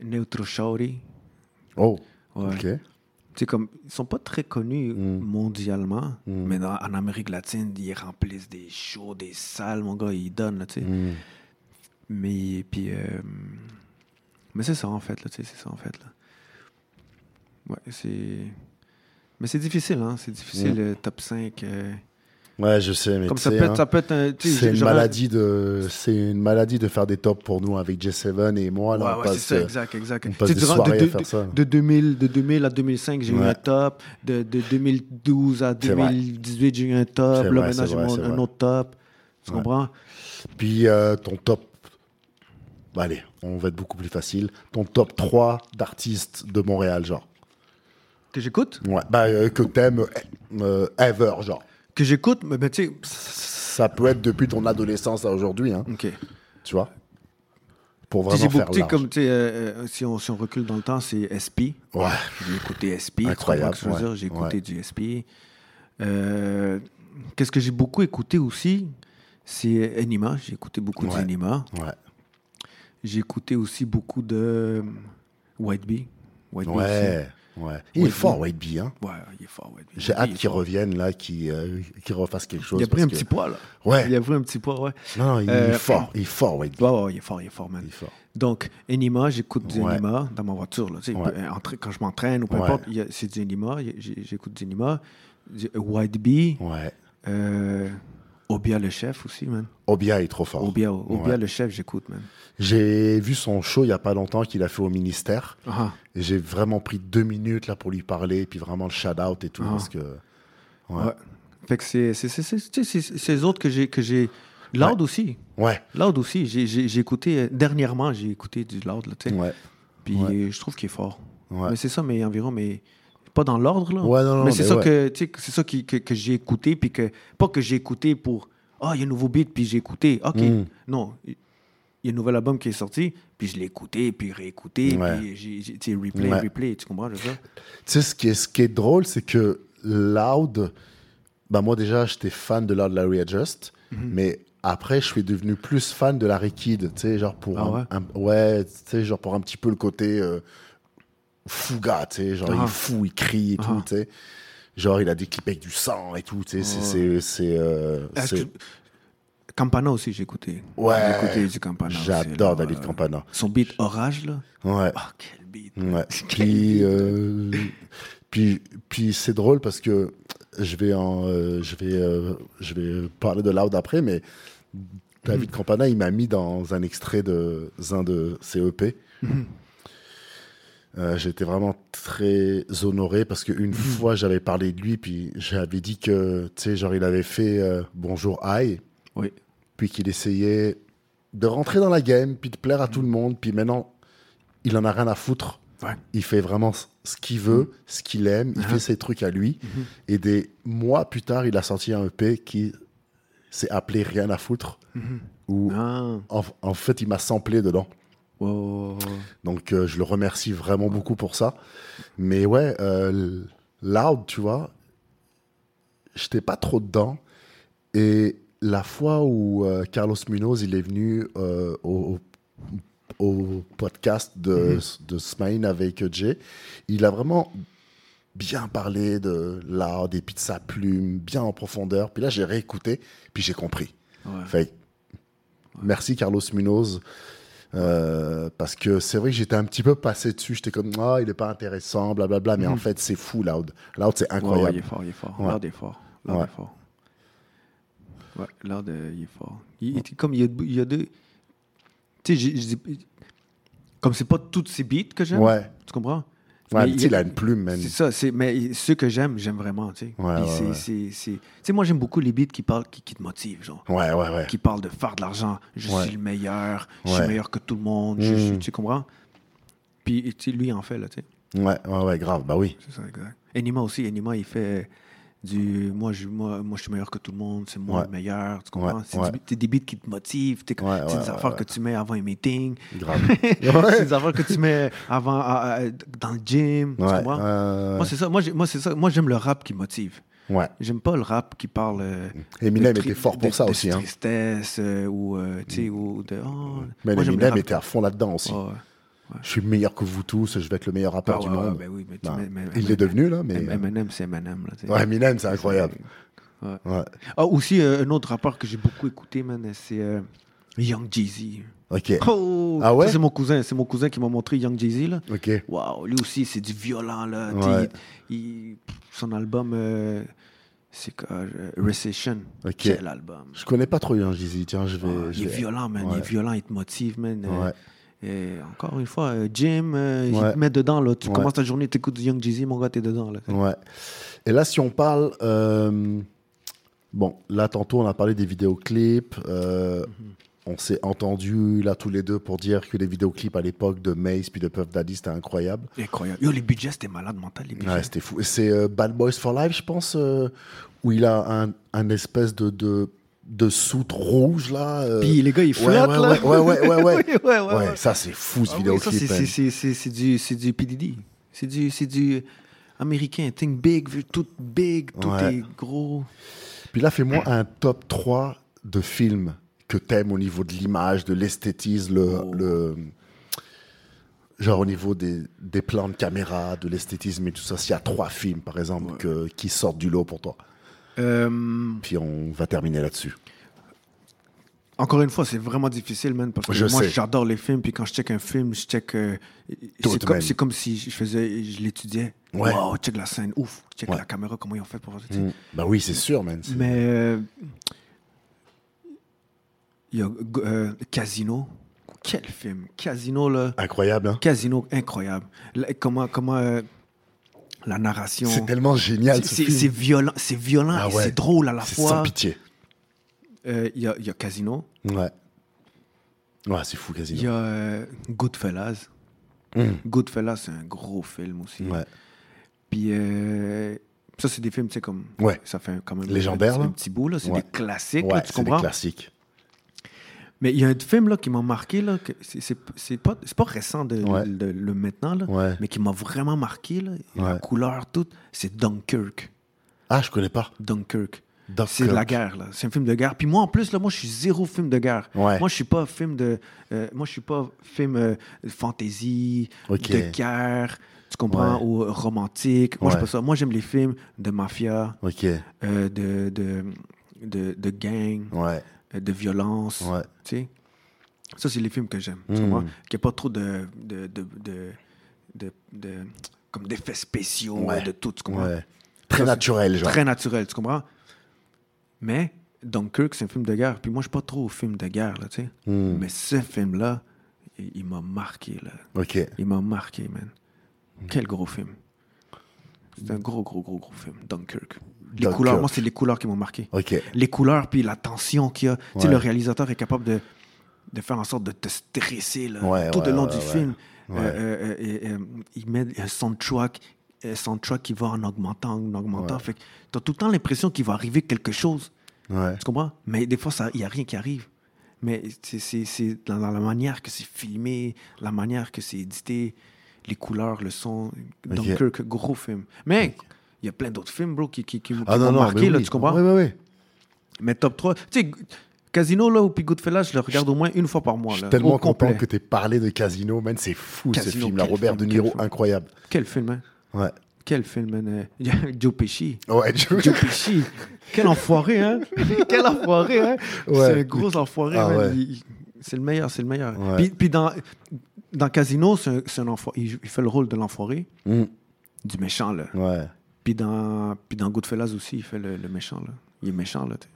Speaker 2: Neutro Shawty.
Speaker 1: Oh,
Speaker 2: Ouais.
Speaker 1: ok.
Speaker 2: Tu sais, comme, ils sont pas très connus
Speaker 1: Mm.
Speaker 2: mondialement,
Speaker 1: Mm.
Speaker 2: mais dans- en Amérique latine, ils remplissent des shows, des salles, mon gars, ils donnent, là, tu sais.
Speaker 1: Hmm.
Speaker 2: Mais, puis, euh, mais c'est ça, en fait, là, tu sais, c'est ça, en fait, là. Ouais, c'est... Mais c'est difficile, hein, c'est difficile,
Speaker 1: Mm.
Speaker 2: euh, top 5. euh,
Speaker 1: Ouais, je sais, mais
Speaker 2: comme
Speaker 1: tu
Speaker 2: ça
Speaker 1: sais,
Speaker 2: peut, être,
Speaker 1: hein,
Speaker 2: ça peut être un... tu sais,
Speaker 1: c'est une
Speaker 2: j'aurais-
Speaker 1: maladie de, c'est une maladie de faire des tops pour nous avec J7 et moi
Speaker 2: Ouais,
Speaker 1: là. on
Speaker 2: ouais,
Speaker 1: passe,
Speaker 2: c'est ça,
Speaker 1: euh,
Speaker 2: exact, exact.
Speaker 1: on
Speaker 2: Tu
Speaker 1: passe
Speaker 2: sais,
Speaker 1: des
Speaker 2: durant de,
Speaker 1: soirées à
Speaker 2: de-
Speaker 1: faire ça.
Speaker 2: de 2000, de 2000 à 2005, j'ai eu
Speaker 1: Ouais.
Speaker 2: un top. De, de 2012 à
Speaker 1: C'est vrai.
Speaker 2: 2018, j'ai eu un top.
Speaker 1: C'est
Speaker 2: Là,
Speaker 1: vrai,
Speaker 2: maintenant,
Speaker 1: c'est
Speaker 2: j'ai
Speaker 1: vrai,
Speaker 2: mon-
Speaker 1: c'est
Speaker 2: un
Speaker 1: vrai.
Speaker 2: autre top. Tu
Speaker 1: Ouais.
Speaker 2: comprends?
Speaker 1: Puis euh, ton top. Bah, allez, on va être beaucoup plus facile. Ton top 3 d'artistes de Montréal, genre.
Speaker 2: Que j'écoute?
Speaker 1: Ouais. Bah, euh, que t'aimes euh, euh, ever, genre.
Speaker 2: Que j'écoute, mais ben, tu sais...
Speaker 1: Ça peut être depuis ton adolescence à aujourd'hui, hein,
Speaker 2: OK.
Speaker 1: tu vois. Pour
Speaker 2: Tu sais, j'ai
Speaker 1: vraiment faire
Speaker 2: beaucoup, tu sais,
Speaker 1: large.
Speaker 2: comme, tu sais, euh, euh, si, on, si on recule dans le temps, c'est SP.
Speaker 1: Ouais.
Speaker 2: J'ai écouté SP. tu
Speaker 1: Incroyable,
Speaker 2: comprends ce que je veux
Speaker 1: ouais,
Speaker 2: dire? J'ai écouté du SP. Euh, Qu'est-ce que j'ai beaucoup écouté aussi? C'est Anima. J'ai écouté beaucoup
Speaker 1: Ouais.
Speaker 2: d'Anima.
Speaker 1: Ouais.
Speaker 2: J'ai écouté aussi beaucoup de euh, White Bee. White Bee aussi.
Speaker 1: Ouais. Ouais. Il est
Speaker 2: White
Speaker 1: fort,
Speaker 2: Bee.
Speaker 1: White Bee, hein.
Speaker 2: Ouais, il est fort, White Bee.
Speaker 1: J'ai
Speaker 2: Il
Speaker 1: hâte
Speaker 2: est
Speaker 1: qu'il
Speaker 2: fort.
Speaker 1: revienne là, qu'il euh, qu'il refasse quelque chose.
Speaker 2: Il a pris
Speaker 1: parce
Speaker 2: un
Speaker 1: que-
Speaker 2: petit poids, là.
Speaker 1: Ouais.
Speaker 2: Il a pris un petit poids, ouais.
Speaker 1: Non, non, il est
Speaker 2: Euh,
Speaker 1: fort, il est fort, Wade.
Speaker 2: Ouais, ouais, il est fort, il est fort, man.
Speaker 1: Il est fort.
Speaker 2: Donc, Enima, j'écoute du
Speaker 1: Ouais.
Speaker 2: Enima dans ma voiture. Là, tu sais,
Speaker 1: Ouais.
Speaker 2: peu- en tra- quand je m'entraîne ou peu
Speaker 1: Ouais.
Speaker 2: importe, il y a- c'est du Enima, il y a- j'ai- j'écoute du Enima. Du- White Bee,
Speaker 1: Ouais.
Speaker 2: euh, Obia le chef aussi, man.
Speaker 1: Obia est trop fort.
Speaker 2: Obia, Obia
Speaker 1: Oh. Ouais.
Speaker 2: le chef, j'écoute, man.
Speaker 1: J'ai vu son show il y a pas longtemps qu'il a fait au ministère.
Speaker 2: Ah,
Speaker 1: Et J'ai vraiment pris deux minutes là pour lui parler, et puis vraiment le shout out et tout
Speaker 2: Ah.
Speaker 1: parce que ouais,
Speaker 2: ouais. Fait que c'est c'est- c'est- c'est- tu sais, c'est- c'est les autres que j'ai. que j'ai- Loud aussi.
Speaker 1: ouais,
Speaker 2: Loud aussi, j'ai- j'ai j'ai écouté, euh, dernièrement, j'ai écouté du Loud, là, tu sais.
Speaker 1: ouais,
Speaker 2: Puis
Speaker 1: Ouais.
Speaker 2: je trouve qu'il est fort.
Speaker 1: Ouais.
Speaker 2: Mais c'est ça, mais environ, mais pas dans l'ordre, là.
Speaker 1: Ouais, non, non,
Speaker 2: mais c'est
Speaker 1: mais
Speaker 2: ça,
Speaker 1: ouais.
Speaker 2: que, tu sais, que c'est ça qui- que, que j'ai écouté, puis que, pas que j'ai écouté pour, ah, il y a un nouveau beat, puis j'ai écouté. OK.
Speaker 1: Mm.
Speaker 2: Non, il y a un nouvel album qui est sorti, puis je l'ai écouté, puis réécouté,
Speaker 1: Ouais.
Speaker 2: puis j'ai- j'ai- tu sais, replay,
Speaker 1: Ouais.
Speaker 2: replay, tu comprends, je veux dire?
Speaker 1: Tu sais ce qui est ce qui est drôle, c'est que Loud, bah moi déjà j'étais fan de Loud Larry Adjust,
Speaker 2: Mhm.
Speaker 1: mais après je suis devenu plus fan de Larry Kid, tu sais genre pour
Speaker 2: Ah
Speaker 1: un-
Speaker 2: ouais?
Speaker 1: un- ouais, tu sais genre pour un petit peu le côté euh, fouga, tu sais genre
Speaker 2: Ah.
Speaker 1: il fout, il crie et tout,
Speaker 2: Ah.
Speaker 1: tu sais. Genre il a des clips avec du sang et tout, tu sais c'est c'est c'est euh,
Speaker 2: Est-ce
Speaker 1: c'est-
Speaker 2: que- Campana aussi, j'ai écouté.
Speaker 1: Ouais.
Speaker 2: J'ai écouté du Campana. aussi,
Speaker 1: j'adore
Speaker 2: là,
Speaker 1: David
Speaker 2: euh,
Speaker 1: Campana.
Speaker 2: Son beat Orage, là.
Speaker 1: Ouais.
Speaker 2: Ah, quel beat.
Speaker 1: Ouais. Puis, euh, puis, puis c'est drôle parce que je vais, en, euh, je, vais, euh, je vais parler de Loud après, mais David Campana, il m'a mis dans un extrait de un de ses E EP. Euh, J'étais vraiment très honoré parce qu'une fois j'avais parlé de lui, puis j'avais dit que, tu sais, genre il avait fait euh, Bonjour Aïe,
Speaker 2: Oui.
Speaker 1: puis qu'il essayait de rentrer dans la game, puis de plaire à tout le monde, puis maintenant il en a rien à foutre.
Speaker 2: Mm. Ouais. Mm.
Speaker 1: Il fait vraiment c- ce qu'il veut, ce qu'il aime, il
Speaker 2: Ah.
Speaker 1: fait ses trucs à lui. Et des mois plus tard, il a sorti un EP qui s'est appelé Rien à foutre, où
Speaker 2: Mm-hmm. Ah.
Speaker 1: en, en fait il m'a samplé dedans.
Speaker 2: Wow.
Speaker 1: Donc euh, je le remercie vraiment beaucoup pour ça. Mais ouais, euh, Loud, tu vois, j'étais pas trop dedans. Et la fois où euh, Carlos Munoz, il est venu euh, au, au- au podcast de, de Smain avec Jay, il a vraiment bien parlé de Loud et puis de sa plume, bien en profondeur. Puis là, j'ai réécouté, puis j'ai compris.
Speaker 2: Ouais.
Speaker 1: Fait- Merci Carlos Munoz. euh, parce que c'est vrai que j'étais un petit peu passé dessus. J'étais comme, ah, il est pas intéressant, blablabla. Mais en
Speaker 2: Mhm. Oh,
Speaker 1: fait, c'est fou, Loud. Loud, c'est
Speaker 2: Ouais, ouais, il
Speaker 1: incroyable.
Speaker 2: est fort, il est fort.
Speaker 1: Ouais.
Speaker 2: L'art est fort. L'art
Speaker 1: Ouais.
Speaker 2: est fort. Ouais, l'art, euh, il est fort. Il, il- comme il y a, il y a deux. Tu sais, j'ai- je dis- Comme c'est pas toutes ces beats que
Speaker 1: Ouais,
Speaker 2: j'aime.
Speaker 1: ouais.
Speaker 2: Tu comprends?
Speaker 1: mais
Speaker 2: Mais
Speaker 1: tu
Speaker 2: il-
Speaker 1: sais, il a une plume, man.
Speaker 2: C'est ça, c'est, mais ceux que j'aime, j'aime vraiment, tu sais.
Speaker 1: Ouais,
Speaker 2: Puis
Speaker 1: ouais,
Speaker 2: c'est-
Speaker 1: ouais.
Speaker 2: c'est- c'est- Tu sais, moi, j'aime beaucoup les beats qui parlent, qui, qui te motivent, genre.
Speaker 1: Ouais, ouais, ouais.
Speaker 2: Qui parlent de faire de l'argent. Je
Speaker 1: Ouais.
Speaker 2: suis le meilleur, je suis
Speaker 1: Ouais.
Speaker 2: meilleur que tout le monde, je suis-
Speaker 1: Mm.
Speaker 2: tu comprends? Puis, tu sais, lui, il en fait, là, tu sais.
Speaker 1: Ouais, ouais, ouais, grave. Bah oui.
Speaker 2: C'est ça, exact. Enima aussi, Enima, il fait du moi je, moi, moi, je suis meilleur que tout le monde, c'est moi
Speaker 1: Ouais.
Speaker 2: le meilleur, tu comprends?
Speaker 1: Ouais,
Speaker 2: C'est
Speaker 1: ouais.
Speaker 2: du- c'est des beats qui te motivent, t'es-
Speaker 1: Ouais,
Speaker 2: c'est
Speaker 1: ouais, ouais,
Speaker 2: des affaires
Speaker 1: ouais.
Speaker 2: que tu mets avant un meeting,
Speaker 1: Grave.
Speaker 2: c'est des affaires que tu mets avant à- à- dans le gym, tu
Speaker 1: Ouais,
Speaker 2: comprends?
Speaker 1: euh,
Speaker 2: Moi, c'est ça, moi, j'ai- moi, c'est ça, moi j'aime le rap qui motive.
Speaker 1: ouais.
Speaker 2: J'aime pas le rap qui parle. euh,
Speaker 1: Mm. Eminem
Speaker 2: de tri-
Speaker 1: était fort
Speaker 2: de-
Speaker 1: pour ça
Speaker 2: de
Speaker 1: aussi. Hein. Mm.
Speaker 2: Tristesse euh, ou, euh, tu sais, ou de. oh,
Speaker 1: Mais
Speaker 2: moi, j'aime le
Speaker 1: Eminem
Speaker 2: rap-
Speaker 1: était à fond là-dedans aussi.
Speaker 2: Ouais, ouais.
Speaker 1: Je suis meilleur que vous tous, je vais être le meilleur rappeur
Speaker 2: Ah,
Speaker 1: du
Speaker 2: ouais, ouais,
Speaker 1: monde.
Speaker 2: ben oui, mais tu-
Speaker 1: Bah,
Speaker 2: mais- mais-
Speaker 1: il
Speaker 2: mais-
Speaker 1: l'est devenu, là, mais. euh,
Speaker 2: Eminem, c'est Eminem. Là, tu sais.
Speaker 1: Ouais, Eminem, c'est incroyable.
Speaker 2: Ouais.
Speaker 1: Ouais.
Speaker 2: Ah, aussi, euh, un autre rappeur que j'ai beaucoup écouté, man, c'est euh, Young Jeezy.
Speaker 1: Ok.
Speaker 2: Oh!
Speaker 1: Ah ouais?
Speaker 2: Ça, C'est mon cousin, c'est mon cousin qui m'a montré Young Jeezy, là.
Speaker 1: Ok.
Speaker 2: Waouh, lui aussi, c'est du violent, là. Tu
Speaker 1: Ouais.
Speaker 2: sais, il- il- son album, euh, c'est quoi? euh, Recession.
Speaker 1: Ok.
Speaker 2: Quel album?
Speaker 1: Je connais pas trop Young Jeezy. Tiens, je vais.
Speaker 2: Ah,
Speaker 1: je
Speaker 2: il est
Speaker 1: vais-
Speaker 2: violent, man.
Speaker 1: Ouais.
Speaker 2: Il est violent, il te motive, man. Euh,
Speaker 1: Ouais.
Speaker 2: et encore une fois, euh, Jim, euh, il
Speaker 1: Ouais.
Speaker 2: te met dedans, là. Tu
Speaker 1: Ouais.
Speaker 2: commences ta journée, t'écoutes du Young Jeezy, mon gars, t'es dedans, là.
Speaker 1: Ouais. Et là, si on parle. euh, Bon, là, tantôt, on a parlé des vidéoclips. euh,
Speaker 2: Mhm.
Speaker 1: On s'est entendu, là, tous les deux, pour dire que les vidéoclips à l'époque de Mace puis de Puff Daddy, c'était incroyable.
Speaker 2: Incroyable. Yo, les budgets, c'était malade mental, les budgets.
Speaker 1: Ouais, c'était fou. Et C'est euh, Bad Boys for Life, je pense, euh, où il a un, un espèce de, de, de soute rouge, là. euh.
Speaker 2: Puis les gars, ils
Speaker 1: Ouais,
Speaker 2: flottent,
Speaker 1: ouais,
Speaker 2: là.
Speaker 1: ouais, ouais, ouais, ouais.
Speaker 2: Oui, ouais, ouais,
Speaker 1: Ouais,
Speaker 2: ouais.
Speaker 1: ça, c'est fou, ce
Speaker 2: Ah oui, ça,
Speaker 1: vidéoclip.
Speaker 2: c'est-
Speaker 1: hein.
Speaker 2: c'est- c'est- c'est- C'est du, c'est du PDD. C'est du, c'est du américain. Think big, vu tout big, tout
Speaker 1: Ouais.
Speaker 2: est gros.
Speaker 1: Puis là, fais-moi un top 3 de films que t'aimes au niveau de l'image, de l'esthétisme, le,
Speaker 2: Oh.
Speaker 1: le- Genre au niveau des, des plans de caméra, de l'esthétisme et tout ça. S'il y a trois films, par exemple, que- qui sortent du lot pour toi.
Speaker 2: Euh,
Speaker 1: Puis on va terminer là-dessus.
Speaker 2: encore une fois, c'est vraiment difficile, man, parce que
Speaker 1: Je
Speaker 2: moi,
Speaker 1: sais.
Speaker 2: j'adore les films, puis quand je check un film, je check. euh,
Speaker 1: Tout,
Speaker 2: c'est comme,
Speaker 1: man.
Speaker 2: c'est comme si je faisais, je l'étudiais.
Speaker 1: Ouais.
Speaker 2: Wow, check la scène, ouf, check
Speaker 1: Ouais.
Speaker 2: la caméra, comment ils ont fait pour faire ça.
Speaker 1: Bah oui, c'est sûr, man. C'est-
Speaker 2: Mm. Mais. euh, il y a euh, Casino. Quel film Casino, là.
Speaker 1: Incroyable, hein
Speaker 2: Casino incroyable. La- comment comment euh, la narration.
Speaker 1: C'est tellement génial,
Speaker 2: C'est-
Speaker 1: ce
Speaker 2: C'est
Speaker 1: film.
Speaker 2: c'est violent, c'est violent,
Speaker 1: Ah
Speaker 2: et
Speaker 1: ouais.
Speaker 2: c'est drôle à la
Speaker 1: C'est sans
Speaker 2: fois.
Speaker 1: pitié.
Speaker 2: Euh, Il y, a, il y a Casino,
Speaker 1: Ouais. Ouais, c'est fou,
Speaker 2: il
Speaker 1: Casino.
Speaker 2: y a euh, Goodfellas. Goodfellas, c'est un gros film aussi.
Speaker 1: Hmm. Ouais.
Speaker 2: Puis euh, ça, c'est des films, tu sais, comme.
Speaker 1: Ouais.
Speaker 2: Ça fait quand même.
Speaker 1: Légendaire,
Speaker 2: un,
Speaker 1: là.
Speaker 2: un petit bout, là. C'est
Speaker 1: Ouais.
Speaker 2: des classiques, là,
Speaker 1: Ouais,
Speaker 2: tu
Speaker 1: c'est des
Speaker 2: comprends?
Speaker 1: classiques.
Speaker 2: Mais il y a un film, là, qui m'a marqué, là. que c'est- C'est c'est pas, c'est pas récent de,
Speaker 1: Ouais.
Speaker 2: de- de- le maintenant, là.
Speaker 1: Ouais.
Speaker 2: Mais qui m'a vraiment marqué, là. La
Speaker 1: Ouais.
Speaker 2: couleur, toute. C'est Dunkirk.
Speaker 1: Ah, je connais pas.
Speaker 2: Dunkirk.
Speaker 1: Dunkirk.
Speaker 2: C'est de la guerre, là. C'est un film de guerre. Puis moi, en plus, là, moi, je suis zéro film de guerre.
Speaker 1: Ouais.
Speaker 2: Moi, je suis pas film de. euh, moi, je suis pas film euh, fantasy,
Speaker 1: Ok.
Speaker 2: de guerre, tu comprends,
Speaker 1: Ouais.
Speaker 2: ou euh, romantique. Moi, je suis
Speaker 1: Ouais.
Speaker 2: pas ça. Moi, j'aime les films de mafia,
Speaker 1: Ok. Ouais.
Speaker 2: euh, de, de, de, de gang, euh, de violence.
Speaker 1: Ouais.
Speaker 2: Tu sais? Ça, c'est les films que j'aime.
Speaker 1: Mm.
Speaker 2: Tu comprends? Qu'il n'y a pas trop de. de, de, de, de- de- comme d'effets spéciaux,
Speaker 1: Ouais.
Speaker 2: de tout, tu comprends?
Speaker 1: Ouais. Très naturel, genre.
Speaker 2: Très naturel, tu comprends? Mais Dunkirk, c'est un film de guerre. Puis moi, je suis pas trop au film de guerre, là, tu sais.
Speaker 1: Hmm.
Speaker 2: Mais ce film-là, il, il m'a marqué, là.
Speaker 1: Ok.
Speaker 2: Il m'a marqué, man.
Speaker 1: Hmm.
Speaker 2: Quel gros film. C'est un gros, gros, gros, gros film, Dunkirk. Les
Speaker 1: Dunkirk.
Speaker 2: couleurs, moi, c'est les couleurs qui m'ont marqué.
Speaker 1: Ok.
Speaker 2: Les couleurs, puis la tension qu'il y a. Tu sais,
Speaker 1: Ouais.
Speaker 2: le réalisateur est capable de, de faire en sorte de te stresser là,
Speaker 1: Ouais,
Speaker 2: tout
Speaker 1: ouais,
Speaker 2: le long
Speaker 1: ouais,
Speaker 2: du
Speaker 1: ouais.
Speaker 2: film. Euh,
Speaker 1: Ouais.
Speaker 2: euh, euh, et, euh, il met un soundtrack, un soundtrack qui va en augmentant, en augmentant.
Speaker 1: Ouais.
Speaker 2: Fait que t'as tout le temps l'impression qu'il va arriver quelque chose.
Speaker 1: Ouais.
Speaker 2: Tu comprends? Mais des fois, il n'y a rien qui arrive. Mais c'est- c'est c'est dans, dans la manière que c'est filmé, la manière que c'est édité, les couleurs, le son. Dunkirk, gros film. Mais il y a plein d'autres films, bro, qui, qui, qui, qui
Speaker 1: Ah non,
Speaker 2: m'ont
Speaker 1: non,
Speaker 2: marqué,
Speaker 1: mais
Speaker 2: là,
Speaker 1: oui.
Speaker 2: tu comprends?
Speaker 1: Ouais, ouais, ouais.
Speaker 2: Mais top 3. Tu sais, Casino, là, ou puis Goodfellas, je le regarde au moins une fois par mois.
Speaker 1: Je suis
Speaker 2: là,
Speaker 1: tellement
Speaker 2: au
Speaker 1: content
Speaker 2: complet.
Speaker 1: que t'aies parlé de Casino, man. C'est fou ce
Speaker 2: Casino,
Speaker 1: film-là.
Speaker 2: quel
Speaker 1: Robert
Speaker 2: film,
Speaker 1: De Niro,
Speaker 2: quel film.
Speaker 1: incroyable.
Speaker 2: Quel film, hein?
Speaker 1: Ouais.
Speaker 2: Quel film, hein? euh, il y a Joe Pesci.
Speaker 1: Ouais,
Speaker 2: Joe Pesci. Quel enfoiré, hein? Quel enfoiré, hein? C'est un
Speaker 1: Ouais.
Speaker 2: gros enfoiré,
Speaker 1: Ah
Speaker 2: man.
Speaker 1: ouais.
Speaker 2: Il- il- C'est le meilleur, c'est le meilleur.
Speaker 1: Ouais.
Speaker 2: Puis, puis dans, dans Casino, c'est un, c'est un enfo- il, joue- il fait le rôle de l'enfoiré,
Speaker 1: Mm.
Speaker 2: du méchant, là.
Speaker 1: Ouais.
Speaker 2: Puis dans, puis dans Goodfellas aussi, il fait le, le méchant, là. Il est méchant, là. t'sais.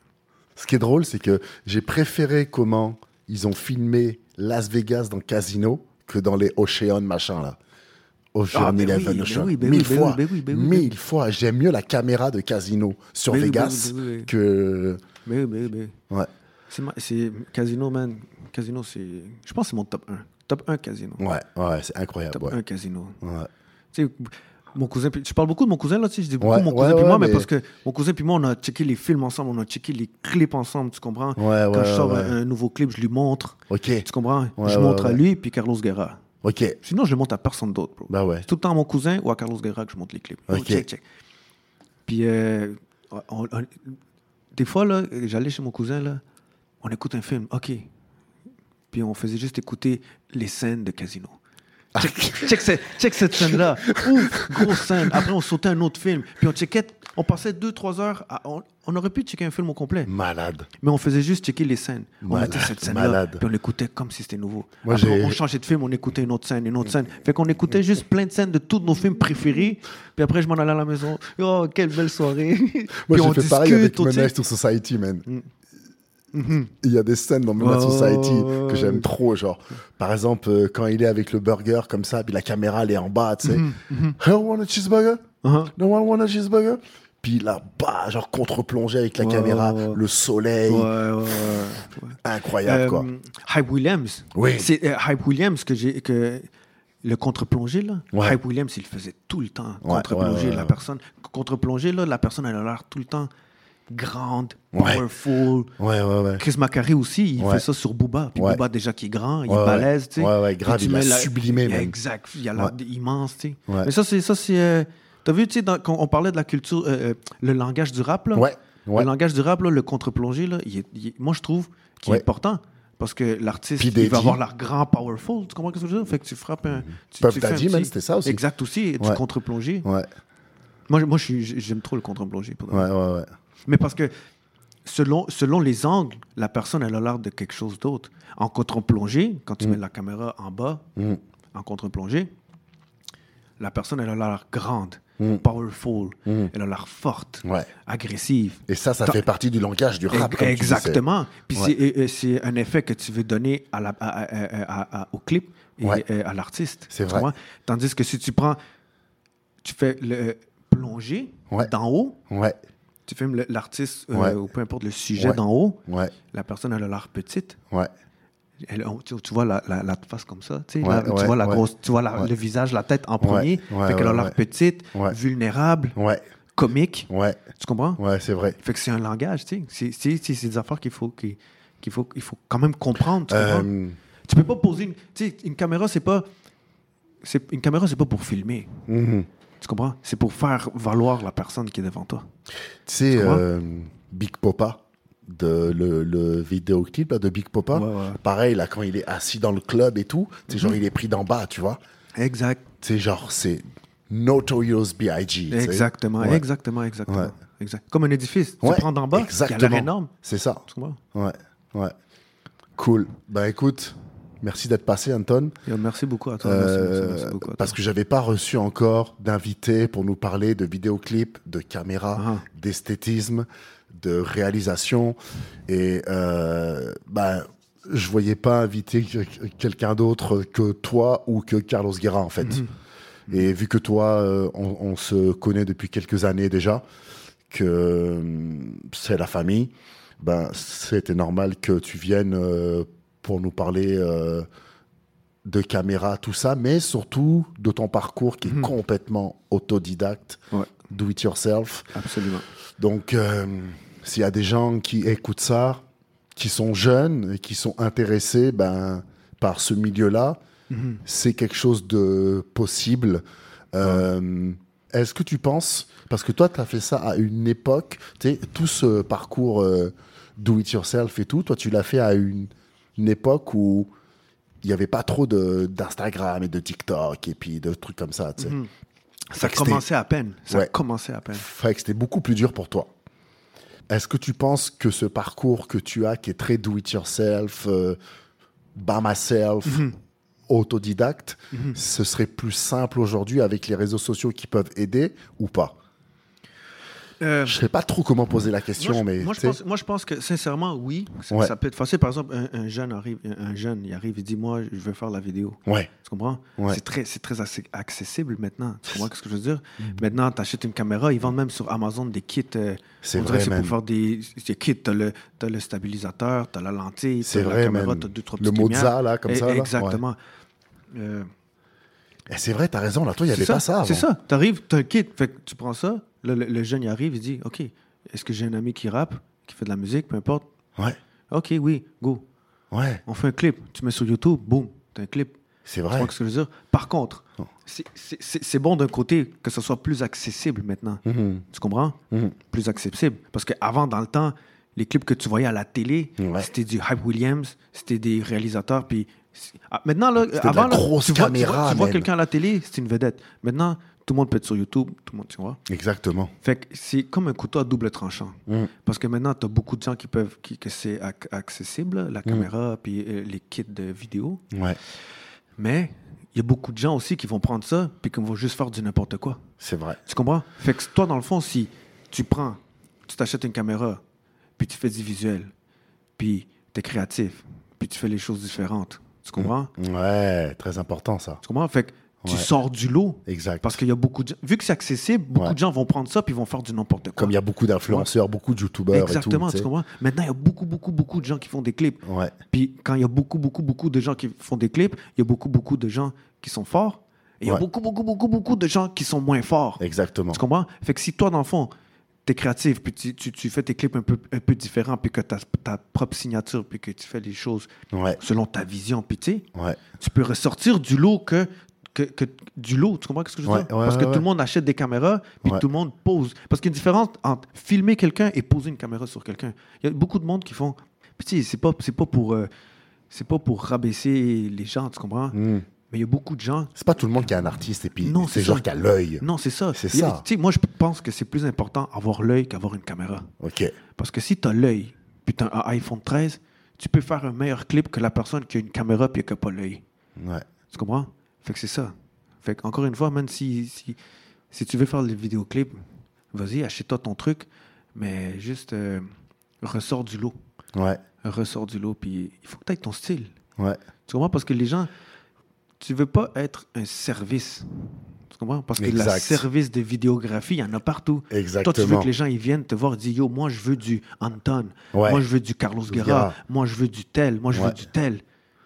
Speaker 1: Ce qui est drôle, c'est que j'ai préféré comment ils ont filmé Las Vegas dans Casino que dans les Ocean machin là. Ocean
Speaker 2: Ah, ben oui,
Speaker 1: 11,
Speaker 2: ben
Speaker 1: Ocean.
Speaker 2: oui, ben
Speaker 1: mille
Speaker 2: oui, ben
Speaker 1: fois.
Speaker 2: oui, ben oui, ben oui, ben oui.
Speaker 1: mille fois. J'aime mieux la caméra de Casino sur
Speaker 2: Ben oui, ben
Speaker 1: Vegas
Speaker 2: oui, ben oui.
Speaker 1: que.
Speaker 2: Mais oui, mais oui, mais oui.
Speaker 1: Ouais.
Speaker 2: C'est ma- C'est Casino, man. Casino, c'est. Je pense que c'est mon top 1. Top 1 Casino.
Speaker 1: Ouais, ouais, c'est incroyable.
Speaker 2: Top
Speaker 1: ouais.
Speaker 2: 1 Casino.
Speaker 1: Ouais.
Speaker 2: Tu sais, mon cousin, puis- je parle beaucoup de mon cousin, là, tu sais, je dis beaucoup
Speaker 1: Ouais,
Speaker 2: mon cousin
Speaker 1: ouais,
Speaker 2: puis
Speaker 1: ouais,
Speaker 2: moi, mais...
Speaker 1: mais-
Speaker 2: parce que mon cousin puis moi, on a checké les films ensemble, on a checké les clips ensemble, tu comprends?
Speaker 1: Ouais,
Speaker 2: Quand
Speaker 1: ouais,
Speaker 2: je sors
Speaker 1: ouais.
Speaker 2: un, un nouveau clip, je lui montre,
Speaker 1: Ok,
Speaker 2: tu comprends?
Speaker 1: Ouais,
Speaker 2: je
Speaker 1: ouais,
Speaker 2: montre à
Speaker 1: ouais.
Speaker 2: lui, puis Carlos Guerra.
Speaker 1: ok.
Speaker 2: Sinon, je le montre à personne d'autre, bro.
Speaker 1: Bah ouais.
Speaker 2: C'est tout le temps à mon cousin ou à Carlos Guerra que je monte les clips. Oh,
Speaker 1: Ok.
Speaker 2: check, check. Puis, euh, on- on- des fois, là, j'allais chez mon cousin, là, on écoute un film, OK. Puis on faisait juste écouter les scènes de Casino.
Speaker 1: Ah.
Speaker 2: Check, check ce- check cette scène-là. Ouf, grosse scène. Après, on sautait un autre film. Puis on checkait, on passait 2-3 heures. à- on, on aurait pu checker un film au complet,
Speaker 1: Malade.
Speaker 2: mais on faisait juste checker les scènes. On
Speaker 1: Malade,
Speaker 2: mettait cette scène-là,
Speaker 1: malade.
Speaker 2: puis on l'écoutait comme si c'était nouveau.
Speaker 1: Moi,
Speaker 2: Après,
Speaker 1: j'ai-
Speaker 2: on changeait de film, on écoutait une autre scène, une autre scène. Fait qu'on écoutait juste plein de scènes de tous nos films préférés. Puis après, je m'en allais à la maison. Oh, quelle belle soirée.
Speaker 1: Moi,
Speaker 2: Puis on
Speaker 1: j'ai fait pareil
Speaker 2: discute,
Speaker 1: avec
Speaker 2: on
Speaker 1: Menace
Speaker 2: check.
Speaker 1: to Society, man. Il y a des scènes dans Menace to
Speaker 2: Ouais,
Speaker 1: Society
Speaker 2: ouais,
Speaker 1: que
Speaker 2: ouais.
Speaker 1: j'aime trop, genre, par exemple, euh, quand il est avec le burger comme ça, puis la caméra, elle est en bas, tu sais.
Speaker 2: Mm-hmm,
Speaker 1: I want a cheeseburger?
Speaker 2: Uh-huh.
Speaker 1: No one want a cheeseburger? Puis là, bah, genre, contre-plongée avec la
Speaker 2: Ouais,
Speaker 1: caméra,
Speaker 2: ouais, ouais.
Speaker 1: le soleil,
Speaker 2: Ouais, ouais, ouais.
Speaker 1: incroyable, quoi.
Speaker 2: Euh, Hype Williams.
Speaker 1: Oui.
Speaker 2: C'est euh, Hype Williams que j'ai. Que... Le contre-plongé, là.
Speaker 1: Ouais.
Speaker 2: Hype Williams, il faisait tout le temps.
Speaker 1: Ouais,
Speaker 2: Contre-plongé,
Speaker 1: ouais, ouais,
Speaker 2: la
Speaker 1: ouais.
Speaker 2: personne. Contre-plongé, là, la personne, elle a l'air tout le temps grande,
Speaker 1: Ouais.
Speaker 2: powerful.
Speaker 1: Ouais, ouais, ouais.
Speaker 2: Chris Macari aussi, il
Speaker 1: Ouais.
Speaker 2: fait ça sur Booba. Puis
Speaker 1: Ouais.
Speaker 2: Booba, déjà, qui est grand, il
Speaker 1: Ouais,
Speaker 2: est
Speaker 1: ouais.
Speaker 2: balèze, tu sais.
Speaker 1: Ouais, ouais,
Speaker 2: Puis
Speaker 1: grave,
Speaker 2: tu
Speaker 1: il
Speaker 2: mets
Speaker 1: l'a
Speaker 2: la-
Speaker 1: sublimé, même.
Speaker 2: Exact. Il a l'air
Speaker 1: Ouais.
Speaker 2: d- immense, tu sais.
Speaker 1: Ouais.
Speaker 2: Mais ça, c'est. ça, c'est, euh, T'as vu, tu sais, dans- quand on parlait de la culture, euh, euh, le langage du rap, là.
Speaker 1: Ouais, ouais.
Speaker 2: Le langage du rap, là, le contre-plongé, là, il est- il est- moi, je trouve qu'il
Speaker 1: Ouais.
Speaker 2: est important. Parce que l'artiste,
Speaker 1: Puis
Speaker 2: il
Speaker 1: Daddy.
Speaker 2: va avoir l'air grand, powerful. Tu comprends ce que je veux dire? Fait que tu frappes un. Tu,
Speaker 1: Puff
Speaker 2: tu fais un
Speaker 1: Daddy, man, c'était ça aussi.
Speaker 2: Exact aussi, du
Speaker 1: Ouais.
Speaker 2: contre-plongé.
Speaker 1: Ouais,
Speaker 2: Moi, je- moi je suis- j'aime trop le contre-plongé. pour de vrai.
Speaker 1: ouais, ouais, ouais.
Speaker 2: Mais parce que selon, selon les angles, la personne, elle a l'air de quelque chose d'autre. En contre-plongée, quand tu mets la caméra en bas,
Speaker 1: Mm.
Speaker 2: en contre-plongée, la personne, elle a l'air grande,
Speaker 1: Mm.
Speaker 2: powerful, elle a l'air forte,
Speaker 1: Ouais.
Speaker 2: agressive.
Speaker 1: Et ça, ça
Speaker 2: Dans-
Speaker 1: fait partie du langage du rap. comme tu disais.
Speaker 2: Exactement. Puis
Speaker 1: Ouais.
Speaker 2: c'est- et- et c'est un effet que tu veux donner à la, à- à- à- à- au clip et
Speaker 1: Ouais.
Speaker 2: euh, à l'artiste.
Speaker 1: C'est
Speaker 2: Tu
Speaker 1: vrai.
Speaker 2: comprends? Tandis que si tu prends, tu fais le plonger
Speaker 1: Ouais.
Speaker 2: d'en haut,
Speaker 1: Ouais,
Speaker 2: tu filmes le- l'artiste euh,
Speaker 1: Ouais.
Speaker 2: ou peu importe le sujet
Speaker 1: Ouais.
Speaker 2: d'en haut,
Speaker 1: ouais,
Speaker 2: la personne elle a l'air petite.
Speaker 1: ouais.
Speaker 2: Elle- on- tu, tu vois la, la- la face comme ça, tu, sais,
Speaker 1: Ouais,
Speaker 2: la- tu
Speaker 1: ouais,
Speaker 2: vois, la
Speaker 1: ouais.
Speaker 2: grosse, tu vois la-
Speaker 1: Ouais.
Speaker 2: le visage, la tête en premier.
Speaker 1: ouais,
Speaker 2: fait qu'elle a
Speaker 1: ouais,
Speaker 2: l'air
Speaker 1: ouais.
Speaker 2: petite,
Speaker 1: Ouais.
Speaker 2: vulnérable,
Speaker 1: Ouais,
Speaker 2: comique.
Speaker 1: ouais,
Speaker 2: Tu comprends?
Speaker 1: ouais, c'est vrai.
Speaker 2: Fait que c'est un langage, tu sais. C'est- C'est c'est- c'est des affaires qu'il faut, qu'il qu'il faut, il faut quand même comprendre. Tu, comprends?
Speaker 1: Euh,
Speaker 2: Tu peux pas poser une. Tu sais, une caméra, c'est pas. c'est- Une caméra, c'est pas pour filmer.
Speaker 1: mhm.
Speaker 2: Tu comprends? C'est pour faire valoir la personne qui est devant toi.
Speaker 1: Tu sais,
Speaker 2: comprends
Speaker 1: euh, Big Popa, de, le, le vidéoclip là, de Big Popa,
Speaker 2: Ouais, ouais. Mhm.
Speaker 1: pareil, là, quand il est assis dans le club et tout, tu sais, genre, il est pris d'en bas, tu vois.
Speaker 2: Exact.
Speaker 1: Tu sais, genre, c'est Notorious B.I.G. tu sais.
Speaker 2: Exactement,
Speaker 1: Ouais.
Speaker 2: exactement, exactement.
Speaker 1: Ouais.
Speaker 2: Exact. Comme un édifice.
Speaker 1: Ouais,
Speaker 2: tu prends d'en bas, il y a l'air
Speaker 1: exactement.
Speaker 2: énorme.
Speaker 1: C'est ça.
Speaker 2: Tu comprends?
Speaker 1: Ouais, ouais. Cool. Ben écoute, merci d'être passé, Anton.
Speaker 2: Et, euh, merci beaucoup à toi. merci, merci, merci
Speaker 1: Euh,
Speaker 2: beaucoup à toi.
Speaker 1: parce que j'avais pas reçu encore d'invité pour nous parler de vidéoclips, de caméra,
Speaker 2: Ah.
Speaker 1: d'esthétisme, de réalisation. Et euh, bah, je voyais pas inviter quelqu'un d'autre que toi ou que Carlos Guerra, en fait.
Speaker 2: Mhm.
Speaker 1: Et vu que toi, euh, on, on se connaît depuis quelques années déjà, que euh, c'est la famille, ben, c'était normal que tu viennes euh, pour nous parler euh, de caméra, tout ça, mais surtout de ton parcours qui est
Speaker 2: Mhm.
Speaker 1: complètement autodidacte,
Speaker 2: Ouais.
Speaker 1: do it yourself.
Speaker 2: Absolument.
Speaker 1: Donc, euh, s'il y a des gens qui écoutent ça, qui sont jeunes et qui sont intéressés ben, par ce milieu-là,
Speaker 2: Mhm.
Speaker 1: c'est quelque chose de possible. Euh, Est-ce que tu penses, parce que toi, tu as fait ça à une époque, tu sais, tout ce parcours euh, do it yourself et tout, toi, tu l'as fait à une, une époque où il n'y avait pas trop de- d'Instagram et de TikTok et puis de trucs comme ça, tu sais.
Speaker 2: Mhm. Ça
Speaker 1: que c'était-
Speaker 2: commençait à peine. Ça
Speaker 1: Ouais.
Speaker 2: commençait à peine.
Speaker 1: Fait que c'était beaucoup plus dur pour toi. Est-ce que tu penses que ce parcours que tu as, qui est très do it yourself, euh, by myself, autodidacte, ce serait plus simple aujourd'hui avec les réseaux sociaux qui peuvent aider ou pas
Speaker 2: Euh,
Speaker 1: Je sais pas trop comment poser la
Speaker 2: moi,
Speaker 1: question,
Speaker 2: je,
Speaker 1: mais
Speaker 2: moi,
Speaker 1: tu
Speaker 2: je
Speaker 1: sais,
Speaker 2: pense, moi, je pense que sincèrement, oui, ça,
Speaker 1: Ouais.
Speaker 2: ça peut être facile. Par exemple, un, un jeune arrive, un jeune, il arrive, il dit Moi, je veux faire la vidéo.
Speaker 1: ouais,
Speaker 2: Tu comprends?
Speaker 1: Ouais.
Speaker 2: C'est très, c'est très assez- accessible maintenant. Tu comprends ce que je veux dire?
Speaker 1: Mhm.
Speaker 2: Maintenant, tu achètes une caméra, ils vendent même sur Amazon des kits. euh,
Speaker 1: C'est
Speaker 2: on dirait
Speaker 1: vrai,
Speaker 2: que C'est
Speaker 1: man.
Speaker 2: pour faire des, des kits. Tu as, le stabilisateur, tu as la lentille,
Speaker 1: C'est
Speaker 2: t'as
Speaker 1: vrai,
Speaker 2: la caméra,
Speaker 1: man.
Speaker 2: tu as deux, trois
Speaker 1: Le
Speaker 2: petites
Speaker 1: Mozza,
Speaker 2: lumières.
Speaker 1: là, comme
Speaker 2: Eh,
Speaker 1: ça, là.
Speaker 2: Exactement. Euh,
Speaker 1: Eh, c'est vrai, t'as raison. Là, toi, il y
Speaker 2: c'est
Speaker 1: avait pas ça. avant.
Speaker 2: C'est ça. Tu arrives, tu as un kit. Fait que tu prends ça. là, le, le jeune, il arrive, il dit OK, est-ce que j'ai un ami qui rappe, qui fait de la musique, peu importe.
Speaker 1: Ouais,
Speaker 2: OK, oui, go.
Speaker 1: ouais,
Speaker 2: On fait un clip. Tu mets sur YouTube, boum, t'as un clip.
Speaker 1: c'est
Speaker 2: Tu
Speaker 1: vrai.
Speaker 2: vois ce que je veux dire? Par contre, c'est- c'est- c'est c'est bon d'un côté que ce soit plus accessible maintenant.
Speaker 1: Mhm.
Speaker 2: Tu comprends?
Speaker 1: Mhm.
Speaker 2: Plus accessible. Parce qu'avant, dans le temps, les clips que tu voyais à la télé,
Speaker 1: Ouais.
Speaker 2: c'était du Hype Williams, c'était des réalisateurs. Puis c'est- ah, maintenant, là,
Speaker 1: de
Speaker 2: avant,
Speaker 1: la
Speaker 2: là,
Speaker 1: grosse
Speaker 2: tu vois, tu
Speaker 1: caméra,
Speaker 2: vois- tu vois
Speaker 1: man.
Speaker 2: quelqu'un à la télé, c'est une vedette. Maintenant, tout le monde peut être sur YouTube, tout le monde, tu vois.
Speaker 1: Exactement.
Speaker 2: Fait que c'est comme un couteau à double tranchant.
Speaker 1: Mhm.
Speaker 2: Parce que maintenant, tu as beaucoup de gens qui peuvent, qui- que c'est ac- accessible,
Speaker 1: Mm.
Speaker 2: la caméra, puis euh, les kits de vidéo.
Speaker 1: Ouais,
Speaker 2: Mais il y a beaucoup de gens aussi qui vont prendre ça puis qui vont juste faire du n'importe quoi.
Speaker 1: c'est vrai.
Speaker 2: Tu comprends? Fait que toi, dans le fond, si tu prends, tu t'achètes une caméra, puis tu fais du visuel, puis tu es créatif, puis tu fais les choses différentes.
Speaker 1: Mm.
Speaker 2: Tu comprends?
Speaker 1: Ouais, très important ça.
Speaker 2: Tu comprends? Fait que tu
Speaker 1: Ouais.
Speaker 2: sors du lot
Speaker 1: Exact.
Speaker 2: parce qu'il y a beaucoup de gens. Vu que c'est accessible, beaucoup
Speaker 1: Ouais.
Speaker 2: de gens vont prendre ça puis ils vont faire du n'importe quoi.
Speaker 1: Comme il y a beaucoup d'influenceurs, beaucoup de youtubeurs et tout.
Speaker 2: Exactement,
Speaker 1: tu
Speaker 2: tu
Speaker 1: sais.
Speaker 2: comprends? Maintenant, il y a beaucoup, beaucoup, beaucoup de gens qui font des clips.
Speaker 1: Ouais.
Speaker 2: Puis quand il y a beaucoup, beaucoup, beaucoup de gens qui font des clips, il y a beaucoup, beaucoup de gens qui sont forts. Et il y a
Speaker 1: Ouais.
Speaker 2: beaucoup, beaucoup, beaucoup, beaucoup de gens qui sont moins forts.
Speaker 1: Exactement.
Speaker 2: Tu comprends? Fait que si toi, dans le fond, t'es créatif, puis tu, tu- tu fais tes clips un peu, un peu différents, puis que t'as ta propre signature, puis que tu fais les choses
Speaker 1: Ouais,
Speaker 2: selon ta vision, puis tu sais,
Speaker 1: ouais,
Speaker 2: tu peux ressortir du lot que, que, que- du lot. Tu comprends ce que je veux
Speaker 1: Ouais,
Speaker 2: dire?
Speaker 1: ouais,
Speaker 2: Parce que
Speaker 1: ouais,
Speaker 2: tout le
Speaker 1: ouais.
Speaker 2: monde achète des caméras, puis
Speaker 1: Ouais.
Speaker 2: tout le monde pose. Parce qu'il y a une différence entre filmer quelqu'un et poser une caméra sur quelqu'un. Il y a beaucoup de monde qui font. Puis tu sais, c'est pas, c'est pas pour. euh, c'est pas pour rabaisser les gens, tu comprends?
Speaker 1: Hmm.
Speaker 2: Mais il y a beaucoup de gens
Speaker 1: C'est pas tout le monde qui est un artiste et puis
Speaker 2: Mm. Non,
Speaker 1: c'est
Speaker 2: c'est
Speaker 1: genre
Speaker 2: ça.
Speaker 1: qui a l'œil.
Speaker 2: Non, c'est ça.
Speaker 1: C'est
Speaker 2: Il y a-
Speaker 1: ça.
Speaker 2: Tu sais, moi, je pense que c'est plus important avoir l'œil qu'avoir une caméra.
Speaker 1: Ok.
Speaker 2: Parce que si tu as l'œil, puis t'as un iPhone 13, tu peux faire un meilleur clip que la personne qui a une caméra puis qui n'a pas l'œil.
Speaker 1: Ouais.
Speaker 2: Tu comprends? Fait que c'est ça. Fait que, encore une fois, man, si, si, si tu veux faire les vidéoclips, vas-y, achète-toi ton truc, mais juste euh, ressors du lot.
Speaker 1: Ouais.
Speaker 2: Ressors du lot, puis il faut que tu aies ton style.
Speaker 1: Ouais.
Speaker 2: Tu comprends? Parce que les gens, tu veux pas être un service. Tu comprends? Parce que
Speaker 1: Exact.
Speaker 2: le service de vidéographie, il y en a partout.
Speaker 1: Exactement.
Speaker 2: Toi, tu veux que les gens ils viennent te voir et disent Yo, moi, je veux du Anton.
Speaker 1: Ouais.
Speaker 2: Moi, je veux du Carlos
Speaker 1: Guerra.
Speaker 2: Guerra. Moi, je veux du tel. Moi, je
Speaker 1: Ouais.
Speaker 2: veux du tel.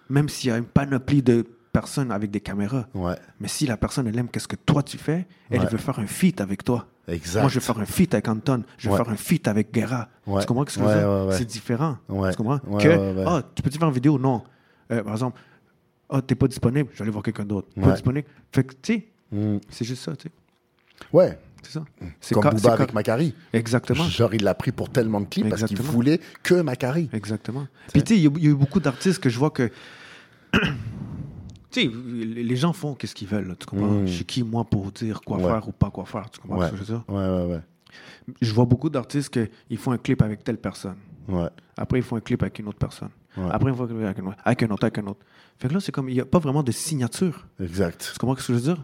Speaker 2: Même s'il y a une panoplie de personnes avec des caméras.
Speaker 1: Ouais.
Speaker 2: Mais si la personne, elle aime qu'est-ce que toi tu fais, elle
Speaker 1: Ouais.
Speaker 2: veut faire un feat avec toi.
Speaker 1: Exact.
Speaker 2: Moi, je vais faire un feat avec Anton. Je vais
Speaker 1: Ouais.
Speaker 2: faire un feat avec Guerra.
Speaker 1: Ouais.
Speaker 2: Tu comprends ce que je veux
Speaker 1: Ouais,
Speaker 2: dire?
Speaker 1: ouais, ouais.
Speaker 2: C'est différent.
Speaker 1: Ouais.
Speaker 2: Tu comprends?
Speaker 1: Ouais,
Speaker 2: que,
Speaker 1: ouais, ouais.
Speaker 2: ah, tu peux-tu faire une vidéo? Non. Euh, par exemple, ah, t'es pas disponible, je vais aller voir quelqu'un d'autre.
Speaker 1: Ouais.
Speaker 2: Pas disponible. Fait que, tu sais,
Speaker 1: Hmm.
Speaker 2: c'est juste ça, tu sais.
Speaker 1: Ouais.
Speaker 2: C'est ça. C'est
Speaker 1: Comme
Speaker 2: ca- c'est
Speaker 1: Booba
Speaker 2: ca-
Speaker 1: avec Macari.
Speaker 2: Exactement.
Speaker 1: Genre, il l'a pris pour tellement de clips parce qu'il
Speaker 2: Exactement.
Speaker 1: voulait que Macari.
Speaker 2: Exactement. Puis, tu sais, il y a- il y, a eu beaucoup d'artistes que je vois que. tu sais, les gens font qu'est-ce qu'ils veulent, là, tu comprends?
Speaker 1: Mm.
Speaker 2: Je suis qui, moi, pour dire quoi
Speaker 1: Ouais.
Speaker 2: faire ou pas quoi faire, tu comprends
Speaker 1: Ouais.
Speaker 2: ce que je veux dire?
Speaker 1: Ouais, ouais, ouais.
Speaker 2: Je vois beaucoup d'artistes qu'ils font un clip avec telle personne.
Speaker 1: Ouais.
Speaker 2: Après, ils font un clip avec une autre personne.
Speaker 1: Ouais.
Speaker 2: Après, ils font un clip avec une autre, avec un autre, avec un autre. Fait que là, c'est comme, il n'y a pas vraiment de signature.
Speaker 1: Exact.
Speaker 2: Tu comprends ce que je veux dire?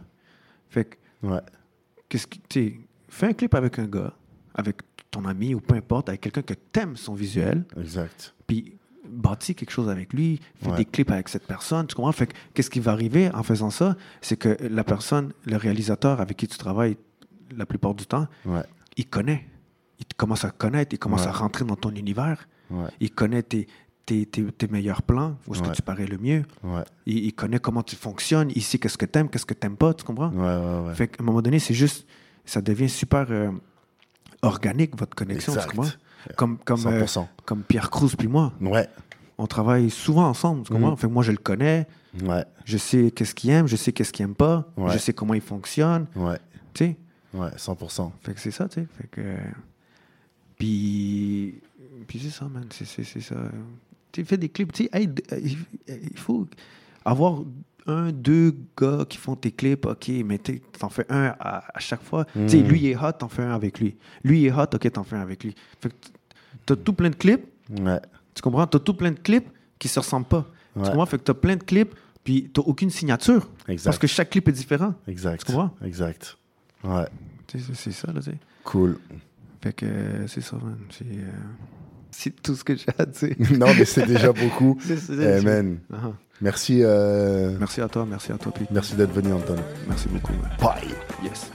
Speaker 2: Fait que,
Speaker 1: Ouais.
Speaker 2: qu'est-ce que, tu sais, fais un clip avec un gars, avec ton ami ou peu importe, avec quelqu'un que t'aimes son visuel,
Speaker 1: Exact.
Speaker 2: puis bâtis quelque chose avec lui, fais
Speaker 1: Ouais.
Speaker 2: des clips avec cette personne, tu comprends? Fait que, qu'est-ce qui va arriver en faisant ça? C'est que la personne, le réalisateur avec qui tu travailles la plupart du temps,
Speaker 1: Ouais.
Speaker 2: il connaît. Il te- commence à te connaître, il commence
Speaker 1: Ouais.
Speaker 2: à rentrer dans ton univers,
Speaker 1: Ouais.
Speaker 2: il connaît tes, tes, tes- tes meilleurs plans, où est-ce
Speaker 1: Ouais.
Speaker 2: que tu parais le mieux,
Speaker 1: Ouais.
Speaker 2: il, il connaît comment tu fonctionnes, il sait qu'est-ce que t'aimes, qu'est-ce que t'aimes pas, tu comprends?
Speaker 1: Ouais. Ouais. ouais.
Speaker 2: Fait qu'à un moment donné, c'est juste, ça devient super euh, organique, votre connexion,
Speaker 1: Exact.
Speaker 2: tu comprends? Comme, comme, euh,
Speaker 1: 100%.
Speaker 2: comme Pierre Cruz puis moi,
Speaker 1: Ouais.
Speaker 2: on travaille souvent ensemble, tu comprends? Fait que moi, je le connais,
Speaker 1: Ouais.
Speaker 2: je sais qu'est-ce qu'il aime, je sais qu'est-ce qu'il aime pas,
Speaker 1: Ouais.
Speaker 2: je sais comment il fonctionne,
Speaker 1: Ouais.
Speaker 2: tu sais?
Speaker 1: Ouais. 100%.
Speaker 2: Fait que c'est ça, tu sais. Fait que... Puis... Puis c'est ça, man. C'est, c'est, c'est ça. Tu sais, fais des clips, tu sais. hey, d- euh, il faut avoir un, deux gars qui font tes clips, OK, mais tu t'en fais un à, à chaque fois. Tu sais,
Speaker 1: Mm.
Speaker 2: lui, il est hot, t'en fais un avec lui. Lui, il est hot, OK, t'en fais un avec lui. Fait que t- t'as tout plein de clips,
Speaker 1: Ouais.
Speaker 2: tu comprends? T'as tout plein de clips qui se ressemblent pas.
Speaker 1: Ouais.
Speaker 2: Tu comprends? Fait que t'as plein de clips, puis t'as aucune signature.
Speaker 1: Exact.
Speaker 2: Parce que chaque clip est différent.
Speaker 1: Exact.
Speaker 2: Tu comprends?
Speaker 1: Exact. Ouais.
Speaker 2: Tu sais, c'est, c'est ça, là, tu sais.
Speaker 1: Cool.
Speaker 2: Fait que euh, c'est ça, man. C'est, euh, c'est tout ce que j'ai à dire.
Speaker 1: non, mais c'est déjà beaucoup.
Speaker 2: C'est- c'est- c'est-
Speaker 1: Amen.
Speaker 2: Ah,
Speaker 1: Merci. euh,
Speaker 2: Merci à toi, merci à toi, Pete.
Speaker 1: Merci d'être venu, Anton.
Speaker 2: Merci beaucoup. man.
Speaker 1: Bye.
Speaker 2: Yes.